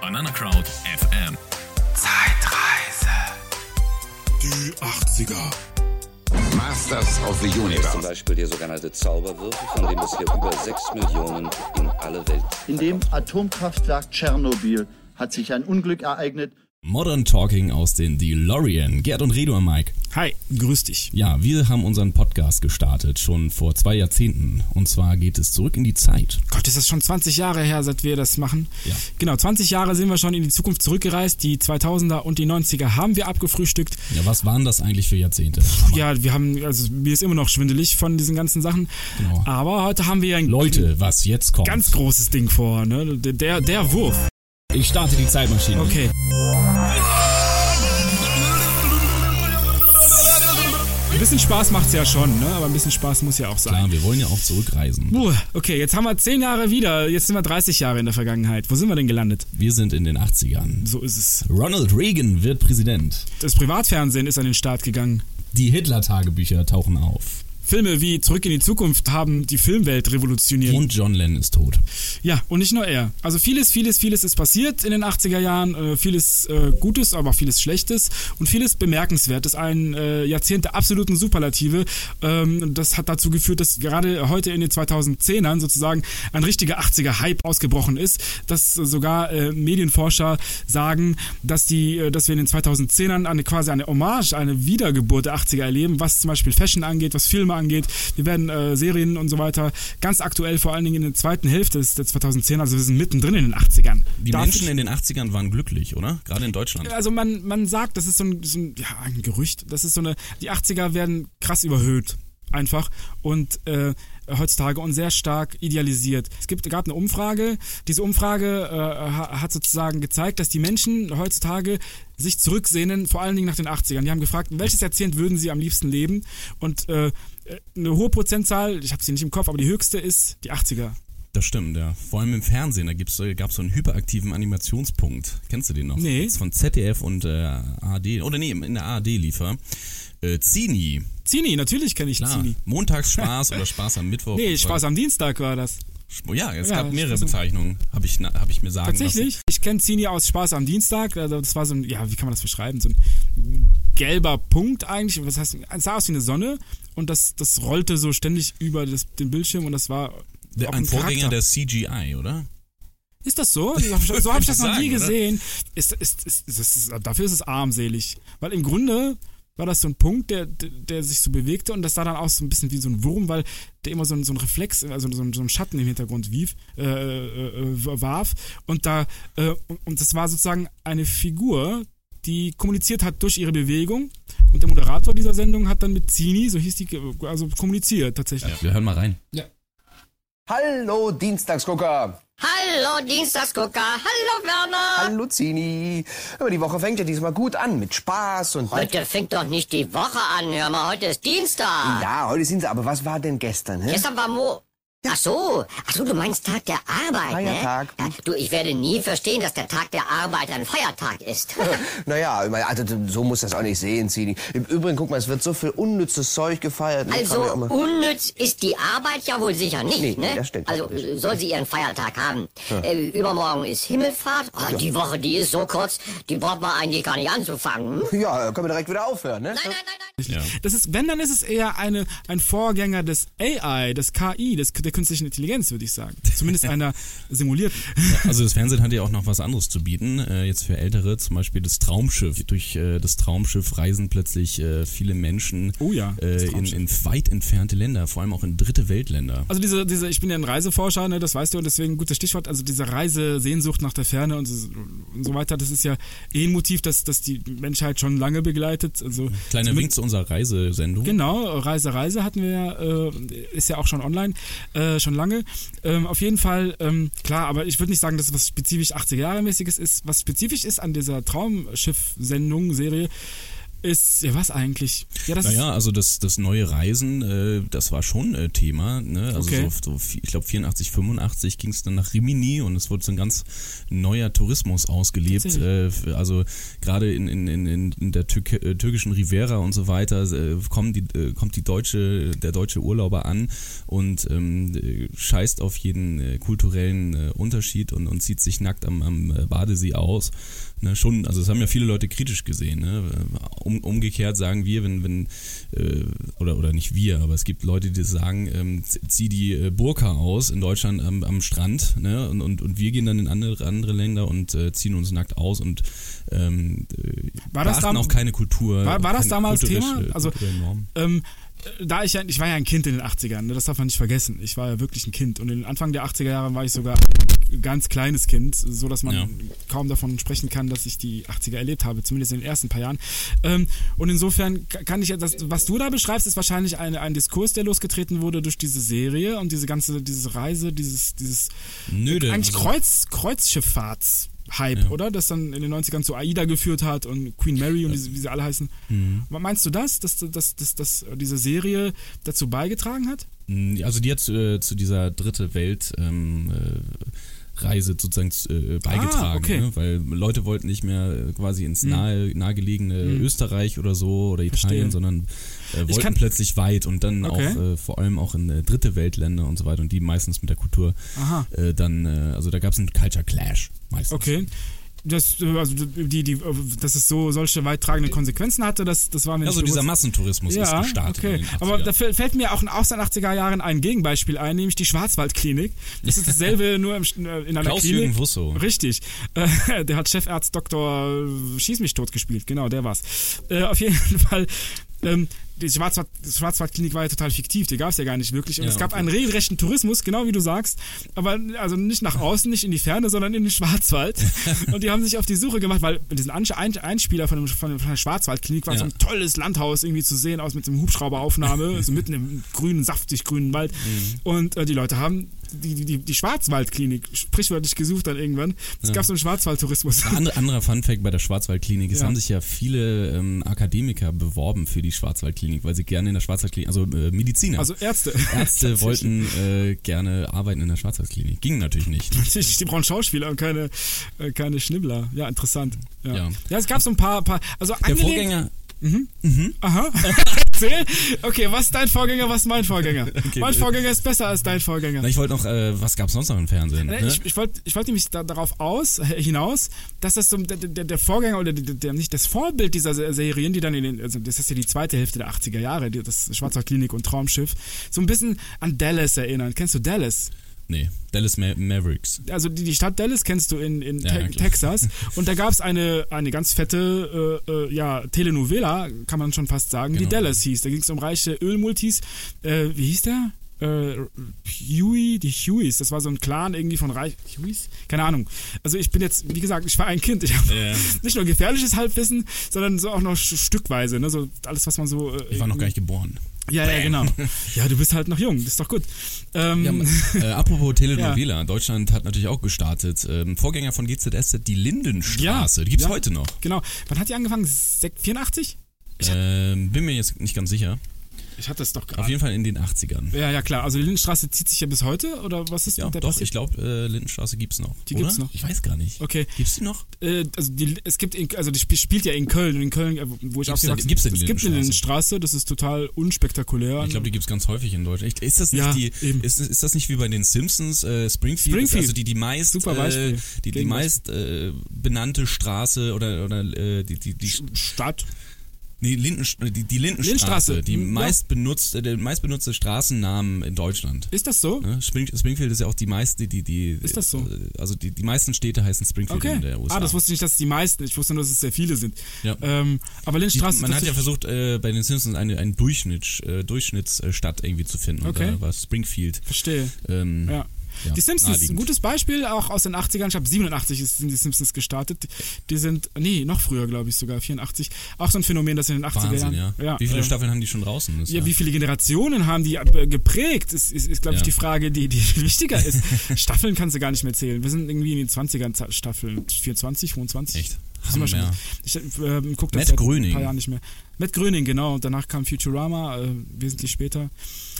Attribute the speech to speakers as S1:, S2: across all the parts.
S1: Banana Crowd FM.
S2: Zeitreise.
S3: Die 80er.
S4: Masters of the
S5: ist zum
S4: Universe.
S5: Beispiel der sogenannte Zauberwürfel, von dem bisher über 6 Millionen in alle Welt
S6: In dem Atomkraftwerk Tschernobyl hat sich ein Unglück ereignet.
S1: Modern Talking aus den DeLorean. Gerd und Redo am Mike.
S3: Hi, grüß dich.
S1: Ja, wir haben unseren Podcast gestartet, schon vor zwei Jahrzehnten. Und zwar geht es zurück in die Zeit.
S3: Gott, ist das schon 20 Jahre her, seit wir das machen?
S1: Ja.
S3: Genau, 20 Jahre sind wir schon in die Zukunft zurückgereist. Die 2000er und die 90er haben wir abgefrühstückt.
S1: Ja, was waren das eigentlich für Jahrzehnte?
S3: Ja, wir haben, also mir ist immer noch schwindelig von diesen ganzen Sachen.
S1: Genau.
S3: Aber heute haben wir ja ein
S1: Leute, was jetzt kommt.
S3: ganz großes Ding vor, ne? Der, der, der Wurf.
S1: ich starte die Zeitmaschine.
S3: Okay. Ein bisschen Spaß macht's ja schon, ne? Aber ein bisschen Spaß muss ja auch sein.
S1: Klar, wir wollen ja auch zurückreisen.
S3: Puh, okay, jetzt haben wir 10 Jahre wieder. Jetzt sind wir 30 Jahre in der Vergangenheit. Wo sind wir denn gelandet?
S1: Wir sind in den 80ern.
S3: So ist es.
S1: Ronald Reagan wird Präsident.
S3: Das Privatfernsehen ist an den Start gegangen.
S1: Die Hitler-Tagebücher tauchen auf.
S3: Filme wie Zurück in die Zukunft haben die Filmwelt revolutioniert.
S1: Und John Lennon ist tot.
S3: ja, und nicht nur er. Also vieles, vieles, vieles ist passiert in den 80er Jahren. Äh, vieles äh, Gutes, aber auch vieles Schlechtes und vieles Bemerkenswertes. Ein äh, Jahrzehnt der absoluten Superlative. Ähm, das hat dazu geführt, dass gerade heute in den 2010ern sozusagen ein richtiger 80er Hype ausgebrochen ist, dass äh, sogar äh, Medienforscher sagen, dass die, äh, dass wir in den 2010ern eine quasi eine Hommage, eine Wiedergeburt der 80er erleben, was zum Beispiel Fashion angeht, was Filme angeht. Wir werden äh, Serien und so weiter ganz aktuell, vor allen Dingen in der zweiten Hälfte des, der 2010er, also wir sind mittendrin in den 80ern.
S1: Die
S3: Darf
S1: Menschen
S3: ich-
S1: in den 80ern waren glücklich, oder? Gerade in Deutschland.
S3: also man, man sagt, das ist so ein, so ein, ja, ein Gerücht, das ist so eine, die 80er werden krass überhöht, einfach, und äh, heutzutage und sehr stark idealisiert. Es gibt, gab eine Umfrage, diese Umfrage äh, ha- hat sozusagen gezeigt, dass die Menschen heutzutage sich zurücksehnen, vor allen Dingen nach den 80ern. Die haben gefragt, welches Jahrzehnt würden sie am liebsten leben? Und äh, eine hohe Prozentzahl, ich habe sie nicht im Kopf, aber die höchste ist die 80er.
S1: Das stimmt, ja. Vor allem im Fernsehen, da gibt's, äh, gab's so einen hyperaktiven Animationspunkt. Kennst du den noch?
S3: Nee.
S1: Ist von ZDF und äh, ARD, oder nee, in der ARD liefer. Äh, Zini,
S3: Zini, natürlich kenne ich
S1: klar.
S3: Zini.
S1: Montags Spaß oder Spaß am Mittwoch.
S3: Nee, Spaß am Dienstag war das.
S1: am Ja, es
S3: Ja,
S1: gab mehrere
S3: Spaß am-
S1: Bezeichnungen, habe ich, na- hab ich mir sagen
S3: Tatsächlich? Ich kenne Zini aus Spaß am Dienstag. Also das war so ein, ja, wie kann man das beschreiben? So ein gelber Punkt eigentlich. Was heißt, es sah aus wie eine Sonne und das, das rollte so ständig über das, den Bildschirm und das war.
S1: lassen. Der,
S3: auch
S1: ein
S3: ein
S1: Vorgänger
S3: Charakter.
S1: der CGI, oder?
S3: Ist das so? So habe ich, so hab ich das noch
S1: Sagen,
S3: nie
S1: oder?
S3: gesehen. Ist, ist, ist, ist, ist, dafür ist es armselig. Weil im Grunde war das so ein Punkt, der, der, der sich so bewegte und das sah dann auch so ein bisschen wie so ein Wurm, weil der immer so ein, so ein Reflex, also so ein, so ein Schatten im Hintergrund wief, äh, äh, äh, warf. Und da äh, und das war sozusagen eine Figur, die kommuniziert hat durch ihre Bewegung. Und der Moderator dieser Sendung hat dann mit Zini, so hieß die, also kommuniziert tatsächlich.
S1: Wir hören mal rein.
S7: Hallo Dienstagsgucker.
S8: Hallo Dienstagsgucker, hallo Werner.
S7: Hallo Zini. Aber die Woche fängt ja diesmal gut an mit Spaß und
S8: Heute fängt doch nicht die Woche an, hör mal, heute ist Dienstag.
S7: ja, heute sind sie. Aber was war denn gestern? Hä?
S8: Gestern war Mo... Ach so, ach so, du meinst Tag der Arbeit,
S7: Feiertag.
S8: ne? Ja, Du, ich werde nie verstehen, dass der Tag der Arbeit ein Feiertag ist.
S7: Naja, ich meine, also so muss das auch nicht sehen, Zini. Im Übrigen, guck mal, es wird so viel unnützes Zeug gefeiert. ne?
S8: also
S7: Kann man auch mal-
S8: unnütz ist die Arbeit ja wohl sicher nicht,
S7: Nee,
S8: ne?
S7: das stimmt.
S8: Also äh, soll sie ihren Feiertag haben. Äh, übermorgen ist Himmelfahrt. Oh, Die Woche, die ist so kurz, die braucht man eigentlich gar nicht anzufangen. Hm?
S7: ja, können wir direkt wieder aufhören, ne?
S8: Nein, nein, nein, nein.
S1: Ja.
S3: Das ist, wenn, dann ist es eher eine, ein Vorgänger des AI, des KI, des, der künstlichen Intelligenz, würde ich sagen. Zumindest einer simulierten.
S1: Also das Fernsehen hatte ja auch noch was anderes zu bieten. Äh, jetzt für Ältere zum Beispiel das Traumschiff. Durch äh, das Traumschiff reisen plötzlich äh, viele Menschen
S3: Oh ja, das
S1: äh, in, in weit entfernte Länder, vor allem auch in dritte Weltländer.
S3: Also diese, diese, ich bin ja ein Reiseforscher, ne, das weißt du, und deswegen ein gutes Stichwort, also diese Reisesehnsucht nach der Ferne und so, und so weiter, das ist ja eh ein Motiv, das, das die Menschheit schon lange begleitet. Also
S1: Kleiner Wink zu unserer Reisesendung.
S3: Genau, Reise, Reise hatten wir ja, äh, ist ja auch schon online, äh, schon lange. Ähm, auf jeden Fall, ähm, klar, aber ich würde nicht sagen, dass es was spezifisch 80er-Jahre-mäßiges ist. Was spezifisch ist an dieser Traumschiff-Sendung, Serie, ist, ja was eigentlich? Ja, das
S1: Naja, also das, das neue Reisen, äh, das war schon äh, Thema. Ne? Also
S3: Okay.
S1: so, so, vi- ich glaube 84, 85 ging es dann nach Rimini und es wurde so ein ganz neuer Tourismus ausgelebt. Äh, f- also gerade in, in, in, in- in der Türke, äh, türkischen Rivera und so weiter äh, kommen die, äh, kommt die deutsche, der deutsche Urlauber an und ähm, äh, scheißt auf jeden äh, kulturellen äh, Unterschied und, und zieht sich nackt am, am äh, Badesee aus. Ne, schon, also das haben ja viele Leute kritisch gesehen. Ne? Um, umgekehrt sagen wir, wenn, wenn äh, oder, oder nicht wir, aber es gibt Leute, die sagen, ähm, z- zieh die äh, Burka aus in Deutschland am, am Strand ne? und, und, und wir gehen dann in andere, andere Länder und äh, ziehen uns nackt aus und ähm, äh,
S3: War das
S1: beachten
S3: dam-
S1: auch keine Kultur.
S3: War, war
S1: keine
S3: das damals
S1: kulturische-
S3: Thema? Also,
S1: kulturelle Norm.
S3: ähm, da ich ja, ich war ja ein Kind in den 80ern, ne? das darf man nicht vergessen. Ich war ja wirklich ein Kind. Und in den Anfang der 80er Jahre war ich sogar ein ganz kleines Kind, so dass man
S1: Ja.
S3: kaum davon sprechen kann, dass ich die 80er erlebt habe, zumindest in den ersten paar Jahren. Ähm, und insofern ka- kann ich, ja- das, was du da beschreibst, ist wahrscheinlich ein, ein Diskurs, der losgetreten wurde durch diese Serie und diese ganze, diese Reise, dieses, dieses
S1: Nö, denn,
S3: eigentlich
S1: also-
S3: Kreuz, Kreuzschifffahrts-Hype, oder? Das dann in den 90ern zu AIDA geführt hat und Queen Mary und diese, wie sie alle heißen.
S1: Mhm.
S3: Meinst du das, dass, dass, dass, dass diese Serie dazu beigetragen hat?
S1: Mm, Also die hat äh, zu dieser dritte Welt ähm, äh, Reise sozusagen äh, beigetragen,
S3: Ah, okay. Hm.
S1: ne? weil Leute wollten nicht mehr äh, quasi ins nahe, nahegelegene Österreich oder so oder
S3: Verstehe.
S1: Italien, sondern äh, wollten
S3: kann-
S1: plötzlich weit und dann
S3: Okay.
S1: auch äh, vor allem auch in äh, dritte Weltländer und so weiter und die meistens mit der Kultur
S3: Aha.
S1: äh, dann, äh, also da gab es einen Culture Clash meistens.
S3: Okay. Das, äh, also die, die, dass es so solche weittragenden Konsequenzen hatte, das, das war mir
S1: Also
S3: nicht bewusst.
S1: dieser Massentourismus ist gestartet. in
S3: Okay.
S1: den 80ern.
S3: Aber da fäll- fällt mir auch in- aus den 80er Jahren ein Gegenbeispiel ein, nämlich die Schwarzwaldklinik. Das ist dasselbe, nur im, Sch- äh, in einer
S1: Klaus-Jürgen
S3: Klinik.
S1: Wusso.
S3: Richtig. Äh, der hat Chefarzt Dr. Schieß mich tot gespielt. Genau, der war's. Äh, auf jeden Fall. Ähm, die Schwarzwald, die Schwarzwaldklinik war ja total fiktiv, die gab es ja gar nicht wirklich. Und
S1: Ja,
S3: es gab
S1: okay.
S3: einen regelrechten Tourismus, genau wie du sagst, aber also nicht nach außen, nicht in die Ferne, sondern in den Schwarzwald. Und die haben sich auf die Suche gemacht, weil diesen Ansch- Ein- Einspieler von, dem, von, von der Schwarzwaldklinik war
S1: Ja.
S3: so ein tolles Landhaus irgendwie zu sehen, aus mit so einem Hubschrauberaufnahme, so mitten im grünen, saftig grünen Wald.
S1: Mhm.
S3: Und äh, die Leute haben die, die- die, die Schwarzwaldklinik sprichwörtlich gesucht dann irgendwann. Es gab so einen Schwarzwaldtourismus.
S1: Ein andere, anderer Funfact bei der Schwarzwaldklinik, es
S3: Ja.
S1: haben sich ja viele ähm, Akademiker beworben für die Schwarzwaldklinik, weil sie gerne in der Schwarzwaldklinik, also äh, Mediziner.
S3: Also Ärzte.
S1: Ärzte wollten äh, gerne arbeiten in der Schwarzwaldklinik. Ging natürlich nicht.
S3: Natürlich, die brauchen Schauspieler und keine, äh, keine Schnibbler. Ja, interessant. Ja, ja.
S1: Ja.
S3: es gab so ein paar, paar also
S1: Der
S3: angelegt-
S1: Vorgänger,
S3: Aha. Erzähl. Okay, was ist dein Vorgänger, was ist mein Vorgänger? mein
S1: äh,
S3: Vorgänger ist besser als dein Vorgänger.
S1: na, ich wollte noch, äh, was gab's sonst noch im Fernsehen?
S3: Ne,
S1: ne?
S3: Ich, ich wollte ich wollt nämlich da, darauf aus, äh, hinaus, dass das so der, der, der Vorgänger oder der, der, nicht das Vorbild dieser Se- Serien, die dann in den, also das ist ja die zweite Hälfte der 80er Jahre, die, das Schwarzer Klinik und Traumschiff, so ein bisschen an Dallas erinnern. Kennst du Dallas?
S1: nee, Dallas Ma Mavericks.
S3: also die, die Stadt Dallas kennst du in, in
S1: Ja,
S3: Te
S1: ja, klar.
S3: Texas. Und da gab es eine, eine ganz fette äh, äh, ja, Telenovela, kann man schon fast sagen, die
S1: Genau.
S3: Dallas hieß. Da ging es um reiche Ölmultis. Äh, wie hieß der? Äh, Huey, die Hueys, das war so ein Clan irgendwie von Reich. Hueys? Keine Ahnung. Also ich bin jetzt, wie gesagt, ich war ein Kind. Ich habe
S1: Ja.
S3: nicht nur gefährliches Halbwissen, sondern so auch noch sch- stückweise, ne? So alles, was man so. Äh,
S1: Ich war noch gar nicht geboren.
S3: Ja, ja, genau. Ja, du bist halt noch jung, das ist doch gut. Ähm,
S1: Ja, äh, apropos Telenovela, Deutschland hat natürlich auch gestartet. Ähm, Vorgänger von GZSZ, die Lindenstraße,
S3: Ja.
S1: die gibt's
S3: Ja.
S1: heute noch.
S3: Genau. Wann hat die angefangen? Sek- 84?
S1: Ähm, bin mir jetzt nicht ganz sicher.
S3: Ich hatte es doch
S1: Auf
S3: gerade.
S1: jeden Fall in den 80ern.
S3: Ja, ja, klar. Also die Lindenstraße zieht sich ja bis heute oder was ist
S1: Ja,
S3: mit der
S1: doch,
S3: passiert?
S1: ich glaube, äh, Lindenstraße gibt's noch.
S3: Die
S1: oder?
S3: gibt's noch.
S1: Ich weiß gar nicht.
S3: Okay.
S1: Gibt's die noch?
S3: äh, also die, es gibt in, also die spiel- spielt ja in Köln und in Köln äh, wo ich
S1: da-
S3: aufgewachsen
S1: gibt's denn
S3: es
S1: die
S3: gibt eine Lindenstraße, das ist total unspektakulär.
S1: Ich glaube, die gibt's ganz häufig in Deutschland. Echt, Ist das nicht,
S3: Ja,
S1: die,
S3: eben.
S1: ist, ist das nicht wie bei den Simpsons, äh, Springfield, ist
S3: Springfield.
S1: also die, die meist,
S3: Super Beispiel.
S1: äh, die, die
S3: Gegenbeispiel.
S1: meist äh, benannte Straße oder, oder äh, die, die, die,
S3: Stadt.
S1: nee, Linden, die, die Lindenstraße,
S3: Lindenstraße,
S1: die
S3: hm, ja.
S1: meist benutzte, der meist benutzte Straßennamen in Deutschland.
S3: Ist das so?
S1: Ne? Spring, Springfield ist ja auch die meiste, die, die,
S3: Ist das so?
S1: äh, Also die, die meisten Städte heißen Springfield in
S3: Okay.
S1: der USA.
S3: Ah, das wusste ich nicht, dass es die meisten. Ich wusste nur, dass es sehr viele sind.
S1: Ja.
S3: Ähm, aber
S1: Die-
S3: Lindenstraße.
S1: Man
S3: das
S1: hat ja
S3: ist-
S1: versucht, äh, bei den Simpsons eine, eine Durchschnitts, äh, Durchschnittsstadt irgendwie zu finden.
S3: Okay.
S1: Und da war Springfield.
S3: Verstehe.
S1: Ähm,
S3: Ja.
S1: Ja,
S3: Die Simpsons,
S1: naheliegend.
S3: ein gutes Beispiel, auch aus den 80ern. Ich habe 87 ist- sind die Simpsons gestartet. Die sind, nee, noch früher, glaube ich sogar, 84. Auch so ein Phänomen, das in den 80er
S1: Wahnsinn, ja.
S3: Jahren. Ja,
S1: Wie viele
S3: äh,
S1: Staffeln haben die schon draußen? Das,
S3: Ja, wie viele Generationen haben die äh, geprägt, ist, ist, ist glaube ich,
S1: Ja.
S3: die Frage, die, die wichtiger ist. Staffeln kannst du gar nicht mehr zählen. Wir sind irgendwie in den 20ern Za- Staffeln. 24, 25?
S1: Echt?
S3: Das sind wir schon-
S1: Hammer.
S3: Ich ähm, guck das
S1: Matt
S3: seit ein
S1: Gröning.
S3: paar Jahren nicht mehr. Matt Gröning, genau. Und danach kam Futurama, äh, wesentlich später.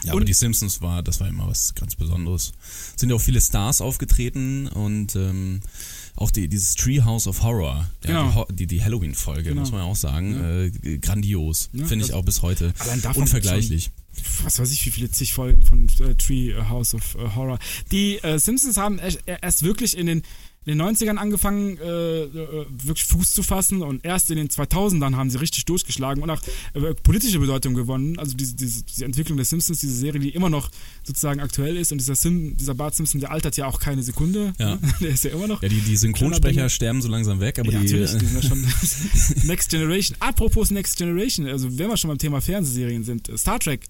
S1: Ja,
S3: Und-
S1: aber die Simpsons war, das war immer was ganz Besonderes. Es sind ja auch viele Stars aufgetreten und ähm, auch die, dieses Treehouse of Horror,
S3: Genau.
S1: ja, die Ho- die, die Halloween-Folge, muss man ja auch sagen, äh, g- grandios.
S3: Ja,
S1: Finde ich
S3: das-
S1: auch bis heute.
S3: Allein davon
S1: Unvergleichlich.
S3: was weiß ich, wie viele zig Folgen von äh, Tree äh, House of äh, Horror. Die äh, Simpsons haben erst, erst wirklich in den, in den 90ern angefangen, äh, äh, wirklich Fuß zu fassen und erst in den 2000ern haben sie richtig durchgeschlagen und auch äh, politische Bedeutung gewonnen. Also diese, diese, diese Entwicklung der Simpsons, diese Serie, die immer noch sozusagen aktuell ist und dieser, Sim, dieser Bart Simpson, der altert ja auch keine Sekunde.
S1: Ja.
S3: Der ist ja immer noch.
S1: Ja, die, die
S3: Kleiner
S1: Synchronsprecher
S3: Bengel.
S1: sterben so langsam weg, aber
S3: Oh Ja,
S1: die. äh,
S3: natürlich, die sind ja schon Next Generation. Apropos Next Generation, also wenn wir schon beim Thema Fernsehserien sind, äh, Star Trek,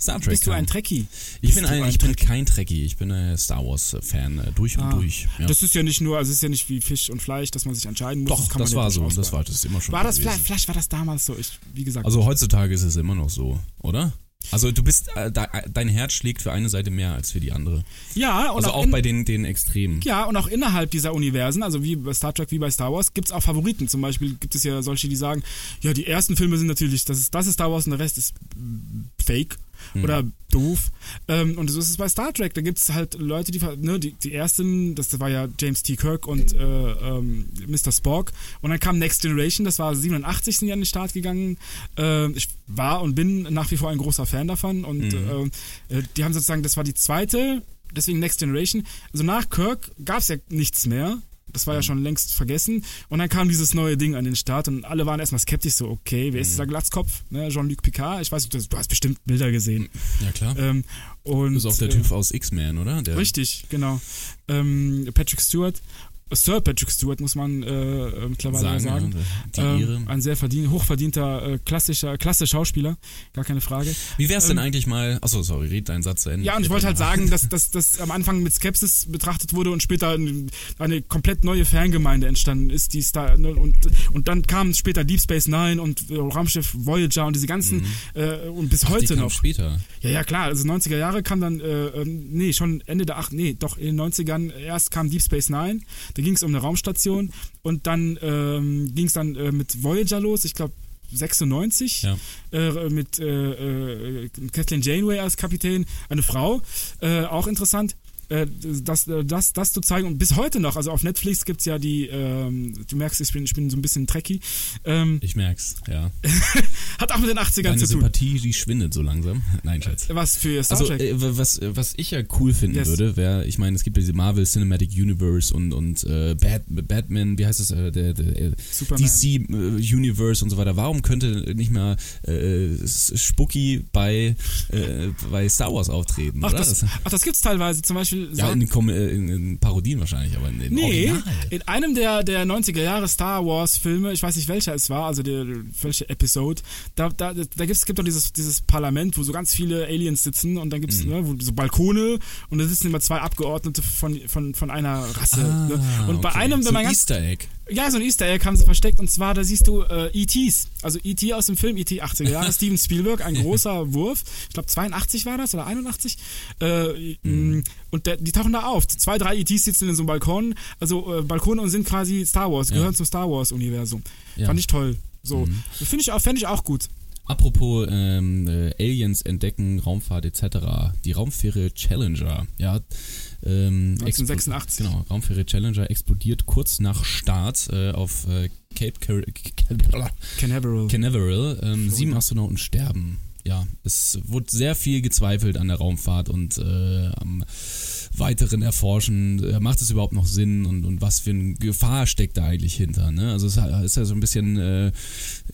S1: Star Trek.
S3: bist du
S1: ja.
S3: ein Trekkie?
S1: Ich bin,
S3: Bist du
S1: ein,
S3: ein
S1: ich bin kein Trekkie, ich bin äh, Star Wars-Fan äh, durch und
S3: Ah,
S1: durch. Ja.
S3: Das ist ja nicht nur, also es ist ja nicht wie Fisch und Fleisch, dass man sich entscheiden muss.
S1: Doch,
S3: kann
S1: das
S3: man ja
S1: war so,
S3: durchaus
S1: das
S3: bei-
S1: war das immer schon.
S3: War das
S1: gewesen.
S3: vielleicht, vielleicht war das damals so, ich, wie gesagt.
S1: Also heutzutage ist es immer noch so, oder? Also du bist, äh, de, dein Herz schlägt für eine Seite mehr als für die andere.
S3: ja, und
S1: Also auch
S3: in-
S1: bei den, den Extremen.
S3: ja, und auch innerhalb dieser Universen, also wie bei Star Trek, wie bei Star Wars, gibt es auch Favoriten. Zum Beispiel gibt es ja solche, die sagen, ja, die ersten Filme sind natürlich, das ist, das ist Star Wars und der Rest ist mm, fake oder doof. Ähm, und so ist es bei Star Trek. Da gibt es halt Leute, die, ver- ne, die, die ersten, das war ja James T. Kirk und äh, ähm, Mr. Spock. Und dann kam Next Generation, das war 87, sind ja an den Start gegangen. Äh, ich war und bin nach wie vor ein großer Fan davon. Und äh, äh, die haben sozusagen, das war die zweite, deswegen Next Generation. Also nach Kirk gab es ja nichts mehr.
S1: Mhm.
S3: Das war ja schon längst vergessen. Und dann kam dieses neue Ding an den Start und alle waren erstmal skeptisch, so, okay, wer
S1: Mhm.
S3: ist dieser Glatzkopf? Ne, Jean-Luc Picard? Ich weiß nicht, du du hast bestimmt Bilder gesehen.
S1: Ja, klar.
S3: Ähm, und,
S1: das ist auch der
S3: äh,
S1: Typ aus X-Men, oder? Der,
S3: Richtig, genau. Ähm, Patrick Stewart. Sir Patrick Stewart, muss man äh, äh, mittlerweile sagen.
S1: Sagen,
S3: sagen.
S1: ja, die Ehre.
S3: ähm, ein sehr verdient, hochverdienter, äh, klassischer, klasse Schauspieler, gar keine Frage.
S1: Wie wär's denn eigentlich mal? Achso, sorry, red deinen Satz zu Ende.
S3: ähm, Ja, und ich wollte halt sagen, dass dass das am Anfang mit Skepsis betrachtet wurde und später eine, eine komplett neue Fangemeinde entstanden ist, die Star ne, und und dann kamen später Deep Space Nine und äh, Raumschiff Voyager und diese ganzen äh, und bis
S1: die
S3: heute
S1: kam
S3: noch.
S1: später.
S3: Ja, ja, klar, also 90er Jahre kam dann, äh, ähm, nee, schon Ende der 8, nee, doch in den 90ern erst kam Deep Space Nine, da ging es um eine Raumstation und dann ähm, ging es dann äh, mit Voyager los, ich glaube 96,
S1: Ja.
S3: äh, mit äh, äh, Kathleen Janeway als Kapitän, eine Frau, äh, auch interessant. äh, Das, äh, das, das zu zeigen und bis heute noch, also auf Netflix gibt's ja die, ähm, du merkst, ich bin, ich bin so ein bisschen trekkie, ähm,
S1: Ich merk's, ja.
S3: hat auch mit den 80ern
S1: Deine
S3: zu tun.
S1: Sympathie, die schwindet so langsam. Nein, Schatz.
S3: Was für Star
S1: Also,
S3: Trek?
S1: äh, wa- was, äh, was ich ja cool finden
S3: Yes.
S1: würde, wäre, ich meine, es gibt ja diese Marvel Cinematic Universe und, und äh, Bat, Batman, wie heißt das, äh, der, der äh,
S3: Superman.
S1: DC äh, Universe und so weiter. Warum könnte nicht mal äh, S- Spooky bei, äh, bei Star Wars auftreten?
S3: Ach,
S1: oder?
S3: das, ach, das gibt's teilweise. Zum Beispiel
S1: ja,
S3: sagen-
S1: in, Kom- äh, in, in Parodien wahrscheinlich, aber in den
S3: Nee,
S1: Original.
S3: in einem der, der 90er Jahre Star Wars Filme, ich weiß nicht welcher es war, also der, welche Episode, da, da, da gibt's, gibt doch dieses, dieses Parlament, wo so ganz viele Aliens sitzen und dann gibt's
S1: Mhm.
S3: ne, wo so Balkone und da sitzen immer zwei Abgeordnete von, von, von einer Rasse. ne? Und bei
S1: Ah, okay.
S3: einem,
S1: so
S3: wenn man ganz
S1: Easter Egg.
S3: ja, so ein Easter Egg haben sie versteckt und zwar, da siehst du äh, E.T.s, also E.T. aus dem Film E.T. 80er Jahre, Steven Spielberg, ein großer Wurf, ich glaube 82 war das oder 81
S1: Mhm.
S3: äh, mh, und der, die tauchen da auf, zwei, drei E.T.s sitzen in so einem Balkon, also äh, Balkone und sind quasi Star Wars, gehören zum Star Wars Universum,
S1: Ja. Mhm.
S3: fand ich toll, so, finde ich auch, fände ich auch gut,
S1: Apropos ähm, äh, Aliens entdecken, Raumfahrt etc. Die Raumfähre Challenger, ja. Ähm,
S3: 1986.
S1: explo- Genau, Raumfähre Challenger explodiert kurz nach Start äh, auf äh, Cape Car Car
S3: Canaveral.
S1: Canaveral. Ähm, sieben Astronauten sterben. Ja, es wurde sehr viel gezweifelt an der Raumfahrt und äh, am weiteren Erforschen. Äh, Macht es überhaupt noch Sinn und, und was für eine Gefahr steckt da eigentlich hinter? Ne? Also es ha- ist ja so ein bisschen, äh,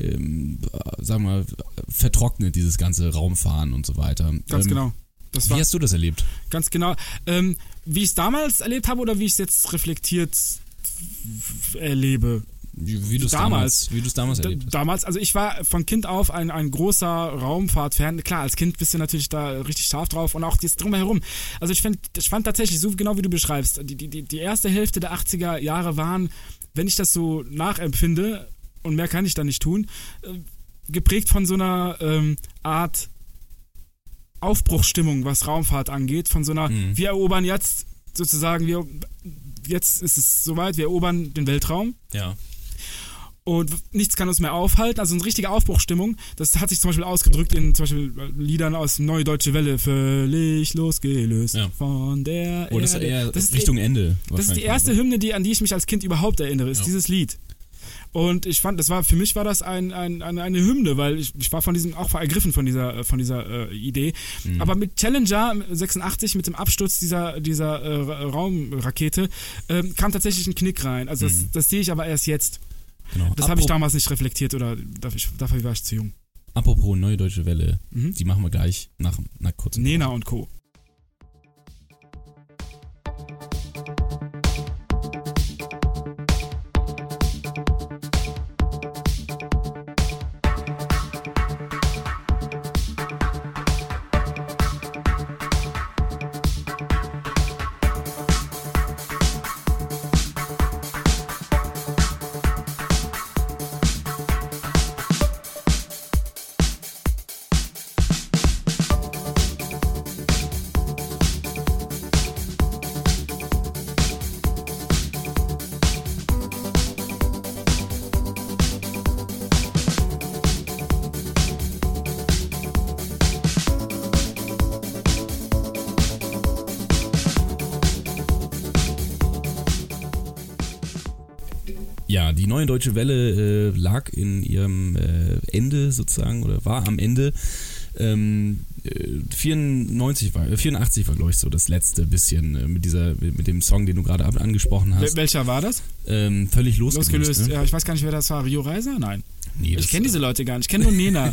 S1: ähm, äh, sagen wir, mal, vertrocknet, dieses ganze Raumfahren und so weiter.
S3: Ganz
S1: ähm,
S3: genau. Das war
S1: Wie hast du das erlebt?
S3: ganz genau. Ähm, wie ich es damals erlebt habe oder wie ich es jetzt reflektiert erlebe.
S1: Wie, wie du es
S3: Damals.
S1: damals, wie du's damals
S3: Da-
S1: erlebt hast?
S3: Damals, also ich war von Kind auf ein, ein großer Raumfahrtfan. Klar, als Kind bist du natürlich da richtig scharf drauf und auch das drumherum. Also ich, find, ich fand tatsächlich, so genau wie du beschreibst, die, die, die die erste Hälfte der 80er Jahre waren, wenn ich das so nachempfinde, und mehr kann ich da nicht tun, äh, geprägt von so einer ähm, Art Aufbruchsstimmung, was Raumfahrt angeht, von so einer, wir erobern jetzt sozusagen, wir jetzt ist es soweit, wir erobern den Weltraum.
S1: Ja.
S3: und w- nichts kann uns mehr aufhalten. Also eine richtige Aufbruchstimmung. Das hat sich zum Beispiel ausgedrückt in zum Beispiel äh, Liedern aus Neue Deutsche Welle. Völlig losgelöst
S1: Ja.
S3: von der
S1: Oder das ist
S3: Erde.
S1: eher
S3: Das ist
S1: Richtung
S3: eh-
S1: Ende.
S3: das ist die
S1: wahrscheinlich,
S3: erste
S1: oder?
S3: Hymne, die, an die ich mich als Kind überhaupt erinnere, ist
S1: Ja.
S3: dieses Lied. Und ich fand, das war für mich war das ein, ein, eine, eine Hymne, weil ich, ich war von diesem auch ergriffen von dieser äh, von dieser äh, Idee.
S1: Mhm.
S3: Aber mit Challenger 86 mit dem Absturz dieser dieser äh, Ra- Raumrakete ähm, kam tatsächlich ein Knick rein. Also das,
S1: Mhm.
S3: das sehe ich aber erst jetzt.
S1: Genau.
S3: Das habe ich
S1: Apro-
S3: damals nicht reflektiert oder dafür, ich, dafür war ich zu jung.
S1: Apropos Neue Deutsche Welle,
S3: Mhm.
S1: die machen wir gleich nach einer kurzen
S3: Nena und Co.
S1: Ja, die neue deutsche Welle äh, lag in ihrem äh, Ende sozusagen oder war am Ende. Ähm, äh, 94 war, äh, 84 war glaube ich so das letzte bisschen äh, mit dieser mit dem Song, den du gerade ab- angesprochen
S3: Wel-
S1: hast.
S3: Welcher war das?
S1: Ähm, völlig losgelöst.
S3: Losgelöst.
S1: ne?
S3: Ja, ich weiß gar nicht, wer das war. Rio Reiser? Nein.
S1: Nee, das-
S3: ich kenne diese Leute gar nicht. Ich kenne nur Nena.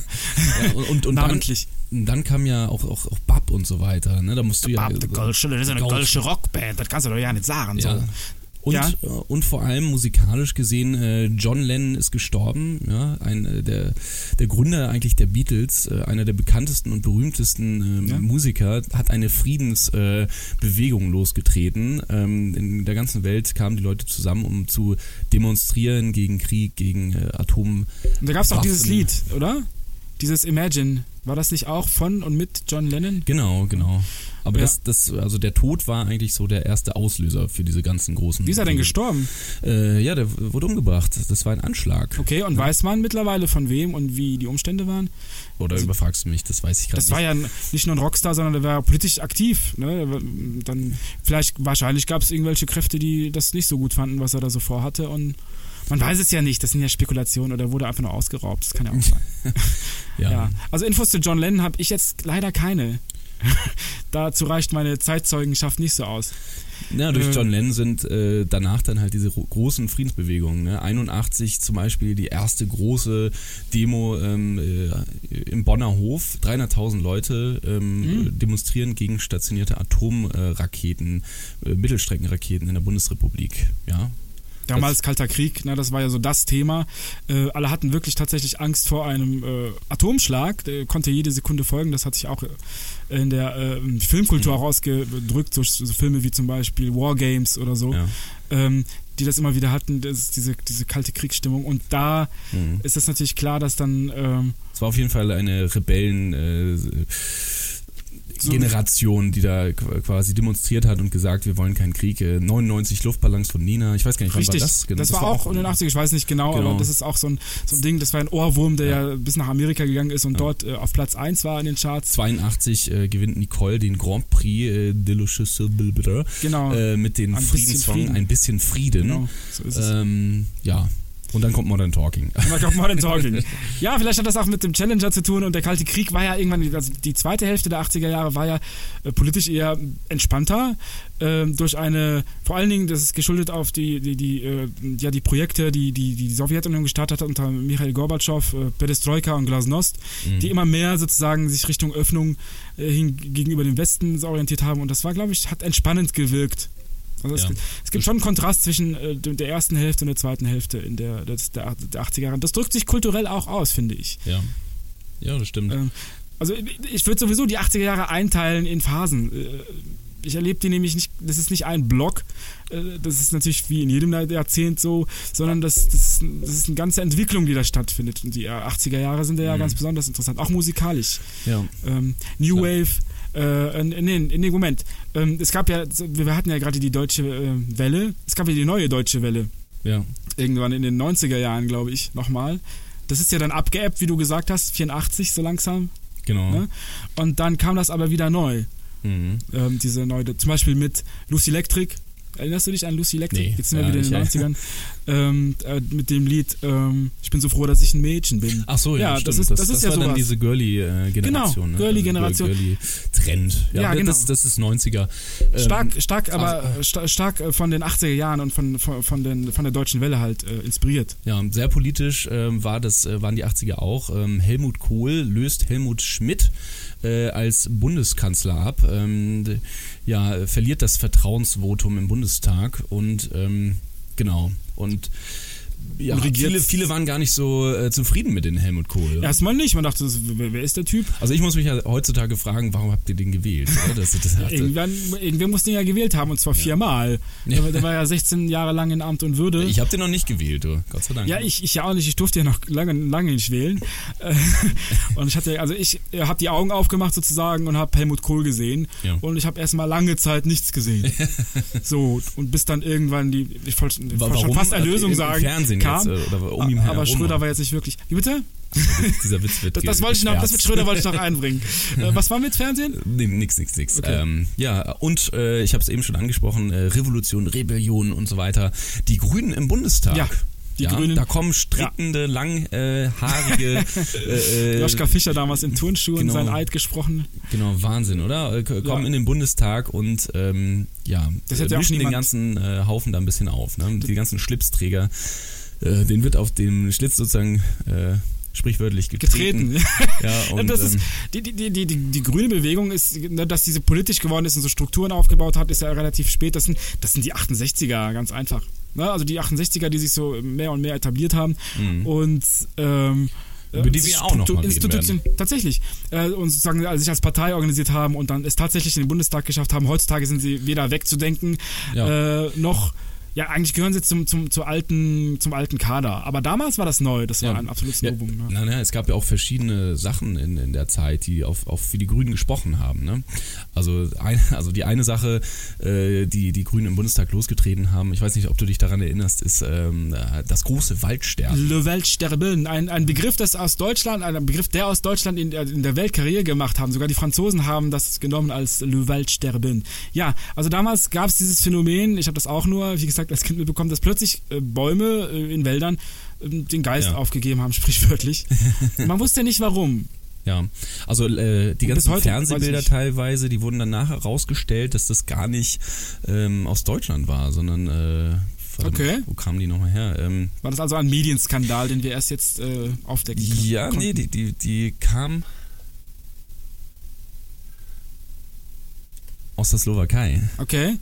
S1: Ja, und, und, und
S3: Namentlich.
S1: Dann, dann kam ja auch auch, auch Bab und so weiter. Ne, da musst du ja
S3: Bab, die Kölsche, das ist eine Kölsche Rockband, das kannst du doch ja nicht sagen.
S1: Ja.
S3: So.
S1: Und,
S3: Ja.
S1: äh, und vor allem musikalisch gesehen, äh, John Lennon ist gestorben, ja, ein, äh, der, der Gründer eigentlich der Beatles, äh, einer der bekanntesten und berühmtesten ähm,
S3: Ja.
S1: Musiker, hat eine Friedensbewegung äh, Bewegung losgetreten. Ähm, in der ganzen Welt kamen die Leute zusammen, um zu demonstrieren gegen Krieg, gegen äh, Atom.
S3: Und da gab es auch dieses
S1: Waffen.
S3: Lied, oder? Dieses Imagine. War das nicht auch von und mit John Lennon?
S1: Genau, genau. Aber
S3: Ja.
S1: das, das, also der Tod war eigentlich so der erste Auslöser für diese ganzen großen.
S3: Wie ist er denn gestorben?
S1: Äh, ja, der wurde umgebracht. Das war ein Anschlag.
S3: Okay, und weiß man mittlerweile von wem und wie die Umstände waren?
S1: Oder überfragst du mich? Das weiß ich gerade
S3: Also, Das
S1: nicht.
S3: war ja n- nicht nur ein Rockstar, sondern der war politisch aktiv. Ne? Er war- Dann vielleicht, wahrscheinlich gab es irgendwelche Kräfte, die das nicht so gut fanden, was er da so vorhatte. Und man weiß es ja nicht. Das sind ja Spekulationen oder wurde einfach nur ausgeraubt. Das kann ja auch sein.
S1: ja.
S3: Ja, also Infos zu John Lennon habe ich jetzt leider keine. Dazu reicht meine Zeitzeugenschaft nicht so aus.
S1: Ja, durch
S3: Äh,
S1: John Lennon sind äh, danach dann halt diese ro- großen Friedensbewegungen. Ne? 81 zum Beispiel die erste große Demo ähm, äh, im Bonner Hof. 300.000 Leute ähm,
S3: Mhm.
S1: äh, demonstrieren gegen stationierte Atomraketen, äh, Mittelstreckenraketen in der Bundesrepublik. Ja,
S3: Damals Kalter Krieg, na, das war ja so das Thema. Äh, alle hatten wirklich tatsächlich Angst vor einem äh, Atomschlag, der konnte jede Sekunde folgen. Das hat sich auch äh, in der äh, Filmkultur
S1: Mhm.
S3: auch ausgedrückt, durch so Filme wie zum Beispiel War Games oder so,
S1: Ja.
S3: ähm, die das immer wieder hatten, das ist diese, diese kalte Kriegsstimmung. Und da
S1: Mhm.
S3: ist es natürlich klar, dass dann ähm,
S1: es war auf jeden Fall eine Rebellen... Äh, Generation, die da qu- quasi demonstriert hat und gesagt, wir wollen keinen Krieg. Äh, 99 Luftballons von Nina. Ich weiß gar nicht,
S3: Richtig,
S1: wann war das? Genau,
S3: das, war auch in den 80 ich weiß nicht genau,
S1: Genau.
S3: aber das ist auch so ein, so ein Ding, das war ein Ohrwurm, der ja, bis nach Amerika gegangen ist und dort äh, auf Platz 1 war in den Charts.
S1: 82 äh, gewinnt Nicole den Grand Prix äh, de l'Ochissebilbre
S3: Genau.
S1: äh, mit dem
S3: Ein bisschen
S1: Friedenssong
S3: Frieden.
S1: Ein bisschen Frieden.
S3: Genau, so ist es.
S1: Ähm, ja, und dann kommt Modern Talking.
S3: Mark of Modern Talking. ja, vielleicht hat das auch mit dem Challenger zu tun und der Kalte Krieg war ja irgendwann, also die zweite Hälfte der 80er Jahre war ja äh, politisch eher entspannter ähm, durch eine, vor allen Dingen, das ist geschuldet auf die, die, die, äh, ja, die Projekte, die, die die Sowjetunion gestartet hat unter Michail Gorbatschow, äh, Perestroika und Glasnost, die immer mehr sozusagen sich Richtung Öffnung äh, hin, gegenüber dem Westen orientiert haben und das war, glaube ich, hat entspannend gewirkt. Also
S1: Ja.
S3: es, es gibt schon einen Kontrast zwischen äh, dem- der ersten Hälfte und der zweiten Hälfte in der, des- der, der 80er Jahre. Das drückt sich kulturell auch aus, finde ich.
S1: ja. ja, das stimmt.
S3: Ähm, also ich, ich würde sowieso die 80er Jahre einteilen in Phasen. Äh, Ich erlebe die nämlich nicht, das ist nicht ein Block, äh, das ist natürlich wie in jedem Jahrzehnt so, sondern das, das, das ist eine ganze Entwicklung, die da stattfindet. Und die 80er Jahre sind ja ganz besonders interessant, auch musikalisch.
S1: ja.
S3: Ähm, New Wave. Äh, äh, nee, nee, Moment. Ähm, es gab ja, wir hatten ja gerade die deutsche äh, Welle. Es gab ja die neue deutsche Welle.
S1: ja.
S3: gemacht, irgendwann in den 90er Jahren, glaube ich, nochmal. Das ist ja dann abgeappt, wie du gesagt hast, 84 so langsam.
S1: Genau.
S3: Ne? Und dann kam das aber wieder neu.
S1: Mhm.
S3: Ähm, diese neue, zum Beispiel mit Lucy Electric. Erinnerst du dich an Lucy Electric?
S1: Nee,
S3: Jetzt sind wir
S1: ja,
S3: wieder in den
S1: ich-
S3: 90ern. ähm, äh, mit dem Lied ähm, Ich bin so froh, dass ich ein Mädchen bin.
S1: Ach so, ja,
S3: ja
S1: stimmt.
S3: das ist, das, ist ja
S1: war
S3: sowas.
S1: dann diese ne? Girly-Generation.
S3: Genau, Girly-Generation.
S1: Girly-Trend. Ja,
S3: Ja, genau.
S1: das, das ist 90er. Ähm,
S3: Stark, stark, aber sta- stark äh, von den 80er Jahren und von, von, von, den, von der deutschen Welle halt äh, inspiriert.
S1: Ja, und sehr politisch ähm, war das, äh, waren die 80er auch. Ähm, Helmut Kohl löst Helmut Schmidt äh, als Bundeskanzler ab. Ähm, d- ja, äh, verliert das Vertrauensvotum im Bundestag und ähm, genau. Und ja,
S3: Und regiert-
S1: viele, viele waren gar nicht so äh, zufrieden mit den Helmut Kohl.
S3: Erstmal nicht, man dachte, das- wer wer ist der Typ?
S1: Also ich muss mich ja heutzutage fragen, warum habt ihr den gewählt? oder? Das, das hatte-
S3: Irgendwann, irgendwer muss den ja gewählt haben, und zwar viermal. Der, war- der war ja 16 Jahre lang in Amt und Würde.
S1: ich habe den noch nicht gewählt, du. Gott sei Dank.
S3: Ja, ich, ich ja auch nicht. Ich durfte ja noch lange, lange nicht wählen. Äh, Und ich hatte, also ich habe die Augen aufgemacht sozusagen und habe Helmut Kohl gesehen.
S1: Ja.
S3: Und ich habe erstmal lange Zeit nichts gesehen. so, und bis dann irgendwann die, ich wollte ich
S1: Wa-
S3: wollte schon
S1: warum?
S3: fast
S1: Im-
S3: Erlösung
S1: im
S3: sagen,
S1: Fernsehen
S3: kam.
S1: jetzt, äh, oder um ihn
S3: aber
S1: herum,
S3: Schröder
S1: oder?
S3: war jetzt nicht wirklich. Wie bitte?
S1: Also, Dieser Witz wird
S3: Das, das wollte ich noch, das mit
S1: gescherzt.
S3: Schröder wollte ich noch einbringen. Äh, Was war mit Fernsehen?
S1: Nee, nix, nix, nix. Ähm, ja, und äh, ich habe es eben schon angesprochen, äh, Revolution, Rebellion und so weiter. Die Grünen im Bundestag.
S3: Ja, die Grünen.
S1: Da kommen strickende, langhaarige... Äh, äh,
S3: Joschka Fischer damals in Turnschuhen,
S1: genau.
S3: sein Eid gesprochen.
S1: Genau, Wahnsinn, oder? Äh, k- Kommen
S3: Ja.
S1: in den Bundestag und ähm, ja,
S3: Das
S1: äh,
S3: hätte ja auch
S1: mischen den
S3: niemand-
S1: ganzen äh, Haufen da ein bisschen auf. Ne? Die ganzen Schlipsträger, äh, den wird auf dem Schlitz sozusagen äh, sprichwörtlich getreten.
S3: Getreten.
S1: Ja, und,
S3: das ist,
S1: ähm,
S3: die, die, die, die, die, die grüne Bewegung ist, ne, dass diese politisch geworden ist und so Strukturen aufgebaut hat, ist ja relativ spät. Das sind, das sind die 68er, ganz einfach. Ne? Also die 68er, die sich so mehr und mehr etabliert haben. Und ähm,
S1: Mhm. Über die
S3: äh,
S1: wir auch noch mal reden
S3: Institution- Tatsächlich. Äh, und sozusagen also sich als Partei organisiert haben und dann es tatsächlich in den Bundestag geschafft haben. Heutzutage sind sie weder wegzudenken,
S1: Ja.
S3: äh, noch. Ja, eigentlich gehören sie zum, zum, zur alten, zum alten Kader. Aber damals war das neu. Das war ein absolutes Novum. ne?
S1: Na, na, es gab ja auch verschiedene Sachen in, in der Zeit, die auf, auf für die Grünen gesprochen haben. Ne? Also, ein, also die eine Sache, äh, die die Grünen im Bundestag losgetreten haben, ich weiß nicht, ob du dich daran erinnerst, ist ähm, äh, das große Waldsterben.
S3: Le Weltsterben, ein, ein Begriff, das aus Deutschland, ein Begriff, der aus Deutschland in, in der Welt Karriere gemacht haben. Sogar die Franzosen haben das genommen als Le Weltsterben. Ja, also damals gab es dieses Phänomen, ich habe das auch nur, wie gesagt, als Kind mitbekommen, dass plötzlich äh, Bäume äh, in Wäldern ähm, den Geist
S1: Ja.
S3: aufgegeben haben, sprichwörtlich. Man wusste nicht warum.
S1: Ja, also äh, die
S3: Und bis
S1: ganzen
S3: heute
S1: Fernsehbilder
S3: weiß ich nicht.
S1: teilweise, die wurden dann nachher rausgestellt, dass das gar nicht ähm, aus Deutschland war, sondern äh, warte
S3: Okay.
S1: mal, wo kamen die nochmal her? Ähm,
S3: War das also ein Medienskandal, den wir erst jetzt äh, aufdecken können-
S1: Ja, nee,
S3: konnten?
S1: die, die, die kam aus der Slowakei.
S3: Okay.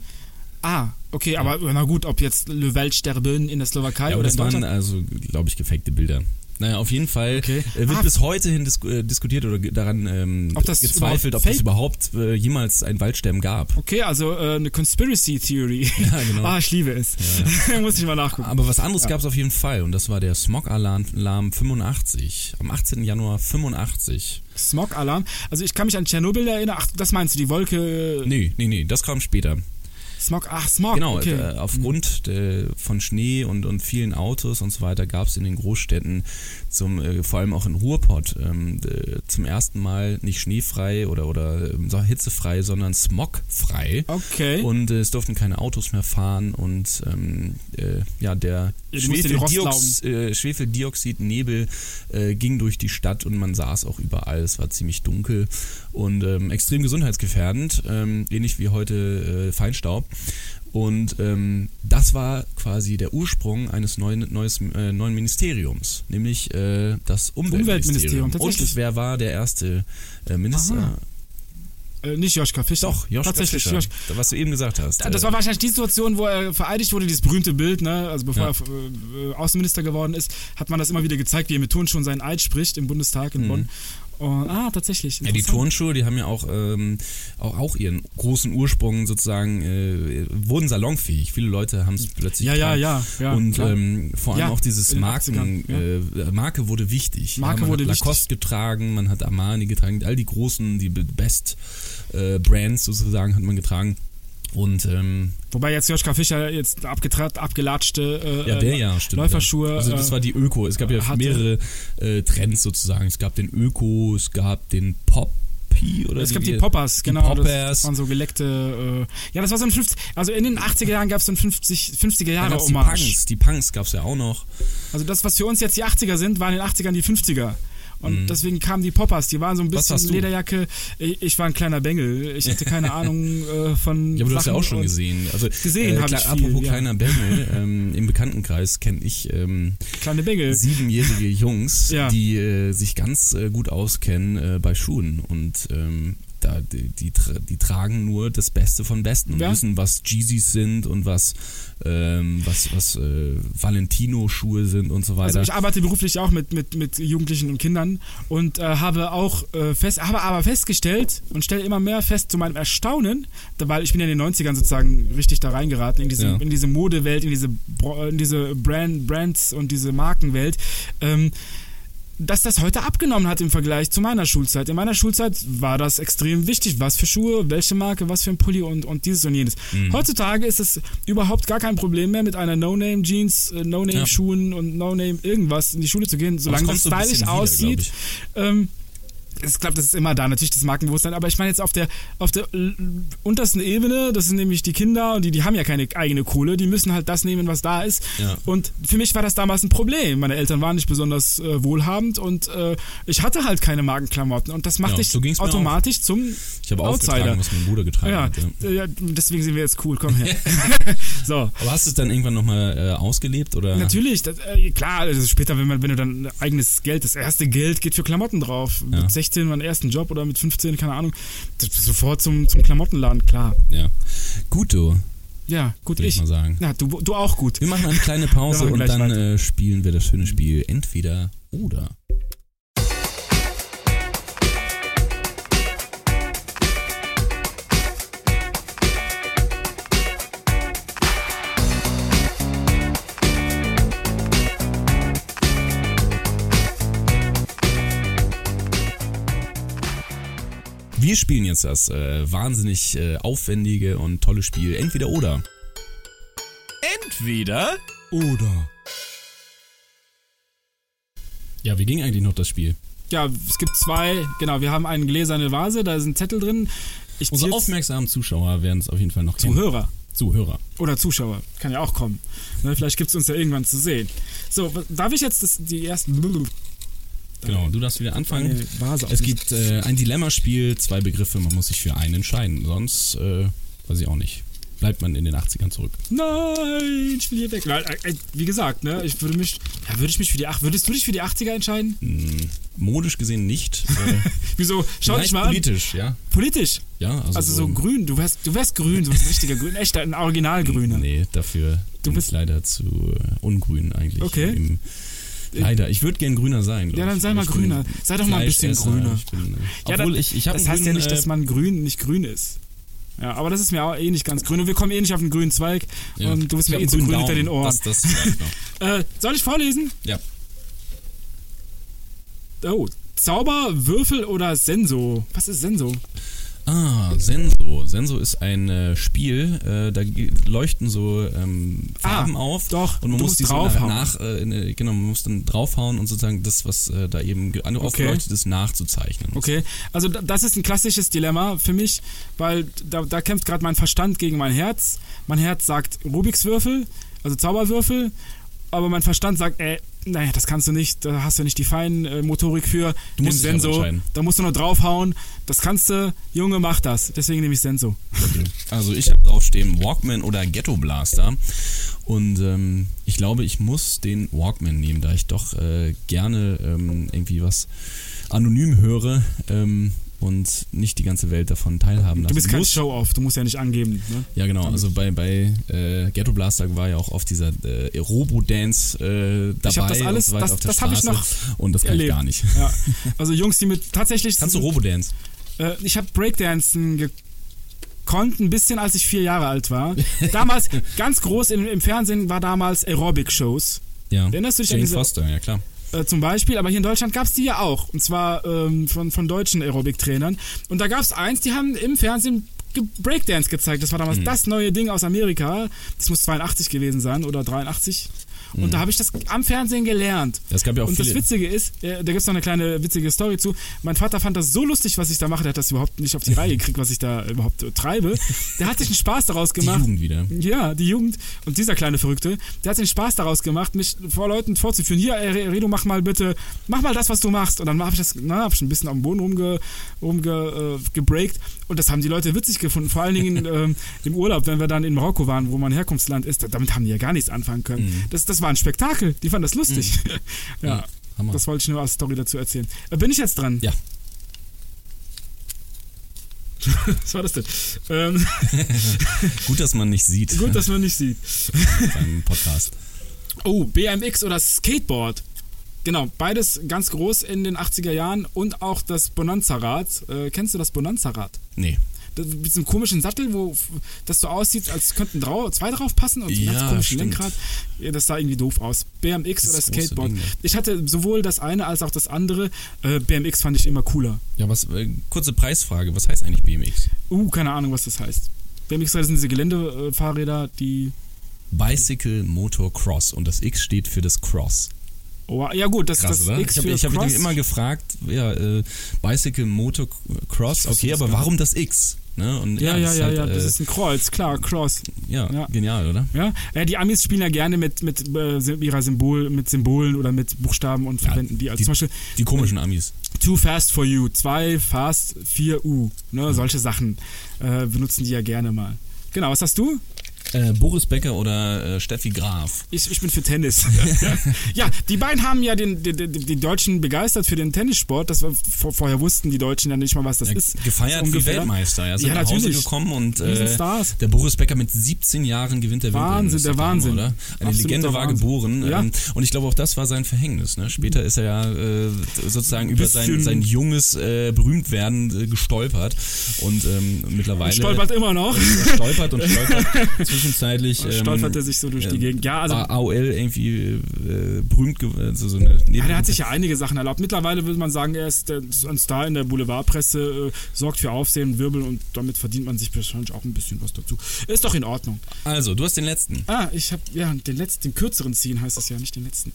S3: Ah, okay, aber na gut, ob jetzt Le Weltsterben in der Slowakei
S1: Ja, aber
S3: oder
S1: das
S3: in
S1: waren
S3: Deutschland.
S1: also, glaube ich, gefakte Bilder. Naja, auf jeden Fall
S3: Okay.
S1: äh, wird
S3: Ah.
S1: bis heute hin disku äh, diskutiert oder ge- daran ähm,
S3: Ob das
S1: gezweifelt, ob
S3: überhaupt
S1: es überhaupt äh, jemals ein Waldsterben gab.
S3: Okay, also äh, eine Conspiracy Theory.
S1: Ja, genau.
S3: Ah, ich liebe es. Muss ich mal nachgucken.
S1: Aber was anderes gab es auf jeden Fall und das war der Smog-Alarm Alarm 85, am 18. Januar 85.
S3: Smog-Alarm. Also ich kann mich an Tschernobyl erinnern. Ach, das meinst du, die Wolke. äh,
S1: Nee, nee, nee, das kam später.
S3: Smog. Ach, Smog.
S1: Genau,
S3: okay.
S1: äh, aufgrund äh, von Schnee und, und vielen Autos und so weiter gab es in den Großstädten, zum, äh, vor allem auch in Ruhrpott, ähm, d- zum ersten Mal nicht schneefrei oder, oder ähm, so hitzefrei, sondern smogfrei.
S3: Okay.
S1: Und äh, es durften keine Autos mehr fahren und ähm, äh, ja, der
S3: Ja, die musste die
S1: Schwefeldiox äh, Schwefeldioxidnebel äh, ging durch die Stadt und man saß auch überall. Es war ziemlich dunkel und ähm, extrem gesundheitsgefährdend, ähm, ähnlich wie heute äh, Feinstaub. Und ähm, das war quasi der Ursprung eines neuen, neues, äh, neuen Ministeriums, nämlich äh, das Umweltministerium.
S3: Umweltministerium, tatsächlich.
S1: und wer war der erste äh, Minister?
S3: Aha. Äh, nicht Joschka Fischer.
S1: Doch, Joschka
S3: Tatsächlich,
S1: Fischer, Äh,
S3: Joschka.
S1: was du eben gesagt hast.
S3: Das war wahrscheinlich die Situation, wo er vereidigt wurde, dieses berühmte Bild, ne? also bevor
S1: Ja.
S3: er äh, Außenminister geworden ist, hat man das immer wieder gezeigt, wie er mit Turnschuhen seinen Eid spricht im Bundestag in Bonn. Und, ah, tatsächlich.
S1: Mhm. Ja, die
S3: Interessant.
S1: Turnschuhe, die haben ja auch, ähm, auch, auch ihren großen Ursprung sozusagen, äh, wurden salonfähig. Viele Leute haben es plötzlich
S3: Ja, ja,
S1: getragen.
S3: ja, ja,
S1: Und
S3: klar.
S1: ähm, vor allem
S3: Ja,
S1: auch dieses
S3: in den
S1: Marken,
S3: 80ern,
S1: äh, Marke wurde wichtig.
S3: Marke
S1: ja, man
S3: wurde
S1: hat
S3: wichtig.
S1: Lacoste getragen, man hat Armani getragen, all die großen, die Best äh, Brands sozusagen hat man getragen. Und ähm,
S3: Wobei jetzt Joschka Fischer jetzt abgetrat, abgelatschte äh,
S1: ja, der
S3: äh,
S1: ja, stimmt.
S3: Läuferschuhe.
S1: Ja. Also das
S3: äh,
S1: war die Öko. Es gab ja
S3: hatte-
S1: mehrere äh, Trends sozusagen. Es gab den Öko, es gab den Poppy oder
S3: es
S1: wie
S3: gab
S1: die-
S3: die Poppers,
S1: die
S3: genau. Das
S1: Poppers.
S3: waren so geleckte. Äh, ja, das war so ein 50. Also in den 80er Jahren gab es so ein 50, 50er
S1: Dann
S3: Jahre um
S1: gab's die
S3: Hommage.
S1: Punks. Die Punks gab es ja auch noch.
S3: Also das, was für uns jetzt die 80er sind, waren in den 80ern die 50er. Und deswegen kamen die Poppers, die waren so ein
S1: Mhm. Was
S3: bisschen
S1: hast du?
S3: Lederjacke. Ich, ich war ein kleiner Bengel. Ich hatte keine Ahnung äh, von.
S1: Ja, aber du hast ja
S3: Sachen
S1: auch schon
S3: und-
S1: gesehen. Also,
S3: Gesehen
S1: äh,
S3: hab
S1: klar,
S3: ich viel,
S1: Apropos
S3: ja.
S1: kleiner Bengel, ähm, im Bekanntenkreis kenne ich ähm,
S3: Kleine Bengel.
S1: siebenjährige Jungs,
S3: Ja.
S1: die äh, sich ganz äh, gut auskennen äh, bei Schuhen und ähm, da, die, die, tra- die tragen nur das Beste von Besten und
S3: Ja.
S1: wissen, was Jeezys sind und was, ähm, was, was äh, Valentino-Schuhe sind und so weiter.
S3: Also ich arbeite beruflich auch mit, mit, mit Jugendlichen und Kindern und äh, habe auch äh, fest, habe aber festgestellt und stelle immer mehr fest zu meinem Erstaunen, da- weil ich bin ja in den 90ern sozusagen richtig da reingeraten, in diese,
S1: Ja.
S3: in diese Modewelt, in diese, Bro- in diese Brand, Brands und diese Markenwelt. Ähm, dass das heute abgenommen hat im Vergleich zu meiner Schulzeit. In meiner Schulzeit war das extrem wichtig, was für Schuhe, welche Marke, was für ein Pulli und, und dieses und jenes.
S1: Mhm.
S3: Heutzutage ist es überhaupt gar kein Problem mehr, mit einer No-Name-Jeans, äh, No-Name-Schuhen und No-Name irgendwas in die Schule zu gehen, solange
S1: kommt
S3: das
S1: so ein
S3: stylisch
S1: bisschen wieder, glaub
S3: aussieht.
S1: ich.
S3: Ähm, ich glaube, das ist immer da, natürlich das Markenbewusstsein, aber ich meine jetzt auf der, auf der l- untersten Ebene, das sind nämlich die Kinder und die, die haben ja keine eigene Kohle, die müssen halt das nehmen, was da ist.
S1: Ja.
S3: Und für mich war das damals ein Problem. Meine Eltern waren nicht besonders äh, wohlhabend und äh, ich hatte halt keine Markenklamotten und das macht
S1: Ja,
S3: dich
S1: so ging's mir
S3: automatisch zum
S1: Ich habe
S3: Outsider.
S1: aufgetragen, was mein Bruder getragen
S3: ja, Äh.
S1: hat. Ja.
S3: ja, deswegen sind wir jetzt cool, komm her. so.
S1: Aber hast du es dann irgendwann nochmal äh, ausgelebt? Oder?
S3: Natürlich, das, äh, klar, also später, wenn, man, wenn du dann eigenes Geld, das erste Geld geht für Klamotten drauf.
S1: Ja.
S3: Mit 16 meinen ersten Job oder mit 15, keine Ahnung. Das, sofort zum, zum Klamottenladen, klar.
S1: Ja. Gut, du.
S3: Ja, gut,
S1: Würde ich
S3: ich.
S1: mal sagen.
S3: Ja, du, du auch gut.
S1: Wir machen eine kleine
S3: Wir
S1: Pause
S3: machen
S1: und
S3: gleich
S1: dann
S3: weiter.
S1: äh, spielen wir das schöne Spiel entweder oder. Wir spielen jetzt das äh, wahnsinnig äh, aufwendige und tolle Spiel entweder oder.
S9: Entweder
S1: Oder. Ja, wie ging eigentlich noch das Spiel?
S3: Ja, es gibt zwei, genau, wir haben eine gläserne Vase, da ist ein Zettel drin. Ich
S1: Unsere
S3: ziehe jetzt-
S1: aufmerksamen Zuschauer werden es auf jeden Fall noch kennen.
S3: Zuhörer
S1: Zuhörer.
S3: oder Zuschauer, kann ja auch kommen. Ne, vielleicht gibt es uns ja irgendwann zu sehen. So, was- darf ich jetzt das, die ersten...
S1: Genau, du darfst wieder anfangen.
S3: Deine Vase
S1: es
S3: auf-
S1: gibt äh, ein Dilemmaspiel, zwei Begriffe, man muss sich für einen entscheiden. Sonst, äh, weiß ich auch nicht, bleibt man in den 80ern zurück.
S3: Nein, ich will hier weg. Nein, äh, äh, wie gesagt, ne, ich würde mich, ja, würde ich mich für die, ach, würdest du dich für die 80er entscheiden?
S1: Modisch gesehen nicht. Äh,
S3: Wieso? Schau dich
S1: vielleicht
S3: mal an.
S1: politisch, ja.
S3: Politisch.
S1: Ja, also,
S3: Also so grün, du wärst, du wärst grün, du wärst ein richtiger Grün, echter, ein Originalgrüner.
S1: Nee, dafür du
S3: bist-
S1: bist leider zu äh, ungrün eigentlich.
S3: Okay.
S1: Im, leider, ich würde gern grüner sein. glaub
S3: Ja, dann
S1: ich. Also
S3: sei mal
S1: Ich bin
S3: grüner. Sei doch mal ein bisschen
S1: Fleischesser,
S3: grüner.
S1: Ich bin, äh,
S3: Ja,
S1: obwohl
S3: das,
S1: ich, ich habe
S3: das heißt ja nicht,
S1: äh,
S3: dass man grün nicht grün ist. Ja, aber das ist mir auch eh nicht ganz grün. Und wir kommen eh nicht auf den grünen Zweig. Und du bist mir eh zu grün hinter den Ohren.
S1: Das, das vielleicht noch.
S3: Äh, soll ich vorlesen?
S1: Ja.
S3: Oh, Zauber, Würfel oder Senso? Was ist Senso?
S1: Ah, Senso. Senso ist ein äh, Spiel, äh, da ge- leuchten so ähm, Farben
S3: Ah,
S1: auf.
S3: doch,
S1: und man
S3: du
S1: muss
S3: musst
S1: die so
S3: draufhauen.
S1: nach, nach äh, in, äh, genau, man muss dann draufhauen und sozusagen das, was äh, da eben ge- aufgeleuchtet ist, nachzuzeichnen.
S3: Okay, also da- das ist ein klassisches Dilemma für mich, weil da, da kämpft gerade mein Verstand gegen mein Herz. Mein Herz sagt Rubiks Würfel, also Zauberwürfel, aber mein Verstand sagt, äh, naja, das kannst du nicht, da hast du nicht die feinen äh, Motorik für.
S1: Du musst
S3: Nimm
S1: dich aber entscheiden.
S3: da musst du noch draufhauen. Das kannst du, Junge, mach das. Deswegen nehme ich Senso.
S1: Also ich habe draufstehen Walkman oder Ghetto Blaster. Und ähm, ich glaube, ich muss den Walkman nehmen, da ich doch äh, gerne ähm, irgendwie was anonym höre ähm, und nicht die ganze Welt davon teilhaben lassen
S3: Du bist kein
S1: muss.
S3: Show-Off, du musst ja nicht angeben. Ne?
S1: Ja, genau. Also bei, bei äh, Ghetto Blaster war ja auch oft dieser äh, Robo-Dance äh, dabei.
S3: Ich hab das
S1: und
S3: alles-
S1: so weiter
S3: das-
S1: auf der
S3: das hab ich
S1: Straße. Und das kann
S3: Erlebt.
S1: ich gar nicht.
S3: Ja. Also Jungs, die mit tatsächlich.
S1: Kannst du Robo-Dance?
S3: Äh, ich habe Breakdancen gekonnt, ein bisschen, als ich vier Jahre alt war. Damals, ganz groß im, im Fernsehen war damals Aerobic-Shows.
S1: Ja.
S3: Erinnerst du dich an
S1: Jane
S3: diese-
S1: Foster, ja klar.
S3: Äh, zum Beispiel, aber hier in Deutschland gab es die ja auch. Und zwar ähm, von, von deutschen Aerobic-Trainern. Und da gab es eins, die haben im Fernsehen ge- Breakdance gezeigt. Das war damals
S1: Mhm.
S3: das neue Ding aus Amerika. Das muss 82 gewesen sein oder 83. Und da habe ich das am Fernsehen gelernt.
S1: Ja, es Mhm. gab ja auch
S3: Und das
S1: viele-
S3: Witzige ist, äh, da gibt es noch eine kleine witzige Story zu. Mein Vater fand das so lustig, was ich da mache. Der hat das überhaupt nicht auf die Reihe gekriegt, was ich da überhaupt äh, treibe. Der hat sich einen Spaß daraus gemacht.
S1: Jugend wieder.
S3: Ja, die Jugend. Und dieser kleine Verrückte, der hat den Spaß daraus gemacht, mich vor Leuten vorzuführen. Hier, ey, Redo, mach mal bitte, mach mal das, was du machst. Und dann habe ich das, na, hab ich ein bisschen am Boden rumge, rumge, äh, gebreakt. Und das haben die Leute witzig gefunden. Vor allen Dingen ähm, im Urlaub, wenn wir dann in Marokko waren, wo mein Herkunftsland ist. Damit haben die ja gar nichts anfangen können. Das, das war ein Spektakel. Die fanden das lustig. Mhm. ja,
S1: Ja, Hammer.
S3: das wollte ich nur als Story dazu erzählen. Äh, bin ich jetzt dran?
S1: Ja.
S3: Was war das denn? Ähm,
S1: Gut, dass man nicht sieht
S3: gut, dass man nicht sieht.
S1: beim Podcast.
S3: Oh, BMX oder Skateboard. Genau, beides ganz groß in den 80er Jahren und auch das Bonanza-Rad. Äh, kennst du das Bonanza-Rad?
S1: Nee.
S3: Das, mit diesem komischen Sattel, wo f- das so aussieht, als könnten drau, zwei drauf passen und so ein ganz
S1: Ja,
S3: komischen
S1: stimmt.
S3: Lenkrad. Ja, das sah irgendwie doof aus. BMX oder
S1: große
S3: Skateboard.
S1: Ding, ne?
S3: Ich hatte sowohl das eine als auch das andere. Äh, BMX fand ich immer cooler.
S1: Ja, was, äh, kurze Preisfrage, was heißt eigentlich BMX?
S3: Uh, keine Ahnung, was das heißt. BMX-Räder sind diese Geländefahrräder, die
S1: Bicycle Motor Cross und das X steht für das Cross.
S3: Oh, ja gut, das,
S1: Krass,
S3: das
S1: oder?
S3: X
S1: ich habe
S3: für
S1: ich hab mich
S3: Cross.
S1: dann immer gefragt, ja, äh, Bicycle Motor Cross, okay, aber warum das X? Ne? Und
S3: ja, ja,
S1: das ist
S3: ja,
S1: halt,
S3: ja,
S1: äh,
S3: das ist ein Kreuz, klar, Cross.
S1: ja,
S3: ja.
S1: genial, oder?
S3: Ja? ja, die Amis spielen ja gerne mit, mit äh, Sy- ihrer Symbol, mit Symbolen oder mit Buchstaben und verwenden die als zum Beispiel
S1: die komischen Amis.
S3: Too Fast for You, 2 Fast 4 U, ne, solche Sachen äh, benutzen die ja gerne mal. Genau, was hast du?
S1: Äh, Boris Becker oder äh, Steffi Graf.
S3: Ich, ich bin für Tennis. ja, die beiden haben ja den, den, den, die Deutschen begeistert für den Tennissport. Das war, vor, vorher wussten die Deutschen ja nicht mal, was das
S1: Ja,
S3: ist.
S1: gefeiert wie
S3: Ungefähr.
S1: Weltmeister. Ja, sind
S3: Ja,
S1: nach Hause
S3: natürlich.
S1: gekommen und äh,
S3: Riesenstars.
S1: der Boris Becker mit 17 Jahren gewinnt der
S3: Wahnsinn,
S1: Weltrangliste.
S3: der Wahnsinn.
S1: Hammer, Oder? Eine
S3: Absoluter
S1: Legende war
S3: Wahnsinn.
S1: geboren.
S3: Ja.
S1: Ähm, und ich glaube, auch das war sein Verhängnis. Ne? Später ist er ja äh, sozusagen über sein,
S3: Bisschen-
S1: sein junges äh, Berühmtwerden äh, gestolpert. Und ähm, mittlerweile.
S3: Stolpert immer noch.
S1: Stolpert und stolpert zwischenzeitlich. Ähm,
S3: Stolpert er sich so durch die
S1: äh,
S3: Gegend. Ja, also
S1: war AOL irgendwie äh, berühmt geworden. Also so eine
S3: Ja, der hat sich ja einige Sachen erlaubt. Mittlerweile würde man sagen, er ist der- ein Star in der Boulevardpresse, äh, sorgt für Aufsehen, Wirbel und damit verdient man sich wahrscheinlich auch ein bisschen was dazu. Ist doch in Ordnung.
S1: also, du hast den letzten.
S3: Ah, ich habe ja den letzten, den kürzeren ziehen heißt es ja, nicht den letzten.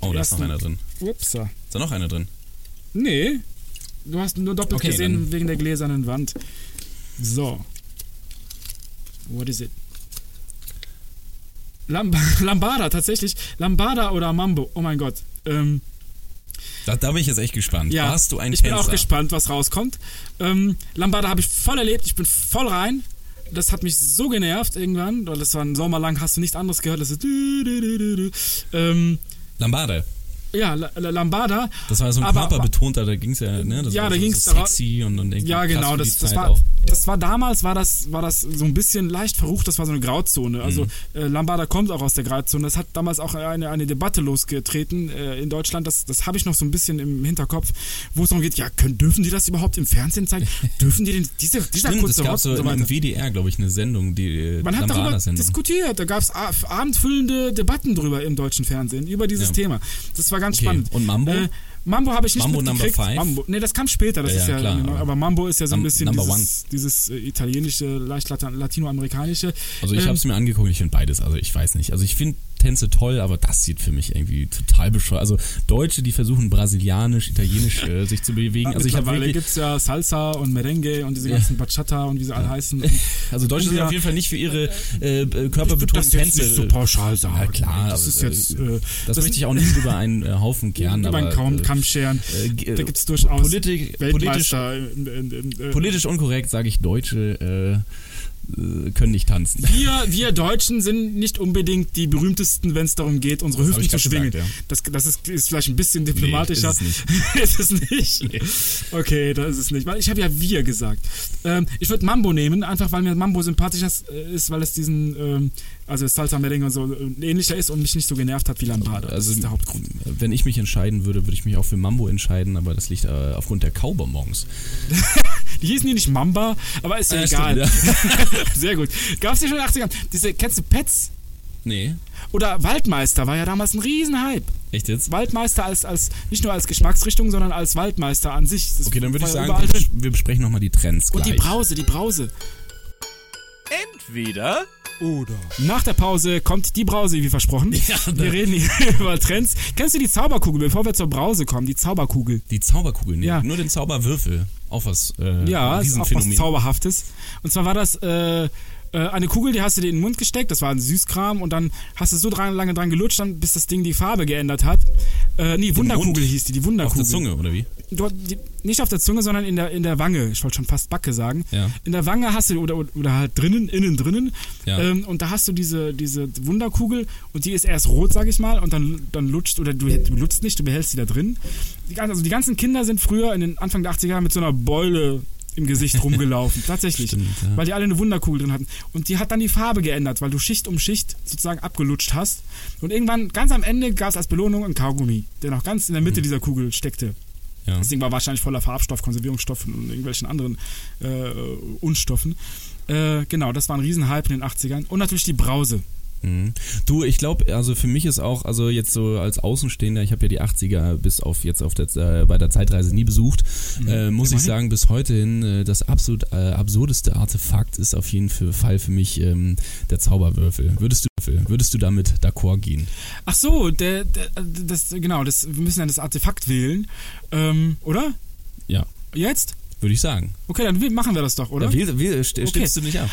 S1: Oh, da ist noch
S3: Ersten.
S1: einer drin.
S3: Upsa.
S1: Ist da noch einer drin?
S3: Nee, du hast nur doppelt
S1: Okay,
S3: gesehen
S1: dann-
S3: wegen der gläsernen Wand. So. What is it? Lamb Lambada, tatsächlich. Lambada oder Mambo. Oh mein Gott. Ähm,
S1: Da, da bin ich jetzt echt gespannt.
S3: Ja,
S1: Warst du ein
S3: ich
S1: Tänzer?
S3: bin auch gespannt, was rauskommt. Ähm, Lambada habe ich voll erlebt, ich bin voll rein. Das hat mich so genervt irgendwann, weil das war ein Sommer lang, hast du nichts anderes gehört. Das ist du, du, du, du, du. Ähm,
S1: Lambada.
S3: ja, La La Lambada.
S1: Das war so ein
S3: Aber-
S1: Körper betonter, da ging's ja, ne? Das
S3: Ja,
S1: war
S3: da
S1: so,
S3: ging's
S1: so
S3: dara-
S1: sexy und, und irgendwie
S3: Ja,
S1: krass
S3: genau,
S1: für die
S3: das, das,
S1: Zeit
S3: war,
S1: auch.
S3: das war damals, war das, war das so ein bisschen leicht verrucht, das war so eine Grauzone.
S1: Mhm.
S3: Also äh, Lambada kommt auch aus der Grauzone. Das hat damals auch eine, eine Debatte losgetreten äh, in Deutschland, das, das habe ich noch so ein bisschen im Hinterkopf, wo es darum geht, ja, können, dürfen die das überhaupt im Fernsehen zeigen? dürfen die denn diese, dieser
S1: Stimmt, es
S3: kurze
S1: gab
S3: Rock
S1: so
S3: und so
S1: im
S3: weiter?
S1: WDR, glaube ich, eine Sendung, die äh,
S3: Man hat darüber
S1: Lambada-Sendung.
S3: diskutiert, da gab es abendfüllende Debatten drüber im deutschen Fernsehen, über dieses
S1: Ja.
S3: Thema. Das war ganz
S1: Okay,
S3: spannend.
S1: und Mambo?
S3: Äh, Mambo habe ich nicht
S1: Mambo Number
S3: mitgekriegt.
S1: Five?
S3: Mambo, nee, das kam später, das
S1: Ja,
S3: ist
S1: ja,
S3: ja,
S1: klar,
S3: genau,
S1: aber-
S3: aber Mambo ist ja so ein
S1: Num-
S3: bisschen
S1: Number
S3: dieses, dieses äh, italienische, leicht lati- latinoamerikanische.
S1: Also ich
S3: Ähm,
S1: habe es mir angeguckt, ich finde beides, also ich weiß nicht. Also ich finde Tänze toll, aber das sieht für mich irgendwie total bescheuert. Also Deutsche, die versuchen brasilianisch, italienisch äh, sich zu bewegen. Also ich habe
S3: Mittlerweile
S1: wirklich,
S3: gibt es ja Salsa und Merengue und diese ganzen Bachata und wie sie alle heißen.
S1: also Deutsche sind
S3: Ja.
S1: auf jeden Fall nicht für ihre äh, äh, körperbetonten Tänze.
S3: nicht so pauschal sagen.
S1: Ja, klar,
S3: das ist
S1: aber, äh,
S3: jetzt äh,
S1: das, möchte ich auch nicht über einen äh, Haufen kehren.
S3: über einen
S1: aber,
S3: Kaum,
S1: äh,
S3: Kamm scheren.
S1: äh, g-
S3: da gibt es durchaus
S1: Politik-
S3: Weltmeister. im- im- im- im-
S1: Politisch unkorrekt sage ich, Deutsche äh, äh, können nicht tanzen.
S3: wir, wir Deutschen sind nicht unbedingt die berühmtesten, wenn es darum geht, unsere
S1: hab
S3: Hüften
S1: ich
S3: zu
S1: grad
S3: schwingen.
S1: gesagt, ja.
S3: Das, das ist, ist vielleicht ein bisschen diplomatischer.
S1: Nee, ist
S3: ist es nicht. Okay, das ist es nicht. Weil ich habe ja wir gesagt. Ähm, ich würde Mambo nehmen, einfach weil mir Mambo sympathischer ist, äh, ist, weil es diesen, ähm, also Salsa Merengue und so äh, ähnlicher ist und mich nicht so genervt hat wie Lambada. das ist der Hauptgrund.
S1: Also, äh, Wenn ich mich entscheiden würde, würde ich mich auch für Mambo entscheiden, aber das liegt äh, aufgrund der Kaubonbons.
S3: Die hießen die nicht Mamba, aber ist ja
S1: Ja,
S3: egal.
S1: stimmt,
S3: Sehr gut. Gab's die schon in den 80ern? Diese, kennst du Pets?
S1: Nee.
S3: Oder Waldmeister war ja damals ein Riesenhype.
S1: Echt jetzt?
S3: Waldmeister als, als nicht nur als Geschmacksrichtung, sondern als Waldmeister an sich. Das
S1: Okay, dann würde
S3: war
S1: ich
S3: ja
S1: sagen,
S3: überall
S1: wir,
S3: drin.
S1: bes- wir besprechen nochmal die Trends
S3: Und
S1: gleich.
S3: die Brause, die Brause.
S9: Entweder
S3: Nach der Pause kommt die Brause, wie versprochen.
S1: Ja, da-
S3: wir reden hier über Trends. Kennst du die Zauberkugel, bevor wir zur Brause kommen? Die Zauberkugel.
S1: Die Zauberkugel, nee,
S3: Ja.
S1: nur den Zauberwürfel. Auch was, äh,
S3: Ja,
S1: ein
S3: ist auch was
S1: Riesenphänomen.
S3: Zauberhaftes. Und zwar war das äh, äh, eine Kugel, die hast du dir in den Mund gesteckt, das war ein Süßkram, und dann hast du so dran, lange dran gelutscht, dann, bis das Ding die Farbe geändert hat. Äh, nee,
S1: Mund?
S3: Wunderkugel hieß die, die
S1: Auf
S3: Wunderkugel.
S1: der Zunge, oder wie?
S3: Du, die, nicht auf der Zunge, sondern in der, in der Wange. Ich wollte schon fast Backe sagen.
S1: Ja.
S3: In der Wange hast du, oder, oder halt drinnen, innen drinnen.
S1: Ja.
S3: Ähm, und da hast du diese, diese Wunderkugel und die ist erst rot, sag ich mal, und dann, dann lutscht, oder du, du lutschst nicht, du behältst die da drin. Die, gan- also die ganzen Kinder sind früher in den Anfang der 80er Jahre mit so einer Beule im Gesicht rumgelaufen, tatsächlich.
S1: Stimmt, ja.
S3: Weil die alle eine Wunderkugel drin hatten. Und die hat dann die Farbe geändert, weil du Schicht um Schicht sozusagen abgelutscht hast. Und irgendwann, ganz am Ende, gab es als Belohnung einen Kaugummi, der noch ganz in der Mitte
S1: Mhm.
S3: dieser Kugel steckte.
S1: Ja.
S3: Das Ding war wahrscheinlich voller Farbstoff, Konservierungsstoffen und irgendwelchen anderen äh, Unstoffen. Äh, genau, das war ein Riesenhype in den 80ern. Und natürlich die Brause.
S1: Mhm. Du, ich glaube, also für mich ist auch, also jetzt so als Außenstehender, ich habe ja die 80er bis auf jetzt auf der, äh, bei der Zeitreise nie besucht, äh, muss ich
S3: Mhm. Immerhin.
S1: sagen, bis heute hin, äh, das absolut äh, absurdeste Artefakt ist auf jeden Fall für mich ähm, der Zauberwürfel. Würdest du, würdest du damit d'accord gehen?
S3: Ach so, der, der, das, genau, das, wir müssen ja das Artefakt wählen. Ähm, oder?
S1: Ja,
S3: Jetzt?
S1: würde ich sagen.
S3: Okay, dann wäh- machen wir das doch, oder?
S1: Da wähl- wähl- st- stimmst du nicht ab.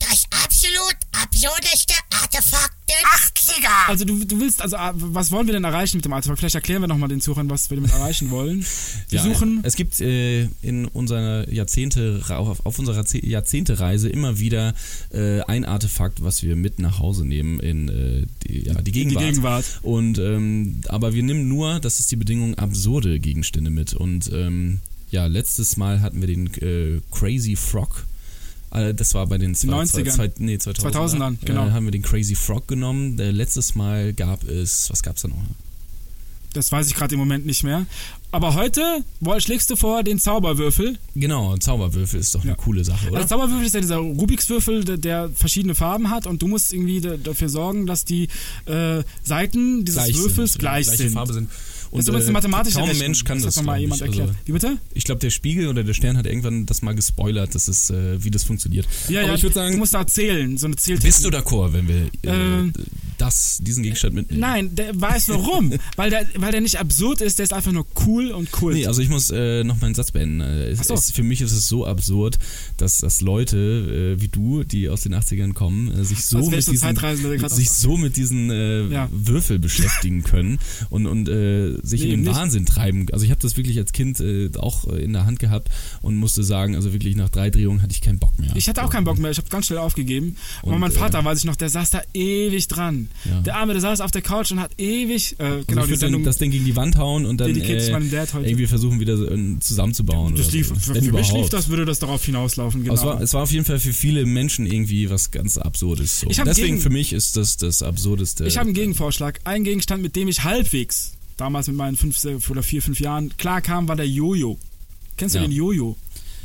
S10: Das absolut absurdeste Artefakt der 80er.
S3: Also du, du willst, also ah, was wollen wir denn erreichen mit dem Artefakt? Vielleicht erklären wir nochmal den Zuhörern, was wir damit erreichen wollen. Wir
S1: Ja,
S3: suchen.
S1: Es gibt äh, in unserer Jahrzehnte, auf, auf unserer Ze- Jahrzehntereise immer wieder äh, ein Artefakt, was wir mit nach Hause nehmen in äh, die, ja, die Gegenwart.
S3: Gegenwart.
S1: Und ähm, aber wir nehmen nur, das ist die Bedingung, absurde Gegenstände mit. Und ähm, ja, letztes Mal hatten wir den äh, Crazy Frog. Äh, Das war bei den zwei-
S3: 90ern.
S1: Zwei, zwei, nee, 2000
S3: 2000ern, genau.
S1: Äh, haben wir den Crazy Frog genommen. Der letztes Mal gab es, was gab es da noch?
S3: Das weiß ich gerade im Moment nicht mehr. Aber heute woll- schlägst du vor den Zauberwürfel.
S1: Genau, Zauberwürfel ist doch
S3: Ja.
S1: eine coole Sache, oder?
S3: Also Zauberwürfel ist ja dieser Rubikswürfel, der, der verschiedene Farben hat und du musst irgendwie da- dafür sorgen, dass die äh, Seiten dieses
S1: gleich
S3: Würfels
S1: sind,
S3: gleich
S1: ja, gleiche
S3: sind.
S1: Farbe sind.
S3: das ist übrigens eine mathematische
S1: äh, kaum ein
S3: Rechnung.
S1: Mensch kann das,
S3: das hat mir mal
S1: glaub
S3: jemand
S1: ich.
S3: erklärt.
S1: Also,
S3: Wie bitte?
S1: ich glaube, der Spiegel oder der Stern hat irgendwann das mal gespoilert, das ist, äh, wie das funktioniert.
S3: Ja,
S1: Aber
S3: ja,
S1: ich würde
S3: du
S1: sagen,
S3: musst da zählen, so eine Zähltechnik.
S1: bist du d'accord, wenn wir äh,
S3: Ähm,
S1: das, diesen Gegenstand mitnehmen?
S3: Nein, der weiß warum. weil, der, weil der nicht absurd ist, der ist einfach nur cool und cool.
S1: Nee, also ich muss äh, noch meinen Satz beenden. Äh,
S3: Ach
S1: Es,
S3: so.
S1: es, für mich ist es so absurd, dass, dass Leute äh, wie du, die aus den 80ern kommen, äh, sich so
S3: Als wärst
S1: mit
S3: du
S1: diesen,
S3: Zeitreisender, der
S1: mit,
S3: grad
S1: sich
S3: aus-
S1: so mit diesen äh,
S3: Ja.
S1: Würfel beschäftigen können und, und äh, sich
S3: Nee,
S1: in den
S3: nicht.
S1: Wahnsinn treiben. Also ich habe das wirklich als Kind äh, auch äh, in der Hand gehabt und musste sagen, also wirklich nach drei Drehungen hatte ich keinen Bock mehr.
S3: Ich hatte auch keinen Bock mehr, ich habe ganz schnell aufgegeben. Aber
S1: Und,
S3: mein Vater,
S1: äh,
S3: weiß ich noch, der saß da ewig dran.
S1: Ja.
S3: Der Arme, der saß auf der Couch und hat ewig, äh,
S1: Also
S3: genau,
S1: ich würd
S3: die
S1: dann
S3: Sendung,
S1: das Ding gegen die Wand hauen und dann
S3: Dedicated
S1: äh,
S3: to my dad heute.
S1: irgendwie versuchen wieder so, äh, zusammenzubauen.
S3: das
S1: oder
S3: lief,
S1: so.
S3: für,
S1: Wenn
S3: für mich lief
S1: überhaupt.
S3: das, würde das darauf hinauslaufen, genau.
S1: Aber Es war, es war auf jeden Fall für viele Menschen irgendwie was ganz Absurdes. So.
S3: Ich hab
S1: Deswegen
S3: gegen-
S1: für mich ist das das Absurdeste.
S3: Ich habe einen Gegenvorschlag. Ein Gegenstand, mit dem ich halbwegs damals mit meinen fünf se- oder vier, fünf Jahren klar kam, war der Jojo. Kennst du
S1: Ja.
S3: den Jojo?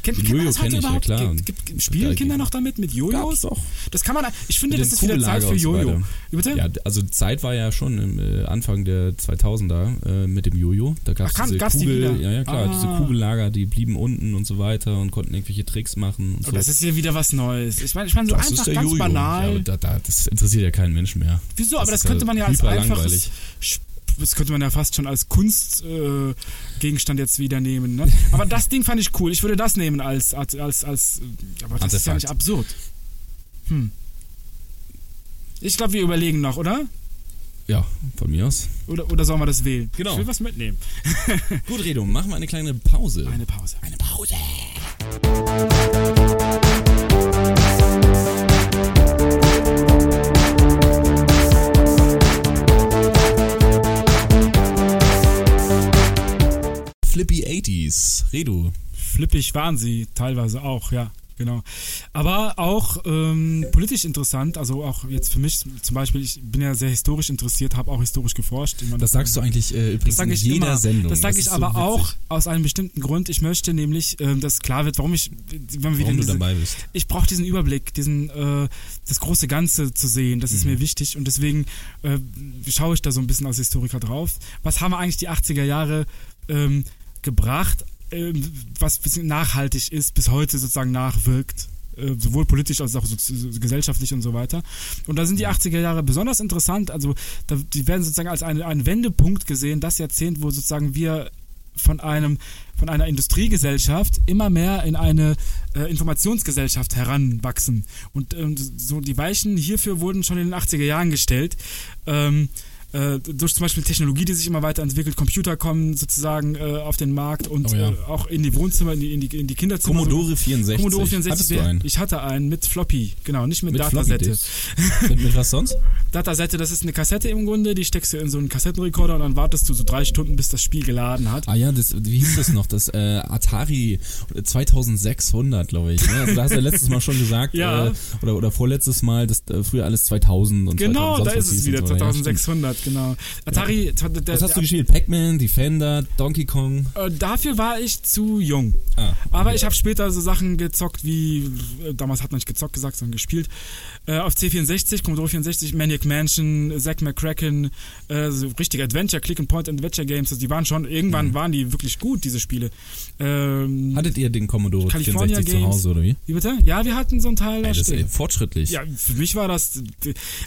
S3: Kennt,
S1: Den
S3: kennt man
S1: Jojo
S3: das heute
S1: kenn ich, ja
S3: überhaupt?
S1: klar.
S3: Gibt, gibt, gibt, spielen Kinder noch damit mit Jojos?
S1: Gab's doch.
S3: Das kann man. Ich finde,
S1: Mit
S3: das
S1: dem
S3: ist wieder Zeit
S1: Kugellager
S3: für
S1: und so
S3: Jojo.
S1: weiter.
S3: Wie bitte?
S1: Ja, also Zeit war ja schon im äh, Anfang der 2000er äh, mit dem Jojo. Da gab
S3: Ach,
S1: es
S3: kam-
S1: diese
S3: gab's die
S1: Kugel,
S3: wieder?
S1: ja, ja klar,
S3: Ah.
S1: diese Kugellager, die blieben unten und so weiter und konnten irgendwelche Tricks machen und so.
S3: Und Oh, das ist hier wieder was Neues. Ich meine, ich meine so
S1: Das
S3: einfach
S1: der
S3: ganz
S1: Jojo. Ja,
S3: banal.
S1: aber da, da, das interessiert ja keinen Menschen mehr.
S3: Wieso? Aber das,
S1: ist
S3: könnte
S1: ja
S3: man ja als
S1: hyper
S3: einfaches.
S1: langweilig.
S3: Sch- Das könnte man ja fast schon als Kunstgegenstand äh, Gegenstand jetzt wieder nehmen. Ne? Aber das Ding fand ich cool. Ich würde das nehmen als. als, als, als äh, aber das ist ja
S1: Artefakt.
S3: nicht absurd. Hm. Ich glaube, wir überlegen noch, oder?
S1: Ja, von mir aus.
S3: oder? Oder sollen wir das wählen?
S1: Genau.
S3: Ich will was mitnehmen.
S1: Gut, Redo, machen wir eine kleine Pause.
S3: Eine Pause.
S1: eine Pause. Flippy 80s, Redu.
S3: Flippig waren sie teilweise auch, ja. Genau. Aber auch ähm, politisch interessant, also auch jetzt für mich zum Beispiel, ich bin ja sehr historisch interessiert, habe auch historisch geforscht.
S1: Das sagst du eigentlich äh, übrigens
S3: sag
S1: in
S3: ich
S1: jeder
S3: immer.
S1: Sendung.
S3: Das sage
S1: ist
S3: ich
S1: so
S3: aber
S1: witzig.
S3: auch aus einem bestimmten Grund. Ich möchte nämlich, ähm, dass klar wird, warum ich, wenn wir wieder
S1: du
S3: diese,
S1: dabei bist.
S3: Ich brauche diesen Überblick, diesen äh, das große Ganze zu sehen. Das
S1: Mhm.
S3: ist mir wichtig und deswegen äh, schaue ich da so ein bisschen als Historiker drauf. Was haben eigentlich die 80er Jahre ähm, gebracht, ähm, was ein bisschen nachhaltig ist, bis heute sozusagen nachwirkt? äh, sowohl politisch als auch so, so, gesellschaftlich und so weiter. Und da sind
S1: Mhm.
S3: die 80er Jahre besonders interessant. Also da, die werden sozusagen als ein, ein Wendepunkt gesehen, das Jahrzehnt, wo sozusagen wir von einem von einer Industriegesellschaft immer mehr in eine äh, Informationsgesellschaft heranwachsen. Und ähm, so die Weichen hierfür wurden schon in den 80er Jahren gestellt. Ähm, äh, durch zum Beispiel Technologie, die sich immer weiterentwickelt, Computer kommen sozusagen äh, auf den Markt und
S1: Oh ja.
S3: äh, auch in die Wohnzimmer, in die, in die, in die Kinderzimmer.
S1: Commodore 64.
S3: Commodore 64.
S1: Hattest du einen?
S3: Ich hatte einen mit Floppy, genau, nicht mit,
S1: Mit
S3: Datasette.
S1: Floppy-Disks. mit, mit was sonst?
S3: Datasette, das ist eine Kassette im Grunde, die steckst du in so einen Kassettenrekorder und dann wartest du so drei Stunden, bis das Spiel geladen hat.
S1: Ah ja, das, wie hieß das noch? Das äh, Atari 2600, glaube ich. Ne? Also da hast du ja letztes Mal schon gesagt,
S3: Ja.
S1: äh, oder, oder vorletztes Mal, dass äh, früher alles 2000 und 2000
S3: Genau, da
S1: sonst was
S3: ist es
S1: hieß
S3: wieder,
S1: und so. Ja, stimmt.
S3: 2600, genau. Atari, der, der,
S1: Was hast du gespielt? Pac-Man, Defender, Donkey Kong?
S3: äh, dafür war ich zu jung.
S1: Ah,
S3: Aber ich habe später so Sachen gezockt wie, äh, damals hat man nicht gezockt gesagt, sondern gespielt, äh, auf C64, Commodore 64, Maniac Mansion, Zack McCracken, äh, so richtig Adventure, Click-and-Point-Adventure-Games, also die waren schon, irgendwann
S1: Mhm.
S3: waren die wirklich gut, diese Spiele. Ähm,
S1: Hattet ihr den Commodore
S3: California
S1: 64 zu
S3: Games.
S1: Hause oder wie?
S3: wie bitte? Ja, wir hatten so ein Teil da
S1: Ey, das ist
S3: stehen.
S1: äh, fortschrittlich.
S3: Ja, für mich war das,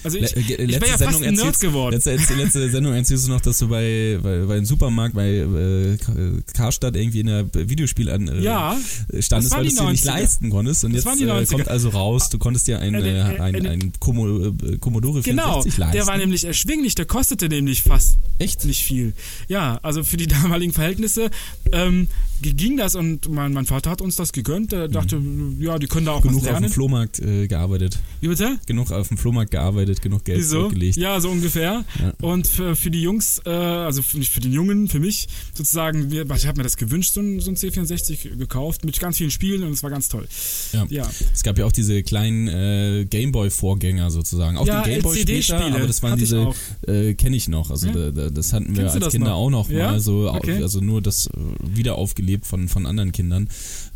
S3: also
S1: Le-
S3: ich,
S1: äh, ge-
S3: ich bin ja fast ein Nerd
S1: erzählst-
S3: geworden.
S1: Letzte, letzte, letzte Sendung erzählst du noch, dass du bei, bei, bei einem Supermarkt, bei äh, K- äh, Karstadt irgendwie in der Videospiel an äh,
S3: Ja,
S1: standest,
S3: das waren
S1: weil du es
S3: die
S1: dir nicht
S3: 90er.
S1: leisten konntest. Und
S3: Das
S1: jetzt
S3: waren die
S1: äh,
S3: 90er.
S1: kommt also raus, du konntest dir ein,
S3: Äh,
S1: äh,
S3: äh,
S1: ein,
S3: äh,
S1: ein Commo- äh, Commodore
S3: Genau,
S1: 64 leisten.
S3: der war nämlich erschwinglich, der kostete nämlich fast
S1: Echt?
S3: nicht viel. Ja, also für die damaligen Verhältnisse ähm, ging das und mein, mein Vater hat uns das gegönnt. Er dachte, ja, die können da auch
S1: Mhm. genug
S3: was
S1: auf dem
S3: lernen.
S1: Flohmarkt äh, gearbeitet.
S3: Wie bitte?
S1: Genug auf dem Flohmarkt gearbeitet, genug Geld
S3: Wieso?
S1: zurückgelegt.
S3: Ja, so ungefähr.
S1: Ja.
S3: Und für, für die Jungs, äh, also für, nicht für den Jungen, für mich sozusagen, wir, ich habe mir das gewünscht, so ein, so ein C64 gekauft mit ganz vielen Spielen und es war ganz toll.
S1: Ja.
S3: Ja.
S1: Es gab ja auch diese kleinen äh, Gameboy-Vorgänger sozusagen. Auch
S3: Ja,
S1: den Gameboy später,
S3: LCD-Spiele
S1: aber das waren
S3: hatte ich
S1: diese,
S3: auch.
S1: äh, kenne ich noch. Also da, da, das hatten wir
S3: Kennst du
S1: als
S3: das
S1: Kinder
S3: noch?
S1: auch noch
S3: Ja?
S1: mal so, au-
S3: Okay.
S1: also nur das äh, wieder aufgelebt von, von anderen Kindern.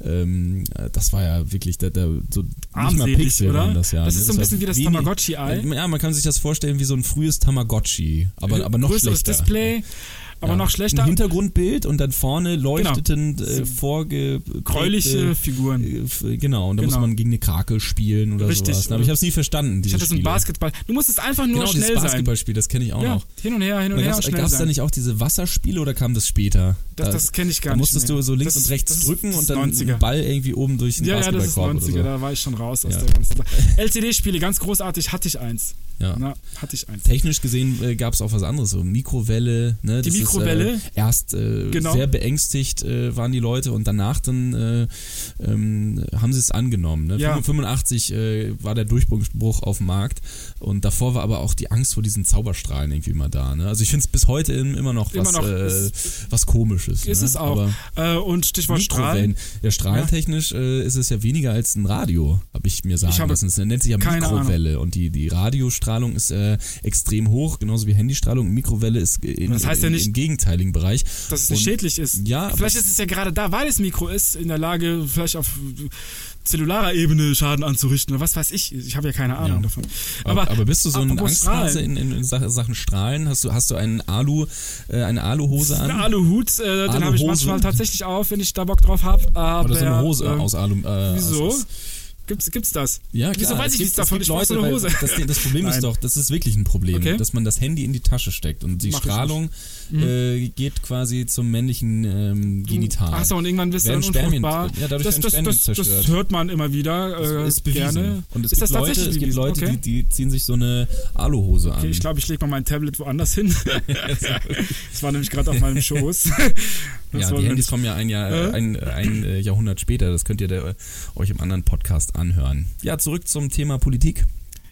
S1: Ähm, äh, das war ja wirklich, da, da, so nicht mal
S3: Armselig,
S1: Pixel
S3: oder?
S1: waren das ja.
S3: Das ist so ein
S1: war
S3: bisschen wie das
S1: wenig-
S3: Tamagotchi-Ei.
S1: Ja, man kann sich das vorstellen wie so ein frühes Tamagotchi, aber, aber noch
S3: Größeres
S1: schlechter.
S3: Display, aber
S1: Ja.
S3: noch schlechter. Genau.
S1: Ein Hintergrundbild und dann vorne leuchteten äh,
S3: Gräuliche
S1: vorgeprägte
S3: Figuren.
S1: äh, f- Genau, und da muss
S3: Genau.
S1: man gegen eine Krake spielen oder
S3: Richtig.
S1: sowas. Aber ich habe es nie verstanden,
S3: Ich
S1: diese
S3: hatte so ein
S1: Spiele.
S3: Basketball. Du musstest einfach nur
S1: genau, dieses
S3: schnell sein.
S1: Basketballspiel, das kenne ich auch
S3: Ja,
S1: noch.
S3: hin und her, hin und her. und schnell
S1: Gab es da
S3: sein.
S1: nicht auch diese Wasserspiele oder kam das später?
S3: Das- das kenn ich gar
S1: da
S3: nicht
S1: musstest
S3: mehr.
S1: du so links
S3: Das-
S1: und rechts
S3: das ist-
S1: drücken
S3: das
S1: und
S3: ist
S1: dann
S3: 90er.
S1: den Ball irgendwie oben durch den
S3: Ja, ja, das ist
S1: Basketballkorb
S3: 90er,
S1: oder
S3: da war ich schon raus aus
S1: Ja.
S3: der ganzen Sache. LCD-Spiele, ganz großartig, hatte ich
S1: so.
S3: eins.
S1: Ja.
S3: Na, hatte ich eins.
S1: Technisch gesehen äh, gab es auch was anderes, so Mikrowelle. Ne?
S3: Die
S1: Das
S3: Mikrowelle?
S1: Ist, äh, erst äh,
S3: Genau.
S1: sehr beängstigt äh, waren die Leute und danach dann äh, ähm, haben sie es angenommen. Ne?
S3: Ja.
S1: 85 äh, war der Durchbruch auf dem Markt und davor war aber auch die Angst vor diesen Zauberstrahlen irgendwie immer da. Ne? Also ich finde es bis heute im- immer noch
S3: Immer
S1: was,
S3: noch.
S1: äh,
S3: Es-
S1: was komisches.
S3: Ist
S1: ne?
S3: es auch.
S1: Aber
S3: Äh, und Stichwort Strahlen.
S1: Mikrowellen. Ja, strahlentechnisch äh, ist es ja weniger als ein Radio, habe ich mir sagen
S3: Ich habe
S1: lassen. Es nennt sich ja
S3: keine
S1: Mikrowelle und die, die Radiostrahlung ist äh, extrem hoch, genauso wie Handystrahlung. Mikrowelle ist äh, in,
S3: Das heißt ja
S1: in,
S3: nicht,
S1: im gegenteiligen Bereich.
S3: Dass es nicht
S1: Und-
S3: schädlich ist.
S1: Ja, aber-
S3: vielleicht ist es ja gerade da, weil es Mikro ist, in der Lage, vielleicht auf zellularer Ebene Schaden anzurichten oder was weiß ich. Ich habe ja keine Ahnung
S1: Ja.
S3: davon.
S1: Aber, aber bist du so ein
S3: apropos
S1: Angsthase
S3: Strahlen.
S1: in, in, in Sa- Sachen Strahlen? Hast du, hast du einen Alu, äh, eine Aluhose an?
S3: Ein Aluhut, äh, den habe ich
S1: Aluhose.
S3: manchmal tatsächlich auf, wenn ich da Bock drauf habe.
S1: Oder so eine Hose
S3: äh,
S1: aus Alu. Äh,
S3: Wieso?
S1: Aus,
S3: Gibt's, gibt's das?
S1: ja, klar.
S3: Wieso weiß
S1: es
S3: ich
S1: gibt-
S3: nichts
S1: es
S3: davon?
S1: gibt
S3: Ich brauche so eine
S1: Leute,
S3: Hose.
S1: weil Das, das Problem ist
S3: Nein.
S1: doch, das ist wirklich ein Problem,
S3: Okay.
S1: dass man das Handy in die Tasche steckt und die
S3: Mach ich nicht. Mhm.
S1: Strahlung äh, geht quasi zum männlichen ähm, Genital.
S3: Achso, und irgendwann bist du dann
S1: Werden Spermien-
S3: unfruchtbar.
S1: ja, dadurch
S3: das,
S1: werden
S3: das,
S1: Spermien
S3: das, das
S1: zerstört.
S3: hört man immer wieder. Äh,
S1: Das ist bewiesen.
S3: Gerne.
S1: Und es
S3: ist
S1: gibt
S3: das
S1: Leute,
S3: tatsächlich
S1: es gibt
S3: bewiesen?
S1: Leute,
S3: okay.
S1: die, die ziehen sich so eine Aluhose an.
S3: Okay, ich glaube, ich lege mal mein Tablet woanders hin. das war nämlich gerade auf meinem Schoß. Das
S1: ja,
S3: wollen
S1: die
S3: wir
S1: Handys
S3: nicht.
S1: kommen ja ein, Jahr, äh?
S3: Äh?
S1: ein, ein äh, Jahrhundert später. Das könnt ihr da, äh, euch im anderen Podcast anhören. Ja, zurück zum Thema Politik.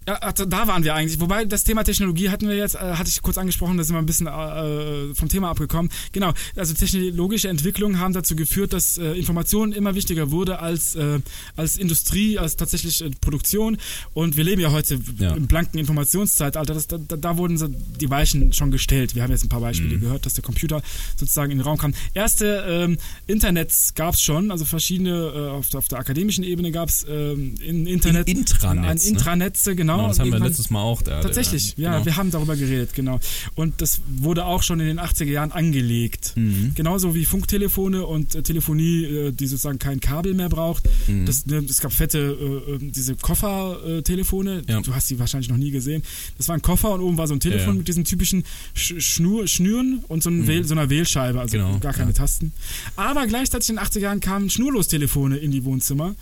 S3: Ja, also da waren wir eigentlich. Wobei das Thema Technologie hatten wir jetzt, äh, hatte ich kurz angesprochen, da sind wir ein bisschen äh, vom Thema abgekommen. Genau, also technologische Entwicklungen haben dazu geführt, dass äh, Information immer wichtiger wurde als, äh, als Industrie, als tatsächlich äh, Produktion. Und wir leben ja heute
S1: Ja.
S3: im blanken Informationszeitalter. Das, da, da- da wurden so die Weichen schon gestellt. Wir haben jetzt ein paar
S1: Mhm.
S3: Beispiele gehört, dass der Computer sozusagen in den Raum kam. Erste ähm, Internets gab es schon, also verschiedene, äh, auf, der- auf der akademischen Ebene gab es ähm, in Internet.
S1: In- Intranets,
S3: Ein
S1: ne?
S3: Intranetze, genau.
S1: Genau, das haben wir
S3: Irgendwann-
S1: letztes Mal auch da.
S3: Tatsächlich, ja,
S1: genau.
S3: wir haben darüber geredet, genau. Und das wurde auch schon in den 80er Jahren angelegt.
S1: Mhm.
S3: Genauso wie Funktelefone und äh, Telefonie, äh, die sozusagen kein Kabel mehr braucht.
S1: Mhm.
S3: Das, ne, es gab fette, äh, äh, diese Koffertelefone,
S1: Ja.
S3: du hast die wahrscheinlich noch nie gesehen. Das war ein Koffer und oben war so ein Telefon
S1: Ja, ja.
S3: mit diesen typischen Sch Schnur Schnüren und so, ein Wähl so einer Wählscheibe, also
S1: Genau,
S3: gar keine
S1: ja.
S3: Tasten. Aber gleichzeitig in den 80er Jahren kamen Schnurlostelefone in die Wohnzimmer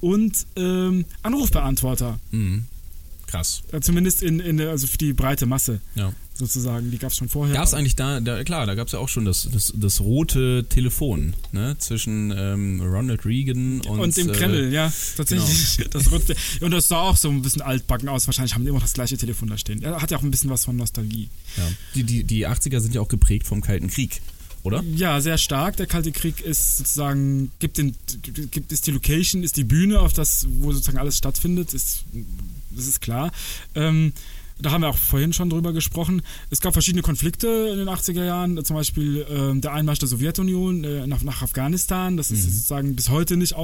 S3: und ähm, Anrufbeantworter.
S1: Krass.
S3: Äh, Zumindest in, in der- also für die breite Masse
S1: Ja.
S3: sozusagen. Die gab es schon vorher.
S1: Gab es eigentlich da, da, klar, da gab es ja auch schon das, das, das rote Telefon ne? zwischen ähm, Ronald Reagan und,
S3: und im
S1: äh, genau.
S3: Kreml, ja, tatsächlich. Das rückte, und das sah auch so ein bisschen altbacken aus. Wahrscheinlich haben die immer noch das gleiche Telefon da stehen. Er hat ja auch ein bisschen was von Nostalgie.
S1: Ja. Die, die, die 80er sind ja auch geprägt vom Kalten Krieg, oder?
S3: Ja, sehr stark. Der Kalte Krieg ist sozusagen, gibt, den, gibt ist die Location, ist die Bühne, auf das, wo sozusagen alles stattfindet, ist, das ist klar. Ähm, da haben wir auch vorhin schon drüber gesprochen. Es gab verschiedene Konflikte in den 80er Jahren, zum Beispiel ähm, der Einmarsch der Sowjetunion äh, nach, nach Afghanistan. Das ist sozusagen bis heute nicht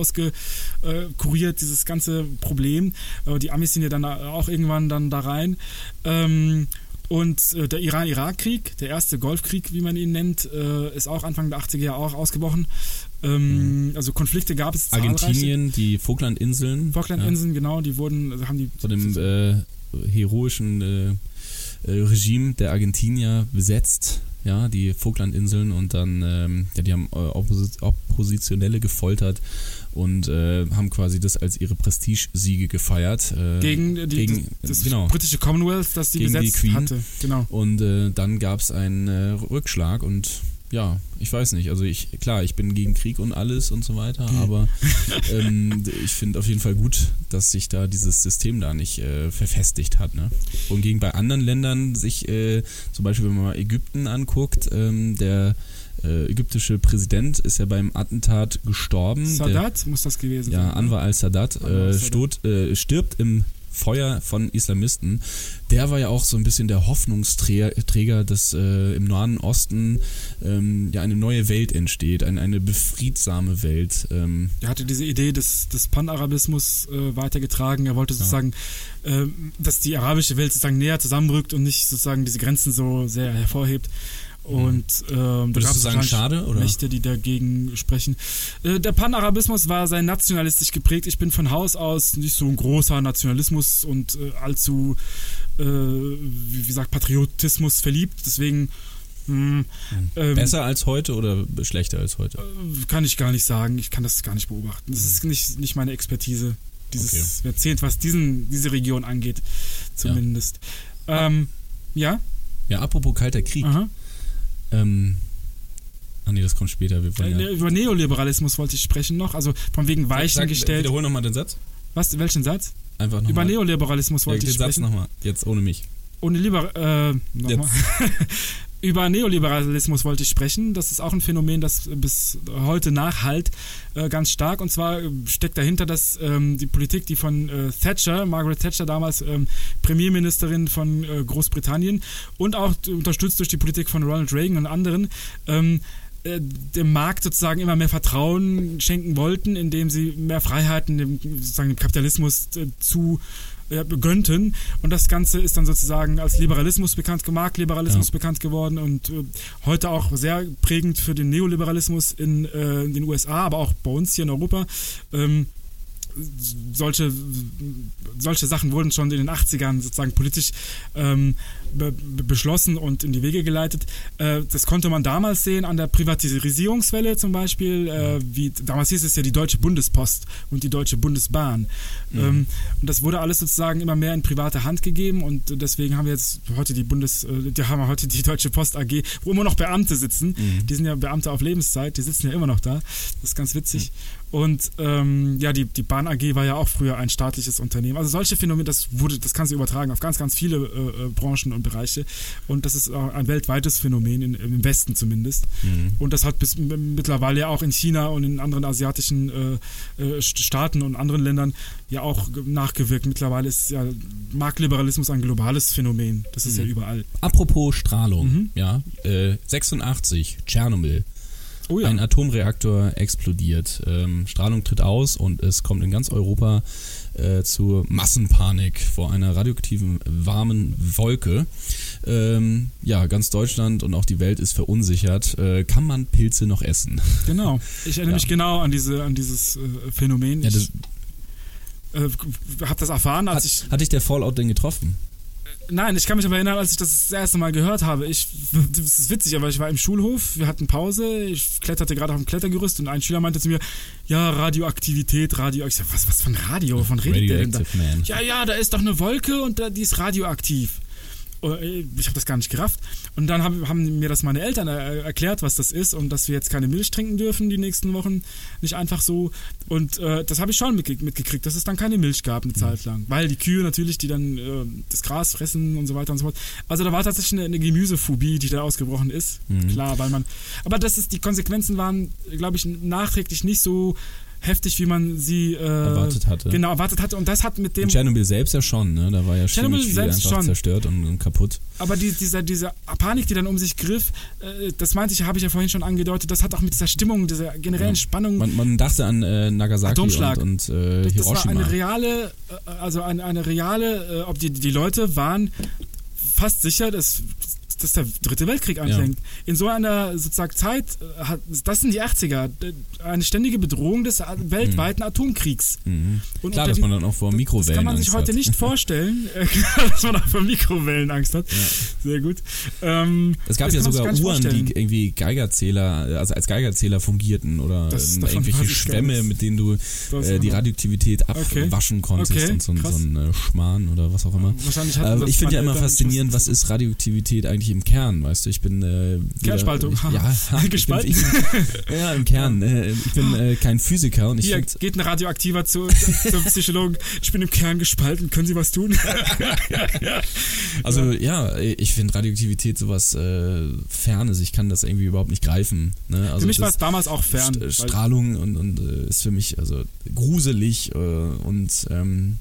S3: ausgekuriert, dieses ganze Problem. Äh, die Amis sind ja dann auch irgendwann dann da rein. Ähm, und äh, der Iran-Irak-Krieg, der erste Golfkrieg, wie man ihn nennt, äh, ist auch Anfang der 80er Jahre auch ausgebrochen. Ähm, Also Konflikte gab es zahlreiche.
S1: Mhm. Argentinien, die Falklandinseln.
S3: Falklandinseln, genau, die wurden, also haben die
S1: Ja, von dem äh, heroischen äh, äh, Regime der Argentinier besetzt. Ja, die Falklandinseln und dann, ähm, ja, die haben äh, Oppos Oppositionelle gefoltert und äh, haben quasi das als ihre Prestigesiege gefeiert. Äh,
S3: gegen, äh, die,
S1: gegen
S3: das, das
S1: genau.
S3: britische Commonwealth, das die
S1: Gegen die
S3: besetzt
S1: Queen.
S3: hatte. Genau.
S1: Und äh, dann gab es einen äh, Rückschlag und ja, ich weiß nicht. Also ich, klar, ich bin gegen Krieg und alles und so weiter, aber ähm, d- ich finde auf jeden Fall gut, dass sich da dieses System da nicht äh, verfestigt hat. Ne? Wohingegen bei anderen Ländern sich, äh, zum Beispiel wenn man mal Ägypten anguckt, ähm, der äh, ägyptische Präsident ist ja beim Attentat gestorben. Mhm, Der,
S3: Sadat muss das gewesen
S1: ja,
S3: sein.
S1: Anwar al-Sadat
S3: Anwar
S1: äh,
S3: al-Sadat.
S1: stot- äh, stirbt im Feuer von Islamisten. Der war ja auch so ein bisschen der Hoffnungsträger, dass äh, im Nahen Osten ähm, ja eine neue Welt entsteht, ein, eine befriedsame Welt. Ähm,
S3: Er hatte diese Idee des, des Panarabismus äh, weitergetragen. Er wollte sozusagen, ähm, dass die arabische Welt sozusagen näher zusammenrückt und nicht sozusagen diese Grenzen so sehr hervorhebt. Und ähm, da
S1: Mhm. Würdest
S3: gab's
S1: du sagen,
S3: wahrscheinlich
S1: schade, oder?
S3: Mächte, die dagegen sprechen. Äh, der Panarabismus war sehr nationalistisch geprägt. Ich bin von Haus aus nicht so ein großer Nationalismus und äh, allzu, äh, wie, wie sagt, Patriotismus verliebt. Deswegen hm, ähm,
S1: besser als heute oder schlechter als heute?
S3: kann ich gar nicht sagen. Ich kann das gar nicht beobachten. Das ist nicht, nicht meine Expertise, dieses Jahrzehnt, was diesen, diese Region angeht, zumindest. Ja, ähm, ja?
S1: Ja, apropos Kalter Krieg.
S3: Aha.
S1: Ähm, ah nee, das kommt später. Wir wollen ja,
S3: Äh, Über Neoliberalismus wollte ich sprechen noch, also von wegen Weichen
S1: Sag-
S3: gestellt.
S1: Wiederhol nochmal den Satz.
S3: Was, welchen Satz?
S1: Einfach noch
S3: Über
S1: mal.
S3: Neoliberalismus
S1: ja,
S3: wollte
S1: den
S3: ich
S1: Satz
S3: sprechen.
S1: nochmal. Jetzt ohne mich.
S3: Ohne lieber, äh, nochmal. Über Neoliberalismus wollte ich sprechen. Das ist auch ein Phänomen, das bis heute nachhalt äh, ganz stark. Und zwar äh, steckt dahinter, dass ähm, die Politik, die von äh, Thatcher, Margaret Thatcher damals ähm, Premierministerin von äh, Großbritannien und auch äh, unterstützt durch die Politik von Ronald Reagan und anderen, ähm, äh, dem Markt sozusagen immer mehr Vertrauen schenken wollten, indem sie mehr Freiheiten dem, sozusagen dem Kapitalismus äh, zu ja, gönnten. Und das Ganze ist dann sozusagen als Liberalismus bekannt, gemacht, Liberalismus
S1: Ja.
S3: bekannt geworden und äh, heute auch sehr prägend für den Neoliberalismus in, äh, in den USA, aber auch bei uns hier in Europa. Ähm, solche, solche Sachen wurden schon in den 80ern sozusagen politisch ähm, be be- beschlossen und in die Wege geleitet. Äh, das konnte man damals sehen an der Privatisierungswelle zum Beispiel. Äh, wie, damals hieß es ja die Deutsche Bundespost und die Deutsche Bundesbahn. Ähm, und das wurde alles sozusagen immer mehr in private Hand gegeben und deswegen haben wir jetzt heute die Bundes, äh, die haben wir heute die Deutsche Post AG, wo immer noch Beamte sitzen. Die sind ja Beamte auf Lebenszeit, die sitzen ja immer noch da. Das ist ganz witzig. Und ähm, ja, die, die Bahn AG war ja auch früher ein staatliches Unternehmen. Also solche Phänomene, das wurde, das kannst du übertragen auf ganz, ganz viele äh, äh, Branchen und Bereiche. Und das ist auch ein weltweites Phänomen, in, im Westen zumindest.
S1: Mhm.
S3: Und das hat bis m- mittlerweile ja auch in China und in anderen asiatischen äh, äh, St- Staaten und anderen Ländern ja auch ge- nachgewirkt. Mittlerweile ist ja Marktliberalismus ein globales Phänomen. Das
S1: Mhm.
S3: ist ja überall.
S1: Apropos Strahlung,
S3: Mhm.
S1: ja, äh, 86, Tschernobyl.
S3: Oh ja.
S1: Ein Atomreaktor explodiert. Ähm, Strahlung tritt aus und es kommt in ganz Europa äh, zur Massenpanik vor einer radioaktiven warmen Wolke. Ähm, ja, ganz Deutschland und auch die Welt ist verunsichert. Äh, kann man Pilze noch essen?
S3: Genau. Ich
S1: Ja.
S3: erinnere mich genau an diese an dieses äh, Phänomen.
S1: Ja, das,
S3: ich äh, habe das erfahren, als
S1: hat,
S3: ich
S1: hat dich der Fallout denn getroffen?
S3: Nein, ich kann mich aber erinnern, als ich das das erste Mal gehört habe. Ich, das ist witzig, aber ich war im Schulhof, wir hatten Pause, ich kletterte gerade auf dem Klettergerüst und ein Schüler meinte zu mir, ja, Radioaktivität, Radio. Ich sag, was, was von Radio? Von redet der denn da?
S1: Radioactive Man.
S3: Ja, ja, da ist doch eine Wolke und da, die ist radioaktiv. Und, äh, Ich habe das gar nicht gerafft. Und dann haben, haben mir das meine Eltern äh, erklärt, was das ist und dass wir jetzt keine Milch trinken dürfen die nächsten Wochen. Nicht einfach so. Und äh, das habe ich schon mitge mitgekriegt, dass es dann keine Milch gab eine
S1: Mhm.
S3: Zeit lang. Weil die Kühe natürlich, die dann äh, das Gras fressen und so weiter und so fort. Also da war tatsächlich eine, eine Gemüsephobie, die da ausgebrochen ist.
S1: Mhm.
S3: Klar, weil man. Aber das ist, die Konsequenzen waren, glaube ich, nachträglich nicht so heftig, wie man sie äh,
S1: Erwartet hatte.
S3: Genau, erwartet hatte. Und das hat mit dem
S1: In Tschernobyl selbst ja schon, ne? Da war ja
S3: Tschernobyl
S1: ziemlich viel
S3: selbst
S1: einfach
S3: schon.
S1: zerstört und, und kaputt.
S3: Aber die, dieser, diese Panik, die dann um sich griff, äh, das meinte ich, habe ich ja vorhin schon angedeutet, das hat auch mit dieser Stimmung, dieser generellen Spannung.
S1: Man, man dachte an äh, Nagasaki
S3: Atomschlag.
S1: und, und äh,
S3: das, das war
S1: Hiroshima.
S3: eine reale, äh, also eine, eine reale, äh, ob die, die Leute waren fast sicher, dass, dass der dritte Weltkrieg anfängt. In so einer sozusagen Zeit, äh, hat, das sind die 80er, äh, eine ständige Bedrohung des äh, weltweiten Atomkriegs. Und
S1: Mhm. Klar,
S3: unter
S1: dass
S3: die-
S1: man dann auch vor Mikrowellen
S3: Das kann man sich
S1: Angst
S3: heute
S1: hat.
S3: nicht vorstellen, äh, dass man auch vor Mikrowellen Angst hat. Sehr gut. Ähm,
S1: Es gab
S3: das
S1: ja
S3: kann man sich
S1: sogar
S3: gar nicht
S1: Uhren,
S3: vorstellen.
S1: die irgendwie Geigerzähler, also als Geigerzähler fungierten oder
S3: Das-
S1: ähm,
S3: davon
S1: irgendwelche
S3: weiß ich gar
S1: Schwämme,
S3: nichts.
S1: mit denen du
S3: Das
S1: äh, die
S3: aber-
S1: Radioaktivität
S3: Okay.
S1: abwaschen konntest
S3: Okay,
S1: und so, ein- so
S3: krass.
S1: ein äh, Schmarrn oder was auch immer.
S3: Wahrscheinlich hatten
S1: Aber
S3: das
S1: ich finde ja
S3: meine
S1: immer
S3: Eltern, ich
S1: faszinierend,
S3: wusste
S1: was ist Radioaktivität eigentlich im Kern, weißt du? Ich bin äh, weder-
S3: Kernspaltung.
S1: Ich, ja,
S3: Gespalten.
S1: Ich bin, ich bin, ja, im Kern. Äh, ich bin äh, kein Physiker und ich
S3: Hier
S1: finde
S3: geht ein Radioaktiver zu, zum Psychologen. Ich bin im Kern gespalten. Können Sie was tun?
S1: Also ja, ich finde Radioaktivität sowas äh, Fernes. Ich kann das irgendwie überhaupt nicht greifen. Ne? Also
S3: Für mich war
S1: das
S3: es damals auch fern.
S1: St-
S3: weil-
S1: Strahlung und, und äh, ist für mich also gruselig äh, und ähm,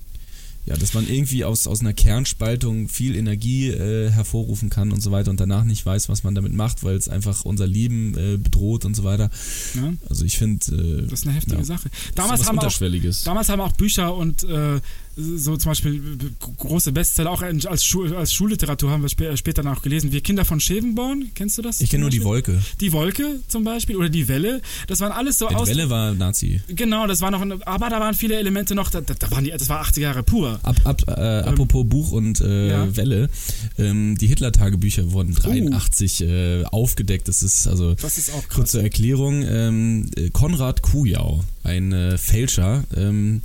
S1: ja, dass man irgendwie aus, aus einer Kernspaltung viel Energie äh, hervorrufen kann und so weiter und danach nicht weiß, was man damit macht, weil es einfach unser Leben äh, bedroht und so weiter.
S3: Ja.
S1: Also ich finde, äh,
S3: ne? Das ist eine heftige
S1: ja,
S3: Sache.
S1: Damals
S3: Damals
S1: sowas
S3: haben, auch,
S1: Unterschwelliges.
S3: damals haben auch Bücher und äh, so zum Beispiel äh, große Bestseller, auch in- als, Schu als Schulliteratur haben wir spä äh, später noch gelesen. Wir Kinder von Schevenborn, kennst du das?
S1: ich kenne nur
S3: zum
S1: die
S3: Beispiel?
S1: Wolke.
S3: Die Wolke zum Beispiel oder die Welle. Das waren alles so
S1: Die
S3: aus.
S1: Welle war Nazi.
S3: Genau, das war noch, aber da waren viele Elemente noch, da, da da waren die, das war 80er Jahre pur.
S1: Ab, ab, äh, apropos Buch und äh,
S3: Ähm, ja. Oh.
S1: Welle, ähm, die Hitler-Tagebücher wurden 83 äh, aufgedeckt. Das ist also
S3: Das ist auch krass.
S1: kurze Erklärung. Ähm, äh, Konrad Kujau, ein äh, Fälscher, ähm,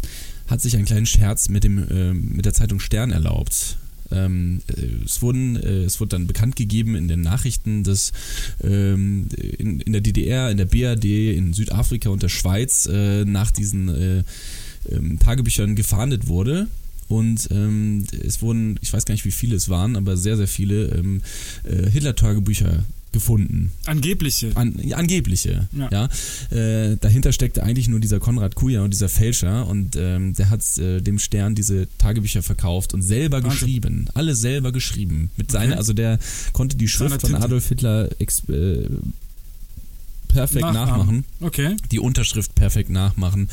S1: hat sich einen kleinen Scherz mit dem ähm, mit der Zeitung Stern erlaubt. Ähm, äh, es, wurden, äh, es wurde dann bekannt gegeben in den Nachrichten, dass ähm, in, in der DDR, in der BRD, in Südafrika und der Schweiz äh, nach diesen äh, ähm, Tagebüchern gefahndet wurde. Und ähm, es wurden, ich weiß gar nicht, wie viele es waren, aber sehr, sehr viele ähm, äh, Hitler-Tagebücher gefunden.
S3: Angebliche.
S1: An, ja, angebliche.
S3: Ja.
S1: Ja. Äh, dahinter steckte eigentlich nur dieser Konrad Kuja und dieser Fälscher und ähm, der hat äh, dem Stern diese Tagebücher verkauft und selber
S3: Wahnsinn.
S1: geschrieben. Alle selber geschrieben. Mit seiner, also der konnte die
S3: seiner
S1: Schrift von
S3: Tinte.
S1: Adolf Hitler ex, äh, perfekt
S3: Nachahmen.
S1: nachmachen
S3: Okay.
S1: die Unterschrift perfekt nachmachen,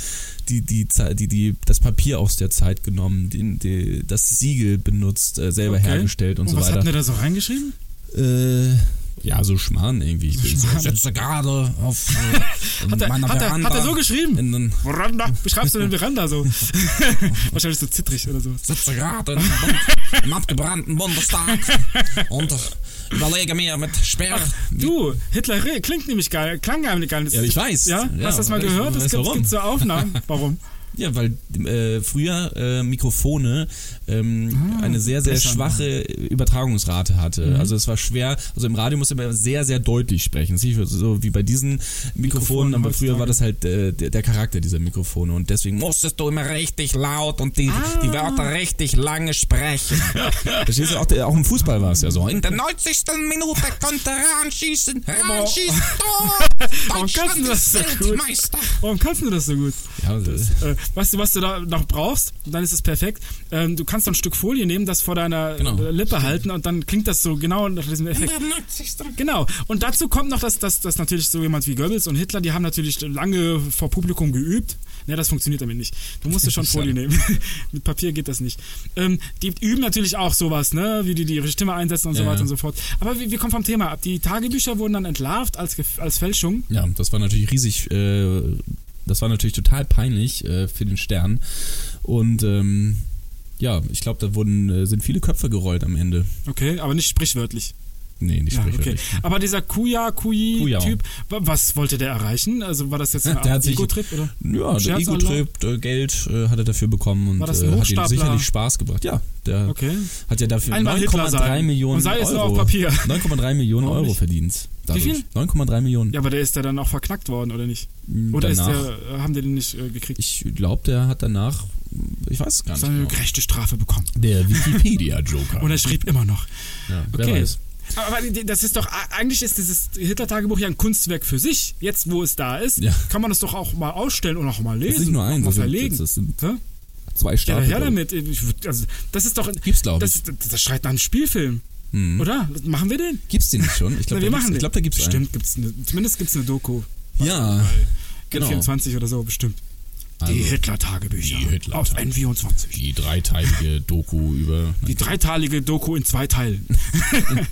S1: die, die, Ze- die, die, das Papier aus der Zeit genommen, die, die, das Siegel benutzt, äh, selber
S3: Okay.
S1: hergestellt und, so
S3: was hat
S1: weiter.
S3: denn da so reingeschrieben?
S1: Äh, ja, so Schmarrn irgendwie. Ich
S3: Schmarrn.
S1: setze gerade auf äh,
S3: Hat er,
S1: meiner
S3: hat er,
S1: Veranda.
S3: hat er so geschrieben?
S1: in den,
S3: Veranda. Wie schreibst du denn Veranda so? Wahrscheinlich so zittrig oder sowas.
S1: sitze gerade im, Bund, im abgebrannten Bundestag und überlege mir mit Sperr.
S3: Du, Hitler re- klingt nämlich geil, klang nämlich geil.
S1: Ja, ich weiß.
S3: Ja,
S1: Ja,
S3: hast du das mal
S1: ich
S3: gehört?
S1: weiß
S3: Es gibt,
S1: warum.
S3: gibt so Aufnahmen. Warum?
S1: Ja, weil äh, früher äh, Mikrofone
S3: Ah,
S1: ähm, eine sehr, sehr
S3: besser
S1: schwache Übertragungsrate hatte.
S3: Mhm.
S1: Also es war schwer, also im Radio musste man sehr, sehr deutlich sprechen. Es ist Nicht so wie bei diesen Mikrofonen,
S3: Mikrofonen
S1: aber früher
S3: heutzutage.
S1: war das halt äh, der, der Charakter dieser Mikrofone und deswegen musstest du immer richtig laut und die,
S3: Ah.
S1: die Wörter richtig lange sprechen. Verstehst du, auch, der- auch im Fußball war es ja so. In der 90. Minute konnte ranschießen, ranschießen, Tor!
S3: Warum kannst
S1: Deutschland
S3: du Oh das
S1: ist
S3: so gut?
S1: Weltmeister!
S3: Warum kannst du das so gut?
S1: Ja, das,
S3: Äh, weißt du, was du da noch brauchst? Dann ist es perfekt. Ähm, du kannst so ein Stück Folie nehmen, das vor deiner
S1: Genau.
S3: äh, Lippe halten und dann klingt das so genau nach diesem Effekt. Genau. Und dazu kommt noch, dass, dass, dass natürlich so jemand wie Goebbels und Hitler, die haben natürlich lange vor Publikum geübt. Ne, das funktioniert damit nicht. Du musst dir schon Folie nehmen. Mit Papier geht das nicht. Ähm, die üben natürlich auch sowas, ne? wie die, die ihre Stimme einsetzen und so
S1: Ja.
S3: weiter und so fort. Aber wir, wir kommen vom Thema ab. Die Tagebücher wurden dann entlarvt als, Gef- als Fälschung.
S1: Ja, das war natürlich riesig, äh, das war natürlich total peinlich äh, für den Stern. Und ähm, ja, ich glaube, da wurden, äh, sind viele Köpfe gerollt am Ende.
S3: Okay, aber nicht sprichwörtlich.
S1: Nee, nicht
S3: Ja, Ah, okay.
S1: sprichwörtlich.
S3: Aber dieser Kuya,
S1: Kujau.
S3: Kuyi-Typ, wa- was wollte der erreichen? Also war das jetzt ein
S1: Der hat sich-
S3: Ego-Trip oder?
S1: Ja, der
S3: Scherz
S1: Ego-Trip, äh, Geld äh, hat er dafür bekommen und
S3: War das ein
S1: äh, hat ihm
S3: Hochstapler?
S1: sicherlich Spaß gebracht. Ja, der
S3: Okay.
S1: hat ja dafür
S3: Einmal Hitler sein.
S1: 9,3 Millionen
S3: Und sei es
S1: Euro.
S3: nur auf Papier.
S1: 9,3 Millionen
S3: Warum
S1: Euro
S3: nicht?
S1: verdient. dadurch.
S3: Wie viel?
S1: 9,3 Millionen.
S3: Ja, aber der ist ja dann auch verknackt worden, oder nicht?
S1: Hm,
S3: Oder ist der, haben die den nicht äh, gekriegt?
S1: Ich glaube, der hat danach, ich weiß es gar nicht.
S3: Sondern eine
S1: Genau.
S3: gerechte Strafe bekommen.
S1: Der Wikipedia-Joker.
S3: Und er schrieb immer noch.
S1: ja, wer weiß.
S3: Aber die- das ist doch, eigentlich ist dieses Hitler-Tagebuch ja ein Kunstwerk für sich. Jetzt, wo es da ist,
S1: Ja.
S3: kann man das doch auch mal ausstellen und auch mal lesen.
S1: Das ist nicht nur
S3: auch
S1: eins,
S3: mal
S1: das sind,
S3: verlegen.
S1: das, das sind
S3: Hä?
S1: zwei
S3: Ja,
S1: Stapel.
S3: her damit. Ich würd- Also, das ist doch.
S1: Gibt's, glaub
S3: das, das, das schreit nach einem Spielfilm. Oder? Machen wir den?
S1: Mhm. Gibt's den nicht schon? Ich
S3: Na,
S1: glaube,
S3: wir
S1: da, gibt's-
S3: machen den.
S1: ich glaub, da gibt's
S3: Bestimmt gibt's eine, zumindest gibt's eine Doku.
S1: einen. Ja,
S3: Genau.
S1: genau. Also.
S3: 24 oder so, bestimmt. die Hitler-Tagebücher.
S1: Die Hitler-
S3: Auf N24.
S1: Die dreiteilige Doku über.
S3: Die dreiteilige Doku in zwei Teilen.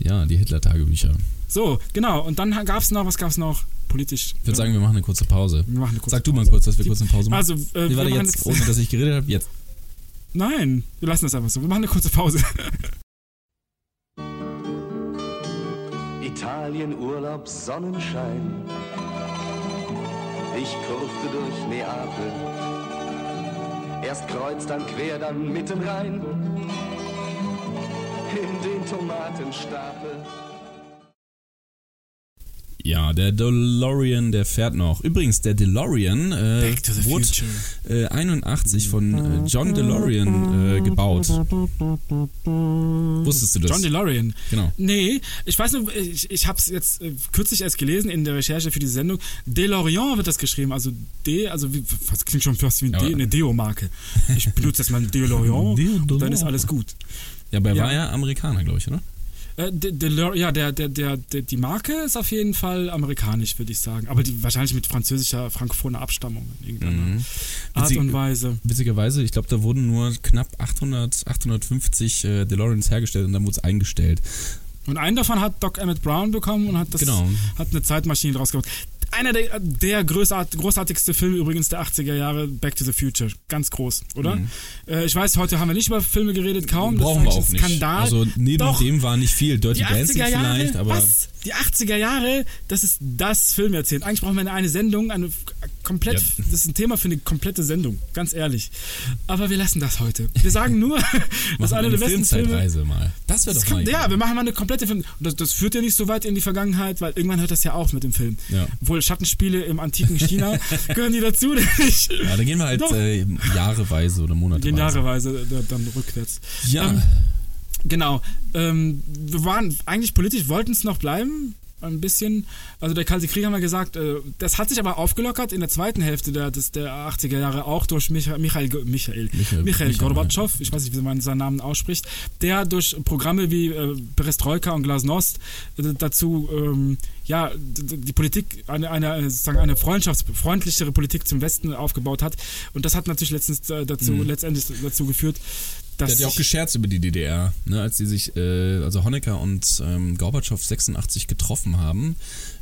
S1: Ja, die Hitler-Tagebücher.
S3: so, genau. Und dann gab's noch, was gab's noch? Politisch.
S1: Ich würde sagen, wir machen eine kurze Pause.
S3: Wir machen eine kurze
S1: Sag du mal
S3: Pause.
S1: kurz, dass wir kurz eine Pause machen.
S3: Also, äh,
S1: nee,
S3: wir
S1: warte,
S3: machen
S1: jetzt,
S3: jetzt-
S1: ohne dass ich geredet habe, jetzt.
S3: Nein, wir lassen das einfach so. Wir machen eine kurze Pause.
S2: Italien, Urlaub, Sonnenschein. Ich kurfte durch Neapel. Erst kreuz, dann quer, dann mitten rein. In den Tomatenstapel.
S1: Ja, der DeLorean, der fährt noch. Übrigens, der DeLorean äh,
S3: Back to the
S1: wurde
S3: future.
S1: äh, 81 von äh, John DeLorean äh, gebaut. Wusstest du das?
S3: John DeLorean.
S1: Genau.
S3: Nee, ich weiß nur, ich, ich habe es jetzt äh, kürzlich erst gelesen in der Recherche für die Sendung. DeLorean wird das geschrieben, also D, also wie, das klingt schon fast wie ein
S1: Ja,
S3: D,
S1: aber-
S3: eine Deo-Marke. Ich benutze jetzt mal einen DeLorean,
S1: Deodorant.
S3: dann ist alles gut.
S1: Ja, aber er
S3: Ja.
S1: war ja Amerikaner, glaube ich, oder?
S3: Äh, De, DeLorean, ja, der, der, der, der, die Marke ist auf jeden Fall amerikanisch, würde ich sagen. Aber die, wahrscheinlich mit französischer, frankophoner Abstammung in irgendeiner Art
S1: Mhm. Witzig-
S3: und Weise.
S1: Witzigerweise, ich glaube, da wurden nur knapp 800, 850 äh, DeLoreans hergestellt und dann wurde es eingestellt.
S3: Und einen davon hat Doc Emmett Brown bekommen und hat das
S1: Genau.
S3: hat eine Zeitmaschine draus gemacht. Einer der, der großart, großartigste Filme übrigens der 80er Jahre, Back to the Future. Ganz groß, oder? Äh, ich weiß, heute haben wir nicht über Filme geredet, kaum.
S1: Mhm. Brauchen wir
S3: das
S1: auch
S3: ist
S1: nicht.
S3: eigentlich ein Skandal.
S1: Also neben
S3: Doch,
S1: dem war nicht viel. Dirty
S3: die 80er
S1: Dancing
S3: Jahre,
S1: vielleicht, aber
S3: was? Die 80er Jahre, das ist das Filmjahrzehnt. Eigentlich brauchen wir eine Sendung, eine komplett,
S1: Ja.
S3: das ist ein Thema für eine komplette Sendung, ganz ehrlich. Aber wir lassen das heute. Wir sagen nur, dass
S1: machen
S3: einer
S1: eine
S3: der besten Filme
S1: Filmzeitreise mal. Das wäre
S3: das
S1: doch
S3: kann,
S1: mal.
S3: ja, wir machen mal eine komplette Film. und Das, das führt ja nicht so weit in die Vergangenheit, weil irgendwann hört das ja auf mit dem Film.
S1: Ja.
S3: Obwohl Schattenspiele im antiken China gehören die dazu, oder nicht?
S1: ja, dann gehen wir halt
S3: Doch.
S1: äh, jahreweise oder monateweise.
S3: Lineareweise äh, dann rückwärts.
S1: Ja,
S3: Ähm, Genau. Ähm, wir waren eigentlich politisch, wollten es noch bleiben. Ein bisschen. Also der Kalte Krieg haben wir gesagt, äh, das hat sich aber aufgelockert in der zweiten Hälfte der, des, der 80er Jahre, auch durch Micha, Michael, Go- Michael, Michael,
S1: Michael-
S3: Michael
S1: Michael,
S3: Gorbatschow, ich weiß nicht, wie man seinen Namen ausspricht, der durch Programme wie äh, Perestroika und Glasnost äh, dazu, ähm, ja, d- d- die Politik, eine, eine, äh, sozusagen eine freundlichere Politik zum Westen aufgebaut hat. Und das hat natürlich letztens äh, dazu, letztendlich dazu geführt, dass
S1: Mhm. der hat ja auch
S3: sich-
S1: gescherzt über die DDR, ne, als die sich, äh, also Honecker und ähm, Gorbatschow 86 getroffen haben,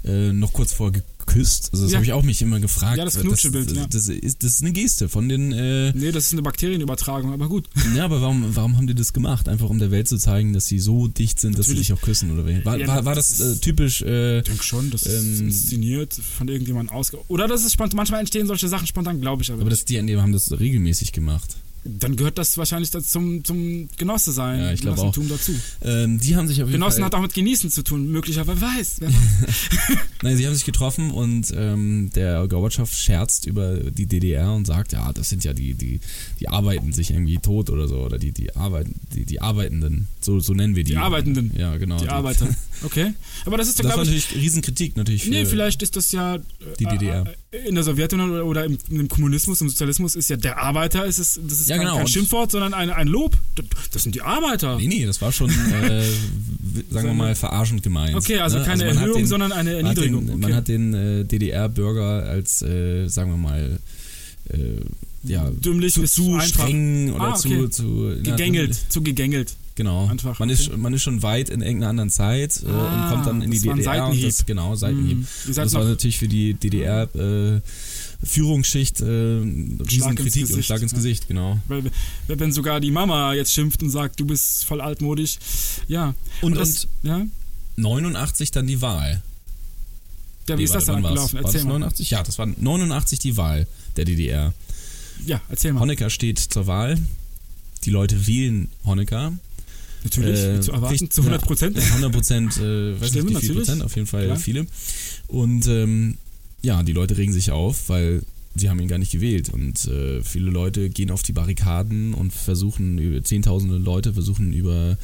S1: äh, noch kurz vor Ge- küsst. Also das
S3: Ja.
S1: habe ich auch mich immer gefragt. Äh,
S3: Ja, das
S1: das,
S3: Knutschebild, ja.
S1: das, ist, das ist eine Geste von den. Äh,
S3: Nee, das ist eine Bakterienübertragung, aber gut.
S1: ja, aber warum, warum haben die das gemacht? Einfach um der Welt zu zeigen, dass sie so dicht sind, dass sie
S3: Natürlich.
S1: sich auch küssen oder wie? War,
S3: Ja,
S1: war, war
S3: das
S1: das äh, typisch? Äh,
S3: Ich denke schon, das ist
S1: Ähm,
S3: inszeniert von irgendjemandem ausge... Oder das ist spontan. Manchmal entstehen solche Sachen spontan, glaube ich aber.
S1: aber das die die haben das regelmäßig gemacht.
S3: Dann gehört das wahrscheinlich dazu, zum, zum Genosse sein,
S1: Ja, ich glaube auch.
S3: Genossentum dazu.
S1: Ähm, die haben sich auf jeden
S3: Genossen
S1: Fall.
S3: hat auch mit Genießen zu tun, möglicherweise. Wer weiß, wer weiß.
S1: Nein, sie haben sich getroffen und ähm, der Gorbatschow scherzt über die DDR und sagt, ja, das sind ja die, die, die arbeiten sich irgendwie tot oder so, oder die, die arbeiten, die, die Arbeitenden, so, so nennen wir die.
S3: Die Arbeitenden.
S1: Ja, genau.
S3: Die Arbeiter. Okay. Aber das ist doch,
S1: Das war
S3: glaube ich.
S1: natürlich Riesenkritik natürlich für
S3: Nee, vielleicht ist das ja. äh,
S1: die DDR.
S3: äh, In der Sowjetunion oder- oder im, im Kommunismus, im Sozialismus ist ja der Arbeiter, ist es, das ist
S1: Ja,
S3: kein,
S1: genau.
S3: kein
S1: Und-
S3: Schimpfwort, sondern ein, ein Lob. Das, das sind die Arbeiter.
S1: Nee, nee, das war schon, äh, w- sagen wir mal, verarschend gemeint. ne?
S3: Okay, also keine
S1: man hat
S3: Erhöhung, sondern eine
S1: man hat
S3: Erniedrigung.
S1: Den,
S3: Okay.
S1: Man hat den äh, DDR-Bürger als, äh, sagen wir mal, äh, ja,
S3: Dümmlich
S1: zu,
S3: bis
S1: zu
S3: einfach.
S1: streng oder
S3: Ah, okay.
S1: zu, zu na,
S3: Gegängelt, zu gegängelt.
S1: Genau.
S3: Einfach,
S1: man,
S3: okay.
S1: ist, man ist schon weit in irgendeiner anderen Zeit äh,
S3: Ah,
S1: und kommt dann in die
S3: das war ein
S1: DDR. Und das,
S3: Seitenhieb.
S1: genau, Seitenhieb.
S3: Mm, ihr
S1: Und
S3: seid
S1: das war
S3: noch-
S1: natürlich für die DDR-Führungsschicht äh, Riesenkritik und
S3: Gesicht,
S1: Schlag ins
S3: ja.
S1: Gesicht, genau.
S3: Weil, weil wenn sogar die Mama jetzt schimpft und sagt, du bist voll altmodisch. Ja.
S1: Und,
S3: das,
S1: und
S3: ja?
S1: 89 dann die Wahl.
S3: ja, wie
S1: Nee,
S3: ist das
S1: warte, wann
S3: dann
S1: war's?
S3: abgelaufen?
S1: War
S3: Erzähl
S1: das
S3: mal.
S1: 89? Ja, das war 89 die Wahl der DDR.
S3: Ja, erzähl mal.
S1: Honecker steht zur Wahl. Die Leute wählen Honecker.
S3: Natürlich,
S1: Äh,
S3: wie zu erwarten,
S1: kriegt-
S3: zu 100 Prozent.
S1: Ja, 100 Prozent, äh, weiß
S3: Stimmen,
S1: nicht wie viel
S3: natürlich.
S1: Prozent, auf jeden Fall
S3: Klar.
S1: viele. Und ähm, ja, die Leute regen sich auf, weil sie haben ihn gar nicht gewählt. Und äh, viele Leute gehen auf die Barrikaden und versuchen, über- zehntausende Leute versuchen über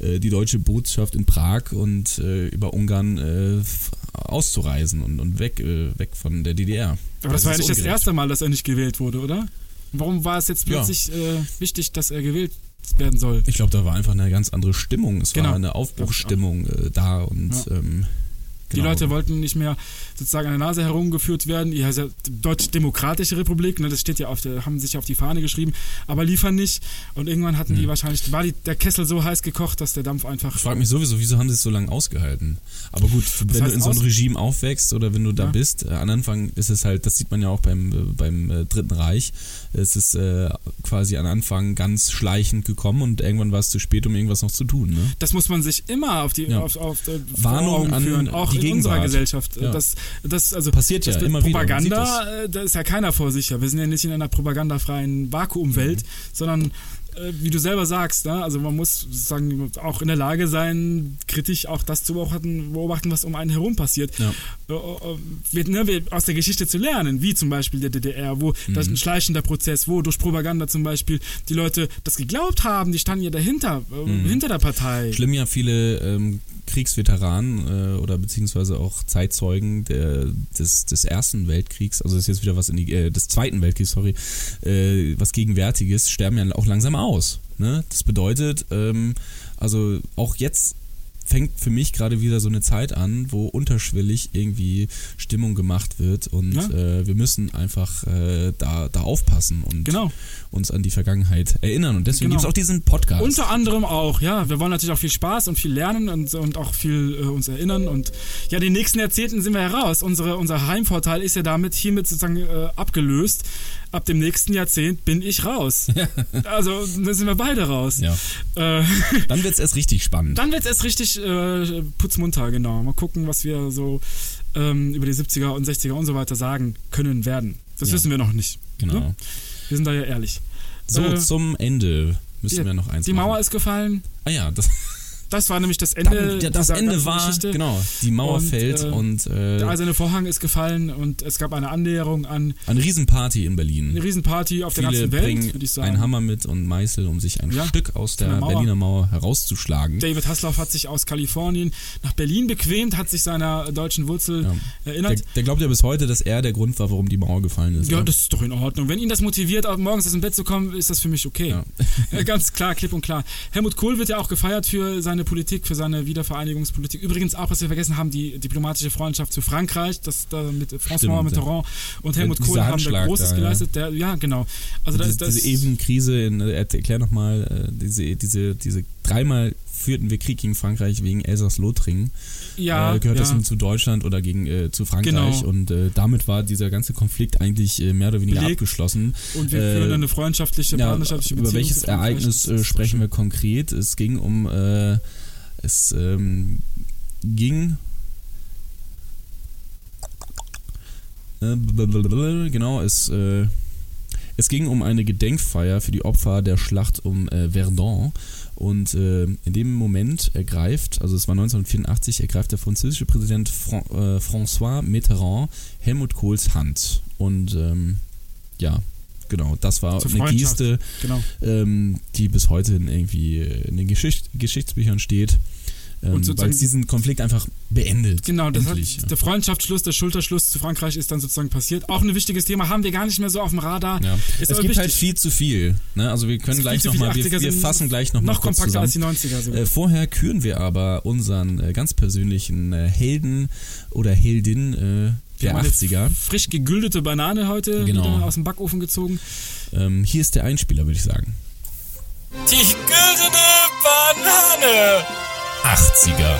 S1: äh, die deutsche Botschaft in Prag und äh, über Ungarn äh, f- auszureisen und, und weg, äh, weg von der DDR.
S3: Aber das, war ja
S1: ist
S3: nicht das
S1: ungerecht.
S3: erste Mal, dass er nicht gewählt wurde, oder? Warum war es jetzt
S1: Ja.
S3: plötzlich äh, wichtig, dass er gewählt werden soll?
S1: Ich glaube, da war einfach eine ganz andere Stimmung. Es
S3: Genau.
S1: war eine Aufbruchstimmung äh, da und
S3: Ja.
S1: ähm,
S3: Die
S1: genau.
S3: Leute wollten nicht mehr sozusagen an der Nase herumgeführt werden. Die heißt ja Deutsch-Demokratische Republik, ne, das steht ja auf der, haben sich auf die Fahne geschrieben, aber liefern nicht. Und irgendwann hatten die wahrscheinlich, war die, der Kessel so heiß gekocht, dass der Dampf einfach.
S1: Hm. Ich frage mich sowieso, wieso haben sie es so lange ausgehalten? Aber gut, wenn du
S3: heißt
S1: in so einem
S3: aus-
S1: Regime aufwächst oder wenn du da
S3: Ja.
S1: bist, äh, am Anfang ist es halt, das sieht man ja auch beim, äh, beim äh, Dritten Reich, es ist äh, quasi am Anfang ganz schleichend gekommen und irgendwann war es zu spät, um irgendwas noch zu tun. Ne?
S3: Das muss man sich immer auf die
S1: Ja.
S3: auf, auf, äh, vor
S1: Warnung
S3: Augen
S1: an
S3: führen, auch
S1: die
S3: in
S1: Gegenwart.
S3: unserer Gesellschaft.
S1: Ja.
S3: Das, das, also,
S1: Passiert ja
S3: das,
S1: immer wieder, man
S3: Propaganda,
S1: sieht
S3: äh, da ist ja keiner vor sicher. Wir sind ja nicht in einer propagandafreien Vakuumwelt, sondern äh, wie du selber sagst, ne? also man muss sozusagen auch in der Lage sein, kritisch auch das zu beobachten, beobachten was um einen herum passiert.
S1: Ja.
S3: Äh, äh, wir, ne, wir, aus der Geschichte zu lernen, wie zum Beispiel der DDR, wo das ein schleichender Prozess, wo durch Propaganda zum Beispiel die Leute das geglaubt haben, die standen ja dahinter, äh, hinter der Partei.
S1: Schlimm ja viele ähm, Kriegsveteranen äh, oder beziehungsweise auch Zeitzeugen der, des, des Ersten Weltkriegs, also ist jetzt wieder was in die, äh, des Zweiten Weltkriegs, sorry, äh, was Gegenwärtiges, sterben ja auch langsam aus. Ne? Das bedeutet, ähm, also auch jetzt fängt für mich gerade wieder so eine Zeit an, wo unterschwellig irgendwie Stimmung gemacht wird und
S3: Ja.
S1: äh, wir müssen einfach äh, da, da aufpassen und
S3: Genau.
S1: uns an die Vergangenheit erinnern. Und deswegen
S3: Genau.
S1: gibt es auch diesen Podcast.
S3: Unter anderem auch, ja. Wir wollen natürlich auch viel Spaß und viel lernen und, und auch viel äh, uns erinnern. Und ja, den nächsten Jahrzehnten sind wir heraus. Unsere, unser Heimvorteil ist ja damit hiermit sozusagen äh, abgelöst. Ab dem nächsten Jahrzehnt bin ich raus. also, da sind wir beide raus.
S1: Ja.
S3: Äh,
S1: Dann wird es erst richtig spannend.
S3: dann wird's erst richtig äh, putzmunter, genau. Mal gucken, was wir so ähm, über die 70er und 60er und so weiter sagen können werden. Das
S1: Ja.
S3: wissen wir noch nicht.
S1: Genau.
S3: Ne? Wir sind da ja ehrlich.
S1: So,
S3: Äh,
S1: zum Ende müssen
S3: die-
S1: wir noch eins
S3: Die Mauer
S1: machen.
S3: ist gefallen.
S1: Ah ja, das,
S3: Das war nämlich das Ende.
S1: ja, das
S3: dieser
S1: Ende
S3: ganzen
S1: war,
S3: Geschichte.
S1: genau, die Mauer
S3: Und,
S1: fällt
S3: äh,
S1: und äh,
S3: Der eiserne Vorhang ist gefallen und es gab eine Annäherung an
S1: eine Riesenparty in
S3: eine
S1: Berlin.
S3: Riesenparty auf der
S1: Viele
S3: ganzen Welt,
S1: bringen
S3: würde ich sagen.
S1: einen Hammer mit und Meißel, um sich ein
S3: Ja,
S1: Stück aus der
S3: der Mauer.
S1: Berliner Mauer herauszuschlagen.
S3: David Hasselhoff hat sich aus Kalifornien nach Berlin bequemt, hat sich seiner deutschen Wurzel
S1: Ja. der,
S3: erinnert.
S1: der glaubt ja bis heute, dass er der Grund war, warum die Mauer gefallen ist.
S3: ja,
S1: ne?
S3: das ist doch in Ordnung. Wenn ihn das motiviert, auch morgens aus dem Bett zu kommen, ist das für mich okay.
S1: Ja.
S3: Ja, Ganz klar, klipp und klar. Helmut Kohl wird ja auch gefeiert für seine Politik, für seine Wiedervereinigungspolitik. Übrigens auch, was wir vergessen haben, die diplomatische Freundschaft zu Frankreich, das da mit François
S1: Stimmt,
S3: Mitterrand und Helmut
S1: Dieser
S3: Kohl haben da
S1: Handschlag
S3: Großes
S1: da, ja.
S3: geleistet. Der, ja, genau. Also da
S1: diese,
S3: ist das
S1: diese Ebenkrise, in, äh, erklär nochmal, äh, diese, diese, diese dreimal vierten Weltkrieg gegen Frankreich wegen Elsass-Lothringen.
S3: Ja,
S1: äh, gehört
S3: ja.
S1: das nun zu Deutschland oder gegen äh, zu Frankreich.
S3: Genau.
S1: Und äh, damit war dieser ganze Konflikt eigentlich äh, mehr oder weniger
S3: Belegt.
S1: abgeschlossen.
S3: Und wir
S1: Äh,
S3: führen eine freundschaftliche,
S1: ja,
S3: partnerschaftliche Beziehung.
S1: Über welches
S3: zu Frankreich.
S1: Ereignis äh, sprechen wir konkret? Es ging um äh, es ähm, ging äh, blablabla, genau es äh, es ging um eine Gedenkfeier für die Opfer der Schlacht um äh, Verdun. Und äh, in dem Moment ergreift, also es war 1984, ergreift der französische Präsident Fran äh, François Mitterrand Helmut Kohls Hand. Und ähm, ja, genau, das war
S3: Zur
S1: eine
S3: Freundschaft.
S1: Geste,
S3: Genau.
S1: ähm, die bis heute in irgendwie äh, in den Geschicht Geschichtsbüchern steht, ähm,
S3: Und sozusagen-
S1: weil es diesen Konflikt einfach beendet.
S3: Genau, das
S1: Endlich, ja.
S3: hat, der Freundschaftsschluss, der Schulterschluss zu Frankreich ist dann sozusagen passiert. Auch ein wichtiges Thema, haben wir gar nicht mehr so auf dem Radar.
S1: Ja. es
S3: Ist aber
S1: gibt
S3: wichtig.
S1: halt viel zu viel. Ne? Also wir können
S3: Es gibt
S1: gleich
S3: zu viele
S1: nochmal, wir,
S3: 80er
S1: wir
S3: sind
S1: fassen gleich nochmal
S3: noch
S1: kurz
S3: kompakter
S1: zusammen.
S3: als die 90er sogar.
S1: Äh, vorher küren wir aber unseren äh, ganz persönlichen äh, Helden oder Heldin äh,
S3: Wir
S1: der
S3: haben eine
S1: 80er.
S3: Frisch gegüldete Banane heute
S1: Genau.
S3: wieder aus dem Backofen gezogen.
S1: Ähm, hier ist der Einspieler, würde ich sagen.
S9: Die güldene Banane.
S1: 80er.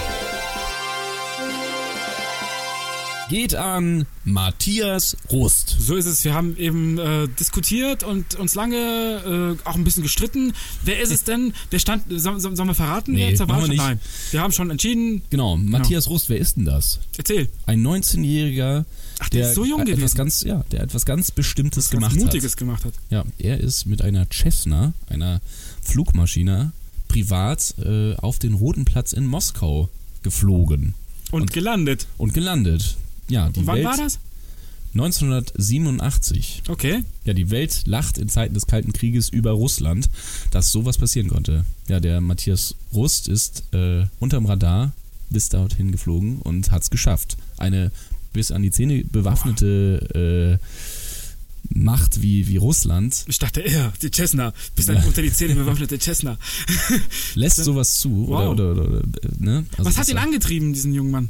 S1: Geht an Matthias Rust.
S3: So ist es. Wir haben eben äh, diskutiert und uns lange äh, auch ein bisschen gestritten. Wer ist es denn? Der stand, sollen soll, sollen wir verraten?
S1: Nee,
S3: wer zur
S1: machen
S3: Wahl
S1: wir
S3: stand?
S1: nicht.
S3: Nein. Wir haben schon entschieden.
S1: Genau, Matthias Rust, wer ist denn das?
S3: Erzähl.
S1: Ein 19-Jähriger,
S3: Ach, der ist so jung
S1: etwas
S3: gewesen.
S1: ganz, ja, der etwas ganz Bestimmtes
S3: Was
S1: gemacht hat.
S3: Mutiges gemacht hat.
S1: Ja, er ist mit einer Cessna, einer Flugmaschine, privat äh, auf den Roten Platz in Moskau geflogen
S3: Und, gelandet.
S1: und gelandet. Ja, die
S3: Und wann
S1: Welt
S3: war das?
S1: 1987.
S3: Okay.
S1: Ja, die Welt lacht in Zeiten des Kalten Krieges über Russland, dass sowas passieren konnte. Ja, der Matthias Rust ist äh, unterm Radar bis dorthin geflogen und hat's geschafft. Eine bis an die Zähne bewaffnete äh, Macht wie, wie Russland
S3: Ich dachte, er, die Cessna. Bist ein unter die Zähne bewaffnete Cessna.
S1: lässt sowas zu.
S3: Wow.
S1: Oder, oder, oder, äh, ne? Also
S3: Was hat
S1: das
S3: ihn
S1: war-
S3: angetrieben, diesen jungen Mann?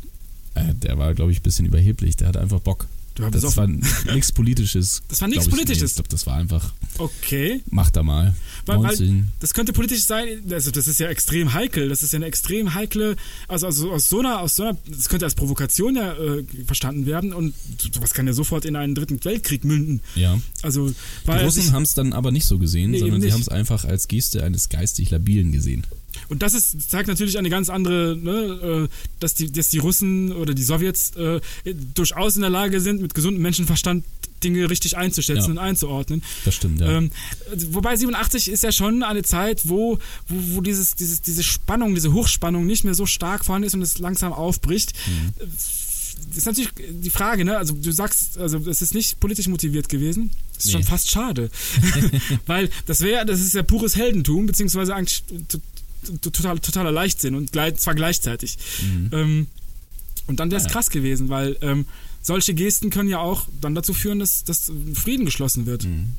S1: Äh, der war, glaube ich, ein bisschen überheblich. Der hatte einfach Bock.
S3: Der war
S1: das war
S3: besoffen.
S1: nichts Politisches.
S3: Das war nichts
S1: glaub ich.
S3: Politisches.
S1: ich glaube, das war einfach,
S3: Okay.
S1: mach da mal.
S3: Weil, weil
S1: 19.
S3: das könnte politisch sein, also das ist ja extrem heikel, das ist ja eine extrem heikle, also, also aus so einer, aus so einer, das könnte als Provokation ja äh, verstanden werden und sowas kann ja sofort in einen dritten Weltkrieg münden.
S1: Ja.
S3: Also,
S1: Die
S3: weil
S1: Russen haben es dann aber nicht so gesehen,
S3: Nee,
S1: sondern
S3: eben
S1: sie
S3: nicht.
S1: haben es einfach als Geste eines geistig Labilen gesehen.
S3: Und das ist, zeigt natürlich eine ganz andere, ne, äh, dass, die, dass die Russen oder die Sowjets äh, durchaus in der Lage sind, mit gesundem Menschenverstand Dinge richtig einzuschätzen
S1: Ja.
S3: und einzuordnen.
S1: Das stimmt, ja.
S3: Ähm, wobei 87 ist ja schon eine Zeit, wo, wo, wo dieses, dieses, diese Spannung, diese Hochspannung nicht mehr so stark vorhanden ist und es langsam aufbricht.
S1: Mhm.
S3: Das ist natürlich die Frage, ne? Also du sagst, also es ist nicht politisch motiviert gewesen. Das ist schon
S1: Nee.
S3: fast schade. Weil das wäre, das ist ja pures Heldentum, beziehungsweise eigentlich t- t- total, totaler Leichtsinn und gleich, zwar gleichzeitig.
S1: Mhm.
S3: Ähm, und dann wäre es krass gewesen, weil ähm, solche Gesten können ja auch dann dazu führen, dass, dass Frieden geschlossen wird.
S1: Mhm.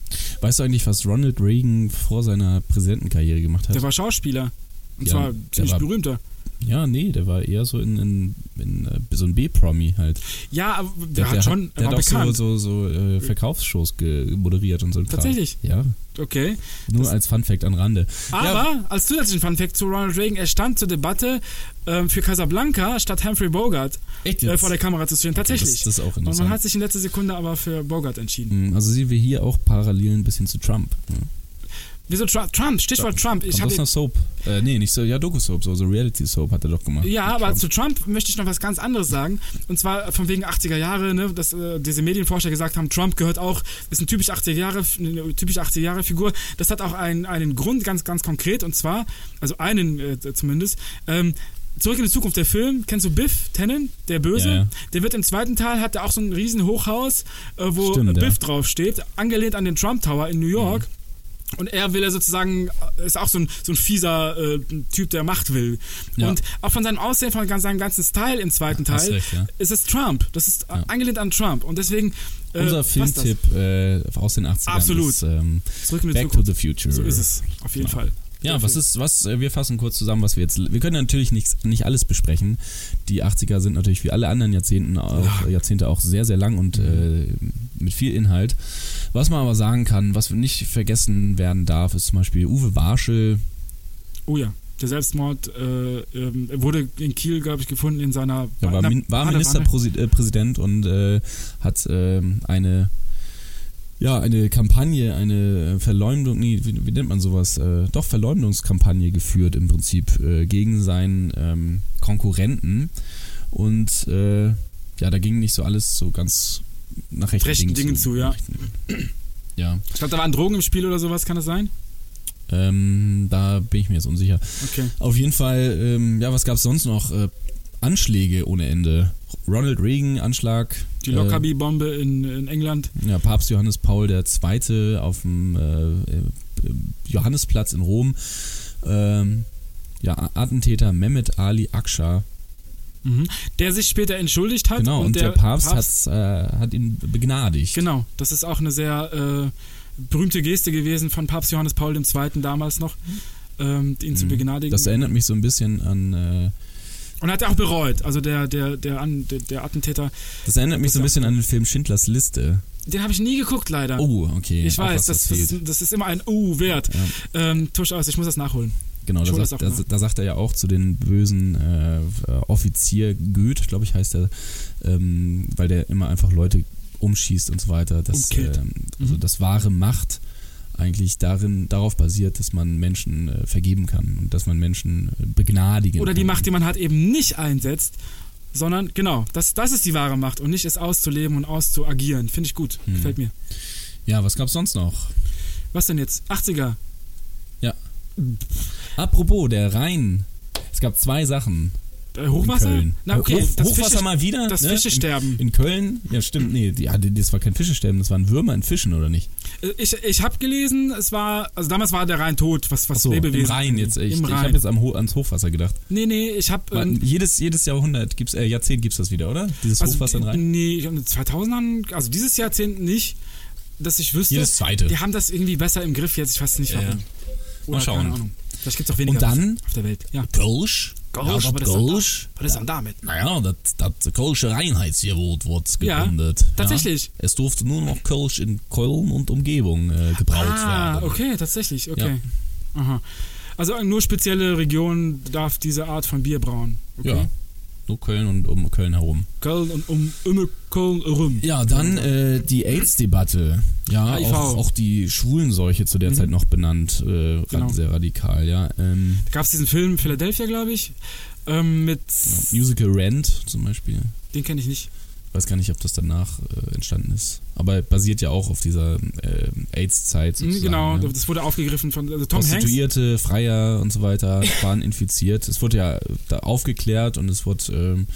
S1: Weißt du eigentlich, was Ronald Reagan vor seiner Präsidentenkarriere gemacht hat?
S3: Der war Schauspieler. Und
S1: Ja,
S3: zwar
S1: der
S3: ziemlich
S1: war-
S3: berühmter.
S1: ja, nee, der war eher so in, in, in äh, so ein B-Promi halt.
S3: Ja, aber der, hat schon,
S1: der
S3: er war
S1: hat auch so,
S3: bekannt.
S1: so, so äh, Verkaufsshows ge moderiert und so. ein Kram.
S3: Tatsächlich?
S1: Ja,
S3: Okay.
S1: nur als Funfact an Rande. ja,
S3: Aber als zusätzlichen Funfact zu Ronald Reagan, er stand zur Debatte ähm, für Casablanca statt Humphrey Bogart
S1: Echt jetzt?
S3: äh, vor der Kamera zu stehen. Tatsächlich.
S1: das ist auch
S3: Und man
S1: interessant.
S3: hat sich in letzter Sekunde aber für Bogart entschieden.
S1: mh, also sehen wir hier auch Parallelen ein bisschen zu Trump. Ja.
S3: Wieso Trump? Trump, Stichwort Trump. Ich
S1: Kommt
S3: hab
S1: aus einer Soap. Äh, nee, nicht so, ja, Doku-Soap, so, so Reality-Soap hat er doch gemacht.
S3: Ja,
S1: Mit
S3: aber
S1: Trump.
S3: zu Trump möchte ich noch was ganz anderes sagen. Und zwar von wegen 80er Jahre, ne, dass äh, diese Medienforscher gesagt haben, Trump gehört auch, ist ein typisch 80er Jahre, eine typisch 80er Jahre Figur. Das hat auch einen, einen Grund, ganz, ganz konkret, und zwar, also einen äh, zumindest, ähm, Zurück in die Zukunft, der Film, kennst du Biff Tannen, der Böse?
S1: Ja, ja.
S3: Der wird im zweiten Teil, hat er auch so ein riesen Hochhaus, äh, wo
S1: Stimmt, ja.
S3: Biff draufsteht, angelehnt an den Trump Tower in New York. Und er will ja sozusagen, äh, ist auch so ein, so ein fieser äh, Typ, der Macht will.
S1: Ja.
S3: Und auch von seinem Aussehen, von ganz- seinem ganzen Style im zweiten
S1: Hast
S3: Teil,
S1: recht, ja.
S3: ist es Trump. Das ist äh, angelehnt an Trump. Und deswegen. Äh,
S1: Unser
S3: passt das.
S1: Filmtipp äh, aus den 80ern
S3: Absolut.
S1: ist ähm,
S3: Zurück in die
S1: Back
S3: Zukunft.
S1: to the Future. Genau.
S3: So ist es, auf jeden Fall.
S1: Ja, was ist, was, äh, wir fassen kurz zusammen, was wir jetzt, wir können natürlich nicht, nicht alles besprechen. Die 80er sind natürlich wie alle anderen Jahrzehnten auch, Jahrzehnte auch sehr, sehr lang
S3: Mhm.
S1: und äh, mit viel Inhalt. Was man aber sagen kann, was nicht vergessen werden darf, ist zum Beispiel Uwe Barschel,
S3: Oh ja, Der Selbstmord äh, ähm, wurde in Kiel, glaube ich, gefunden in seiner.
S1: Ja, war,
S3: in der
S1: Min- war
S3: Badewanne.
S1: Ministerpräsident und äh, hat ähm, eine, ja, eine Kampagne, eine Verleumdung, nee, wie, wie nennt man sowas? Äh, doch, Verleumdungskampagne geführt im Prinzip äh, gegen seinen ähm, Konkurrenten. Und äh, ja, da ging nicht so alles so ganz nach rechten,
S3: Rechten Dingen zu, ja.
S1: Nach rechten Dingen. Ja,
S3: Ich glaube, da waren Drogen im Spiel oder sowas, kann das sein?
S1: ähm, da bin ich mir jetzt unsicher.
S3: Okay.
S1: Auf jeden Fall, ähm, ja, was gab es sonst noch? Äh, Anschläge ohne Ende. Ronald Reagan Anschlag.
S3: Die Lockerbie-Bombe in, in England.
S1: Äh, ja, Papst Johannes Paul II. auf dem äh, äh, Johannesplatz in Rom. Ähm, ja, Attentäter Mehmet Ali Aksha.
S3: Mhm. Der sich später entschuldigt hat.
S1: Genau, und, der, Papst, hat's, äh, hat ihn begnadigt.
S3: Genau, das ist auch eine sehr äh, berühmte Geste gewesen von Papst Johannes Paul II. damals noch, ähm, ihn zu begnadigen.
S1: Mhm. Das erinnert mich so ein bisschen an. Äh,
S3: und hat er auch bereut. Also der, der, der, An- der, der Attentäter.
S1: das erinnert mich so ein bisschen an den Film Schindlers Liste.
S3: Den habe ich nie geguckt, leider.
S1: Oh, okay.
S3: ich
S1: auch
S3: weiß,
S1: was,
S3: das,
S1: was
S3: das,
S1: fehlt.
S3: ist- das ist immer ein U wert. Ähm, tusch aus, ich muss das nachholen.
S1: Genau,
S3: Schuld
S1: da
S3: ist
S1: sagt,
S3: auch
S1: da,
S3: immer.
S1: da sagt er ja auch zu den bösen äh, Offizier Goeth, glaube ich, heißt er, ähm, weil der immer einfach Leute umschießt und so weiter. Dass,
S3: Umkillt. Mhm.
S1: ähm, also das wahre Macht eigentlich darin, darauf basiert, dass man Menschen äh, vergeben kann und dass man Menschen äh, begnadigen
S3: Oder die
S1: kann.
S3: Macht, die man hat, eben nicht einsetzt, sondern genau, das, das ist die wahre Macht und nicht es auszuleben und auszuagieren. Finde ich gut,
S1: Hm.
S3: gefällt mir.
S1: Ja, was gab's sonst noch?
S3: Was denn jetzt? 80er.
S1: Ja. Apropos, der Rhein. Es gab zwei Sachen.
S3: Äh, Hochwasser?
S1: In Köln.
S3: Na, okay,
S1: Hoch,
S3: das
S1: Hochwasser
S3: Fische-
S1: mal wieder.
S3: das
S1: ne?
S3: Fischesterben.
S1: In, in Köln, ja stimmt, nee, die, ja, das war kein Fischesterben, das waren Würmer in Fischen, oder nicht?
S3: Ich, ich habe gelesen, es war, also damals war der Rhein tot, was, was
S1: So, im
S3: Lebewesen.
S1: Rhein jetzt. Ich,
S3: Im
S1: ich habe
S3: Rhein.
S1: jetzt am Ho ans Hochwasser gedacht.
S3: nee, nee, ich ähm, habe.
S1: Weil jedes, jedes Jahrhundert gibt's, äh, Jahrzehnt gibt's das wieder, oder? Dieses
S3: Also,
S1: Hochwasser im Rhein.
S3: Nee, ich hab in den 2000ern, also dieses Jahrzehnt nicht, dass ich wüsste.
S1: Jedes zweite.
S3: Die haben das irgendwie besser im Griff jetzt, ich weiß nicht warum.
S1: Mal
S3: Oder Keine
S1: schauen.
S3: Ahnung. Vielleicht gibt's auch weniger
S1: Und dann?
S3: auf der Welt. Ja.
S1: Kölsch?
S3: Kölsch,
S1: aber
S3: was ist denn da?
S1: Kölsch?
S3: Was ist denn damit?
S1: Naja, das, das Kölsche Reinheitsgebot wurde
S3: Ja,
S1: gegründet.
S3: tatsächlich.
S1: Es durfte nur noch Kölsch in Köln und Umgebung äh, gebraut
S3: Ah,
S1: werden.
S3: okay, tatsächlich, okay. Aha. Also nur spezielle Regionen darf diese Art von Bier brauen. Okay.
S1: Ja, nur Köln und um Köln herum.
S3: Köln und um, um Köln rum.
S1: Ja, dann äh, die AIDS-Debatte. Ja,
S3: HIV.
S1: auch, auch die Schwulenseuche zu der Zeit noch benannt. Äh, rad-
S3: Mhm. Genau.
S1: Sehr radikal, ja. Ähm,
S3: gab es diesen Film Philadelphia, glaube ich. Ähm, mit.
S1: Musical Rent zum Beispiel.
S3: Den kenne ich nicht.
S1: Weiß gar nicht, ob das danach äh, entstanden ist. Aber basiert ja auch auf dieser äh, AIDS-Zeit
S3: Mhm,
S1: sozusagen.
S3: genau,
S1: ja.
S3: das wurde aufgegriffen von also Tom Hanks.
S1: Prostituierte, Freier und so weiter waren infiziert. Es wurde ja da aufgeklärt und es wurde ähm,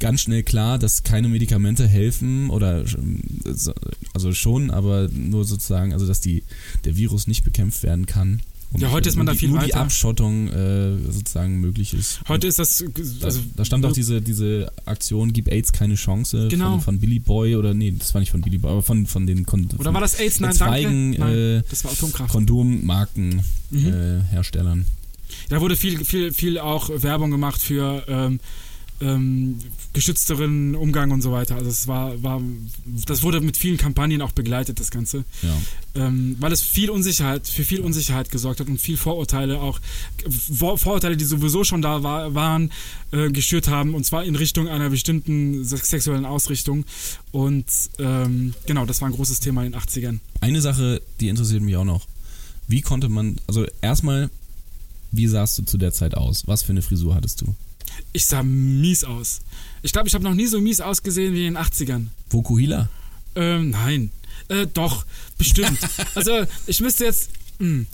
S1: ganz schnell klar, dass keine Medikamente helfen oder ähm, so- also schon, aber nur sozusagen, also dass die, der Virus nicht bekämpft werden kann. Und
S3: Ja, heute ist man
S1: nur
S3: da
S1: die-
S3: viel
S1: Nur die
S3: weiter.
S1: Abschottung äh, sozusagen möglich ist.
S3: Heute ist das. äh,
S1: Da,
S3: Also,
S1: da stammt auch diese, diese Aktion, gib AIDS keine Chance
S3: Genau.
S1: von, von Billy Boy oder nee, das war nicht von Billy Boy, aber von, von den Kon
S3: Oder war das AIDS? Nein,
S1: Zweigen,
S3: danke. Nein,
S1: äh,
S3: das war Atomkraft. Mhm.
S1: Kondommarkenherstellern. Äh, Herstellern.
S3: Da wurde viel, viel, viel auch Werbung gemacht für ähm, ähm, geschützteren Umgang und so weiter. Also es war, war, das wurde mit vielen Kampagnen auch begleitet, das Ganze.
S1: Ja.
S3: Ähm, weil es viel Unsicherheit, für viel Unsicherheit gesorgt hat und viel Vorurteile auch, Vor Vorurteile, die sowieso schon da war, waren, äh, geschürt haben und zwar in Richtung einer bestimmten sex- sexuellen Ausrichtung. Und ähm, genau, das war ein großes Thema in den 80ern.
S1: Eine Sache, die interessiert mich auch noch. Wie konnte man, also erstmal, wie sahst du zu der Zeit aus? Was für eine Frisur hattest du?
S3: Ich sah mies aus. Ich glaube, ich habe noch nie so mies ausgesehen wie in den 80ern.
S1: Vokuhila?
S3: Ähm, nein. Äh, doch, bestimmt. also, ich müsste jetzt. Hm.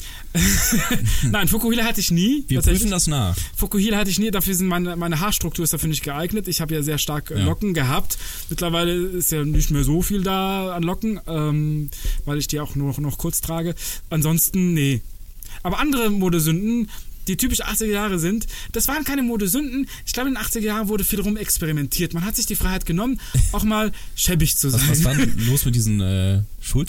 S3: nein, Fukuhila hatte ich nie.
S1: Wir
S3: Tatsächlich.
S1: prüfen das nach.
S3: Fukuhila hatte ich nie, dafür sind meine, meine Haarstruktur ist dafür nicht geeignet. Ich habe ja sehr stark äh,
S1: Ja.
S3: Locken gehabt. Mittlerweile ist ja nicht mehr so viel da an Locken, ähm, weil ich die auch nur noch, noch kurz trage. Ansonsten, nee. Aber andere Modesünden, die typisch 80er Jahre sind, das waren keine Modesünden. Ich glaube, in den 80er Jahren wurde viel rum experimentiert. Man hat sich die Freiheit genommen, auch mal schäbig zu sein.
S1: Was, was war denn los mit diesen äh,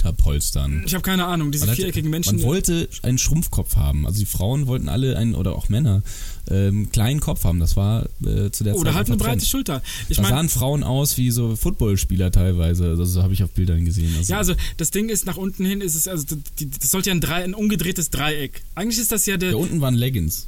S1: Schulterpolstern?
S3: Ich habe keine Ahnung, diese
S1: Man, hat-
S3: viereckigen Menschen.
S1: man wollte einen Schrumpfkopf haben. Also die Frauen wollten alle einen, oder auch Männer, ähm, kleinen Kopf haben. Das war äh, zu der Zeit.
S3: oder halt eine
S1: einfach
S3: breite
S1: Trend.
S3: Schulter. Ich
S1: Da
S3: meine,
S1: sahen Frauen aus wie so Footballspieler teilweise. Also so habe ich auf Bildern gesehen. Also,
S3: ja, also das Ding ist, nach unten hin ist es, also die- die- das sollte ja ein, Drei, ein umgedrehtes Dreieck. Eigentlich ist das ja der.
S1: da unten waren Leggings.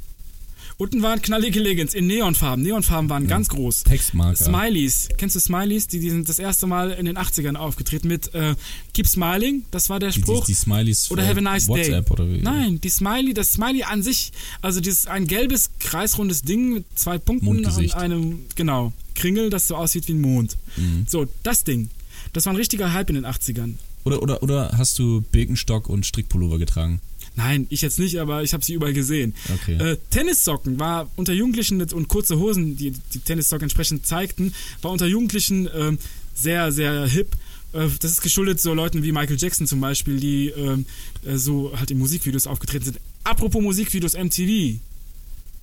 S3: Unten waren knallige Leggings in Neonfarben. Neonfarben waren ganz groß.
S1: Textmarker.
S3: Smileys. Kennst du Smileys? Die, die sind das erste Mal in den 80ern aufgetreten mit äh, Keep Smiling, das war der
S1: die,
S3: Spruch.
S1: die Smileys
S3: oder Have a nice
S1: WhatsApp
S3: day.
S1: oder wie?
S3: Nein, die Smiley, das Smiley an sich, also dieses ein gelbes, kreisrundes Ding mit zwei Punkten
S1: Mondgesicht.
S3: und einem, genau, Kringel, das so aussieht wie ein Mond.
S1: Mhm.
S3: So, das Ding. Das war ein richtiger Hype in den 80ern.
S1: Oder, oder, oder hast du Birkenstock und Strickpullover getragen?
S3: Nein, ich jetzt nicht, aber ich habe sie überall gesehen.
S1: Okay.
S3: Äh, Tennissocken war unter Jugendlichen und kurze Hosen, die die Tennissocken entsprechend zeigten, war unter Jugendlichen ähm, sehr, sehr hip. Äh, Das ist geschuldet so Leuten wie Michael Jackson zum Beispiel, die ähm, äh, so halt in Musikvideos aufgetreten sind. Apropos Musikvideos, MTV.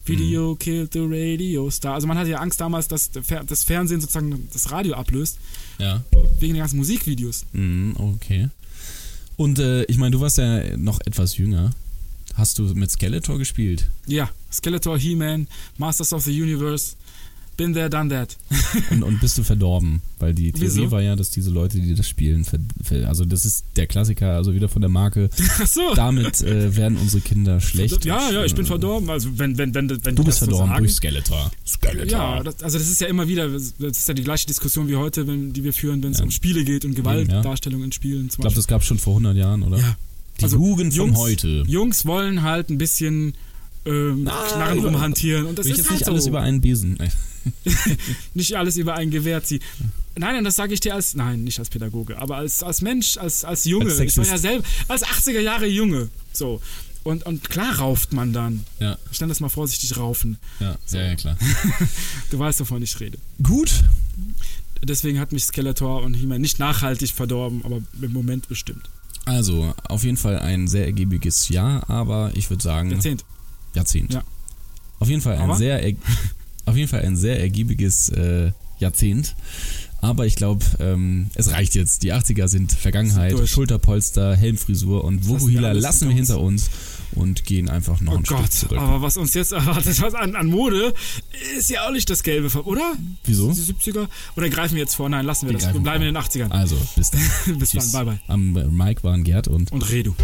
S3: Video killed the radio star. Also man hatte ja Angst damals, dass der Fer- das Fernsehen sozusagen das Radio ablöst,
S1: Ja.
S3: wegen den ganzen Musikvideos.
S1: Mhm, okay. Und äh, ich meine, du warst ja noch etwas jünger. Hast du mit Skeletor gespielt?
S3: Ja, Skeletor, He-Man, Masters of the Universe, been there, done that.
S1: Und, und bist du verdorben? Weil die Theorie
S3: Wieso?
S1: war ja, dass diese Leute, die das spielen, ver, ver, also das ist der Klassiker, also wieder von der Marke.
S3: Ach so.
S1: Damit äh, werden unsere Kinder schlecht.
S3: ja, ja, ich bin verdorben. Also wenn, wenn, wenn,
S1: äh,
S3: wenn
S1: Du
S3: die
S1: bist
S3: das so
S1: verdorben
S3: sagen.
S1: durch Skeletor. Skeletor.
S3: Ja, das, also das ist ja immer wieder, das ist ja die gleiche Diskussion wie heute, wenn, die wir führen, wenn es
S1: Ja.
S3: um Spiele geht und
S1: ja.
S3: Gewaltdarstellung in Spielen zum
S1: Ich glaube, das gab es schon vor 100 Jahren, oder?
S3: Ja. Also,
S1: Die Jugend von
S3: Jungs,
S1: heute.
S3: Jungs wollen halt ein bisschen ähm, Knarren
S1: über-
S3: rumhantieren und das
S1: Will ich
S3: ist
S1: jetzt
S3: halt
S1: nicht
S3: so.
S1: alles über einen Besen. Nee.
S3: nicht alles über ein Gewehr ziehen. Nein, nein, das sage ich dir als, nein, nicht als Pädagoge, aber als, als Mensch, als, als Junge.
S1: Als
S3: ich war ja
S1: Sexist.
S3: selber, als 80er Jahre Junge. So. Und, und klar rauft man dann.
S1: Ja.
S3: Ich nenne das mal vorsichtig raufen.
S1: Ja, ja, ja, klar.
S3: Du weißt, wovon ich rede.
S1: Gut.
S3: Deswegen hat mich Skeletor und He-Man nicht nachhaltig verdorben, aber im Moment bestimmt.
S1: Also, auf jeden Fall ein sehr ergiebiges Jahr, aber ich würde sagen.
S3: Jahrzehnt.
S1: Jahrzehnt.
S3: Ja.
S1: Auf jeden Fall ein
S3: Aber?
S1: sehr, er- auf jeden Fall ein sehr ergiebiges äh, Jahrzehnt. Aber ich glaube, ähm, es reicht jetzt. Die 80er sind Vergangenheit.
S3: Sind durch.
S1: Schulterpolster, Helmfrisur und
S3: wir
S1: Vokuhila
S3: alles
S1: lassen
S3: hinter
S1: wir hinter uns und gehen einfach noch
S3: Oh
S1: ein Stück
S3: Gott,
S1: zurück.
S3: aber was uns jetzt erwartet was an, an Mode, ist ja auch nicht das Gelbe, vom- oder?
S1: Wieso?
S3: Die 70er? Oder greifen wir jetzt vor? Nein, lassen wir
S1: Wir
S3: das. Wir
S1: greifen
S3: bleiben
S1: vor. Ah.
S3: in den 80ern.
S1: Also, bis dann.
S3: Bis dann,
S1: Tschüss.
S3: bye, bye.
S1: Am äh, Mike waren Gerd und
S3: Und Redu.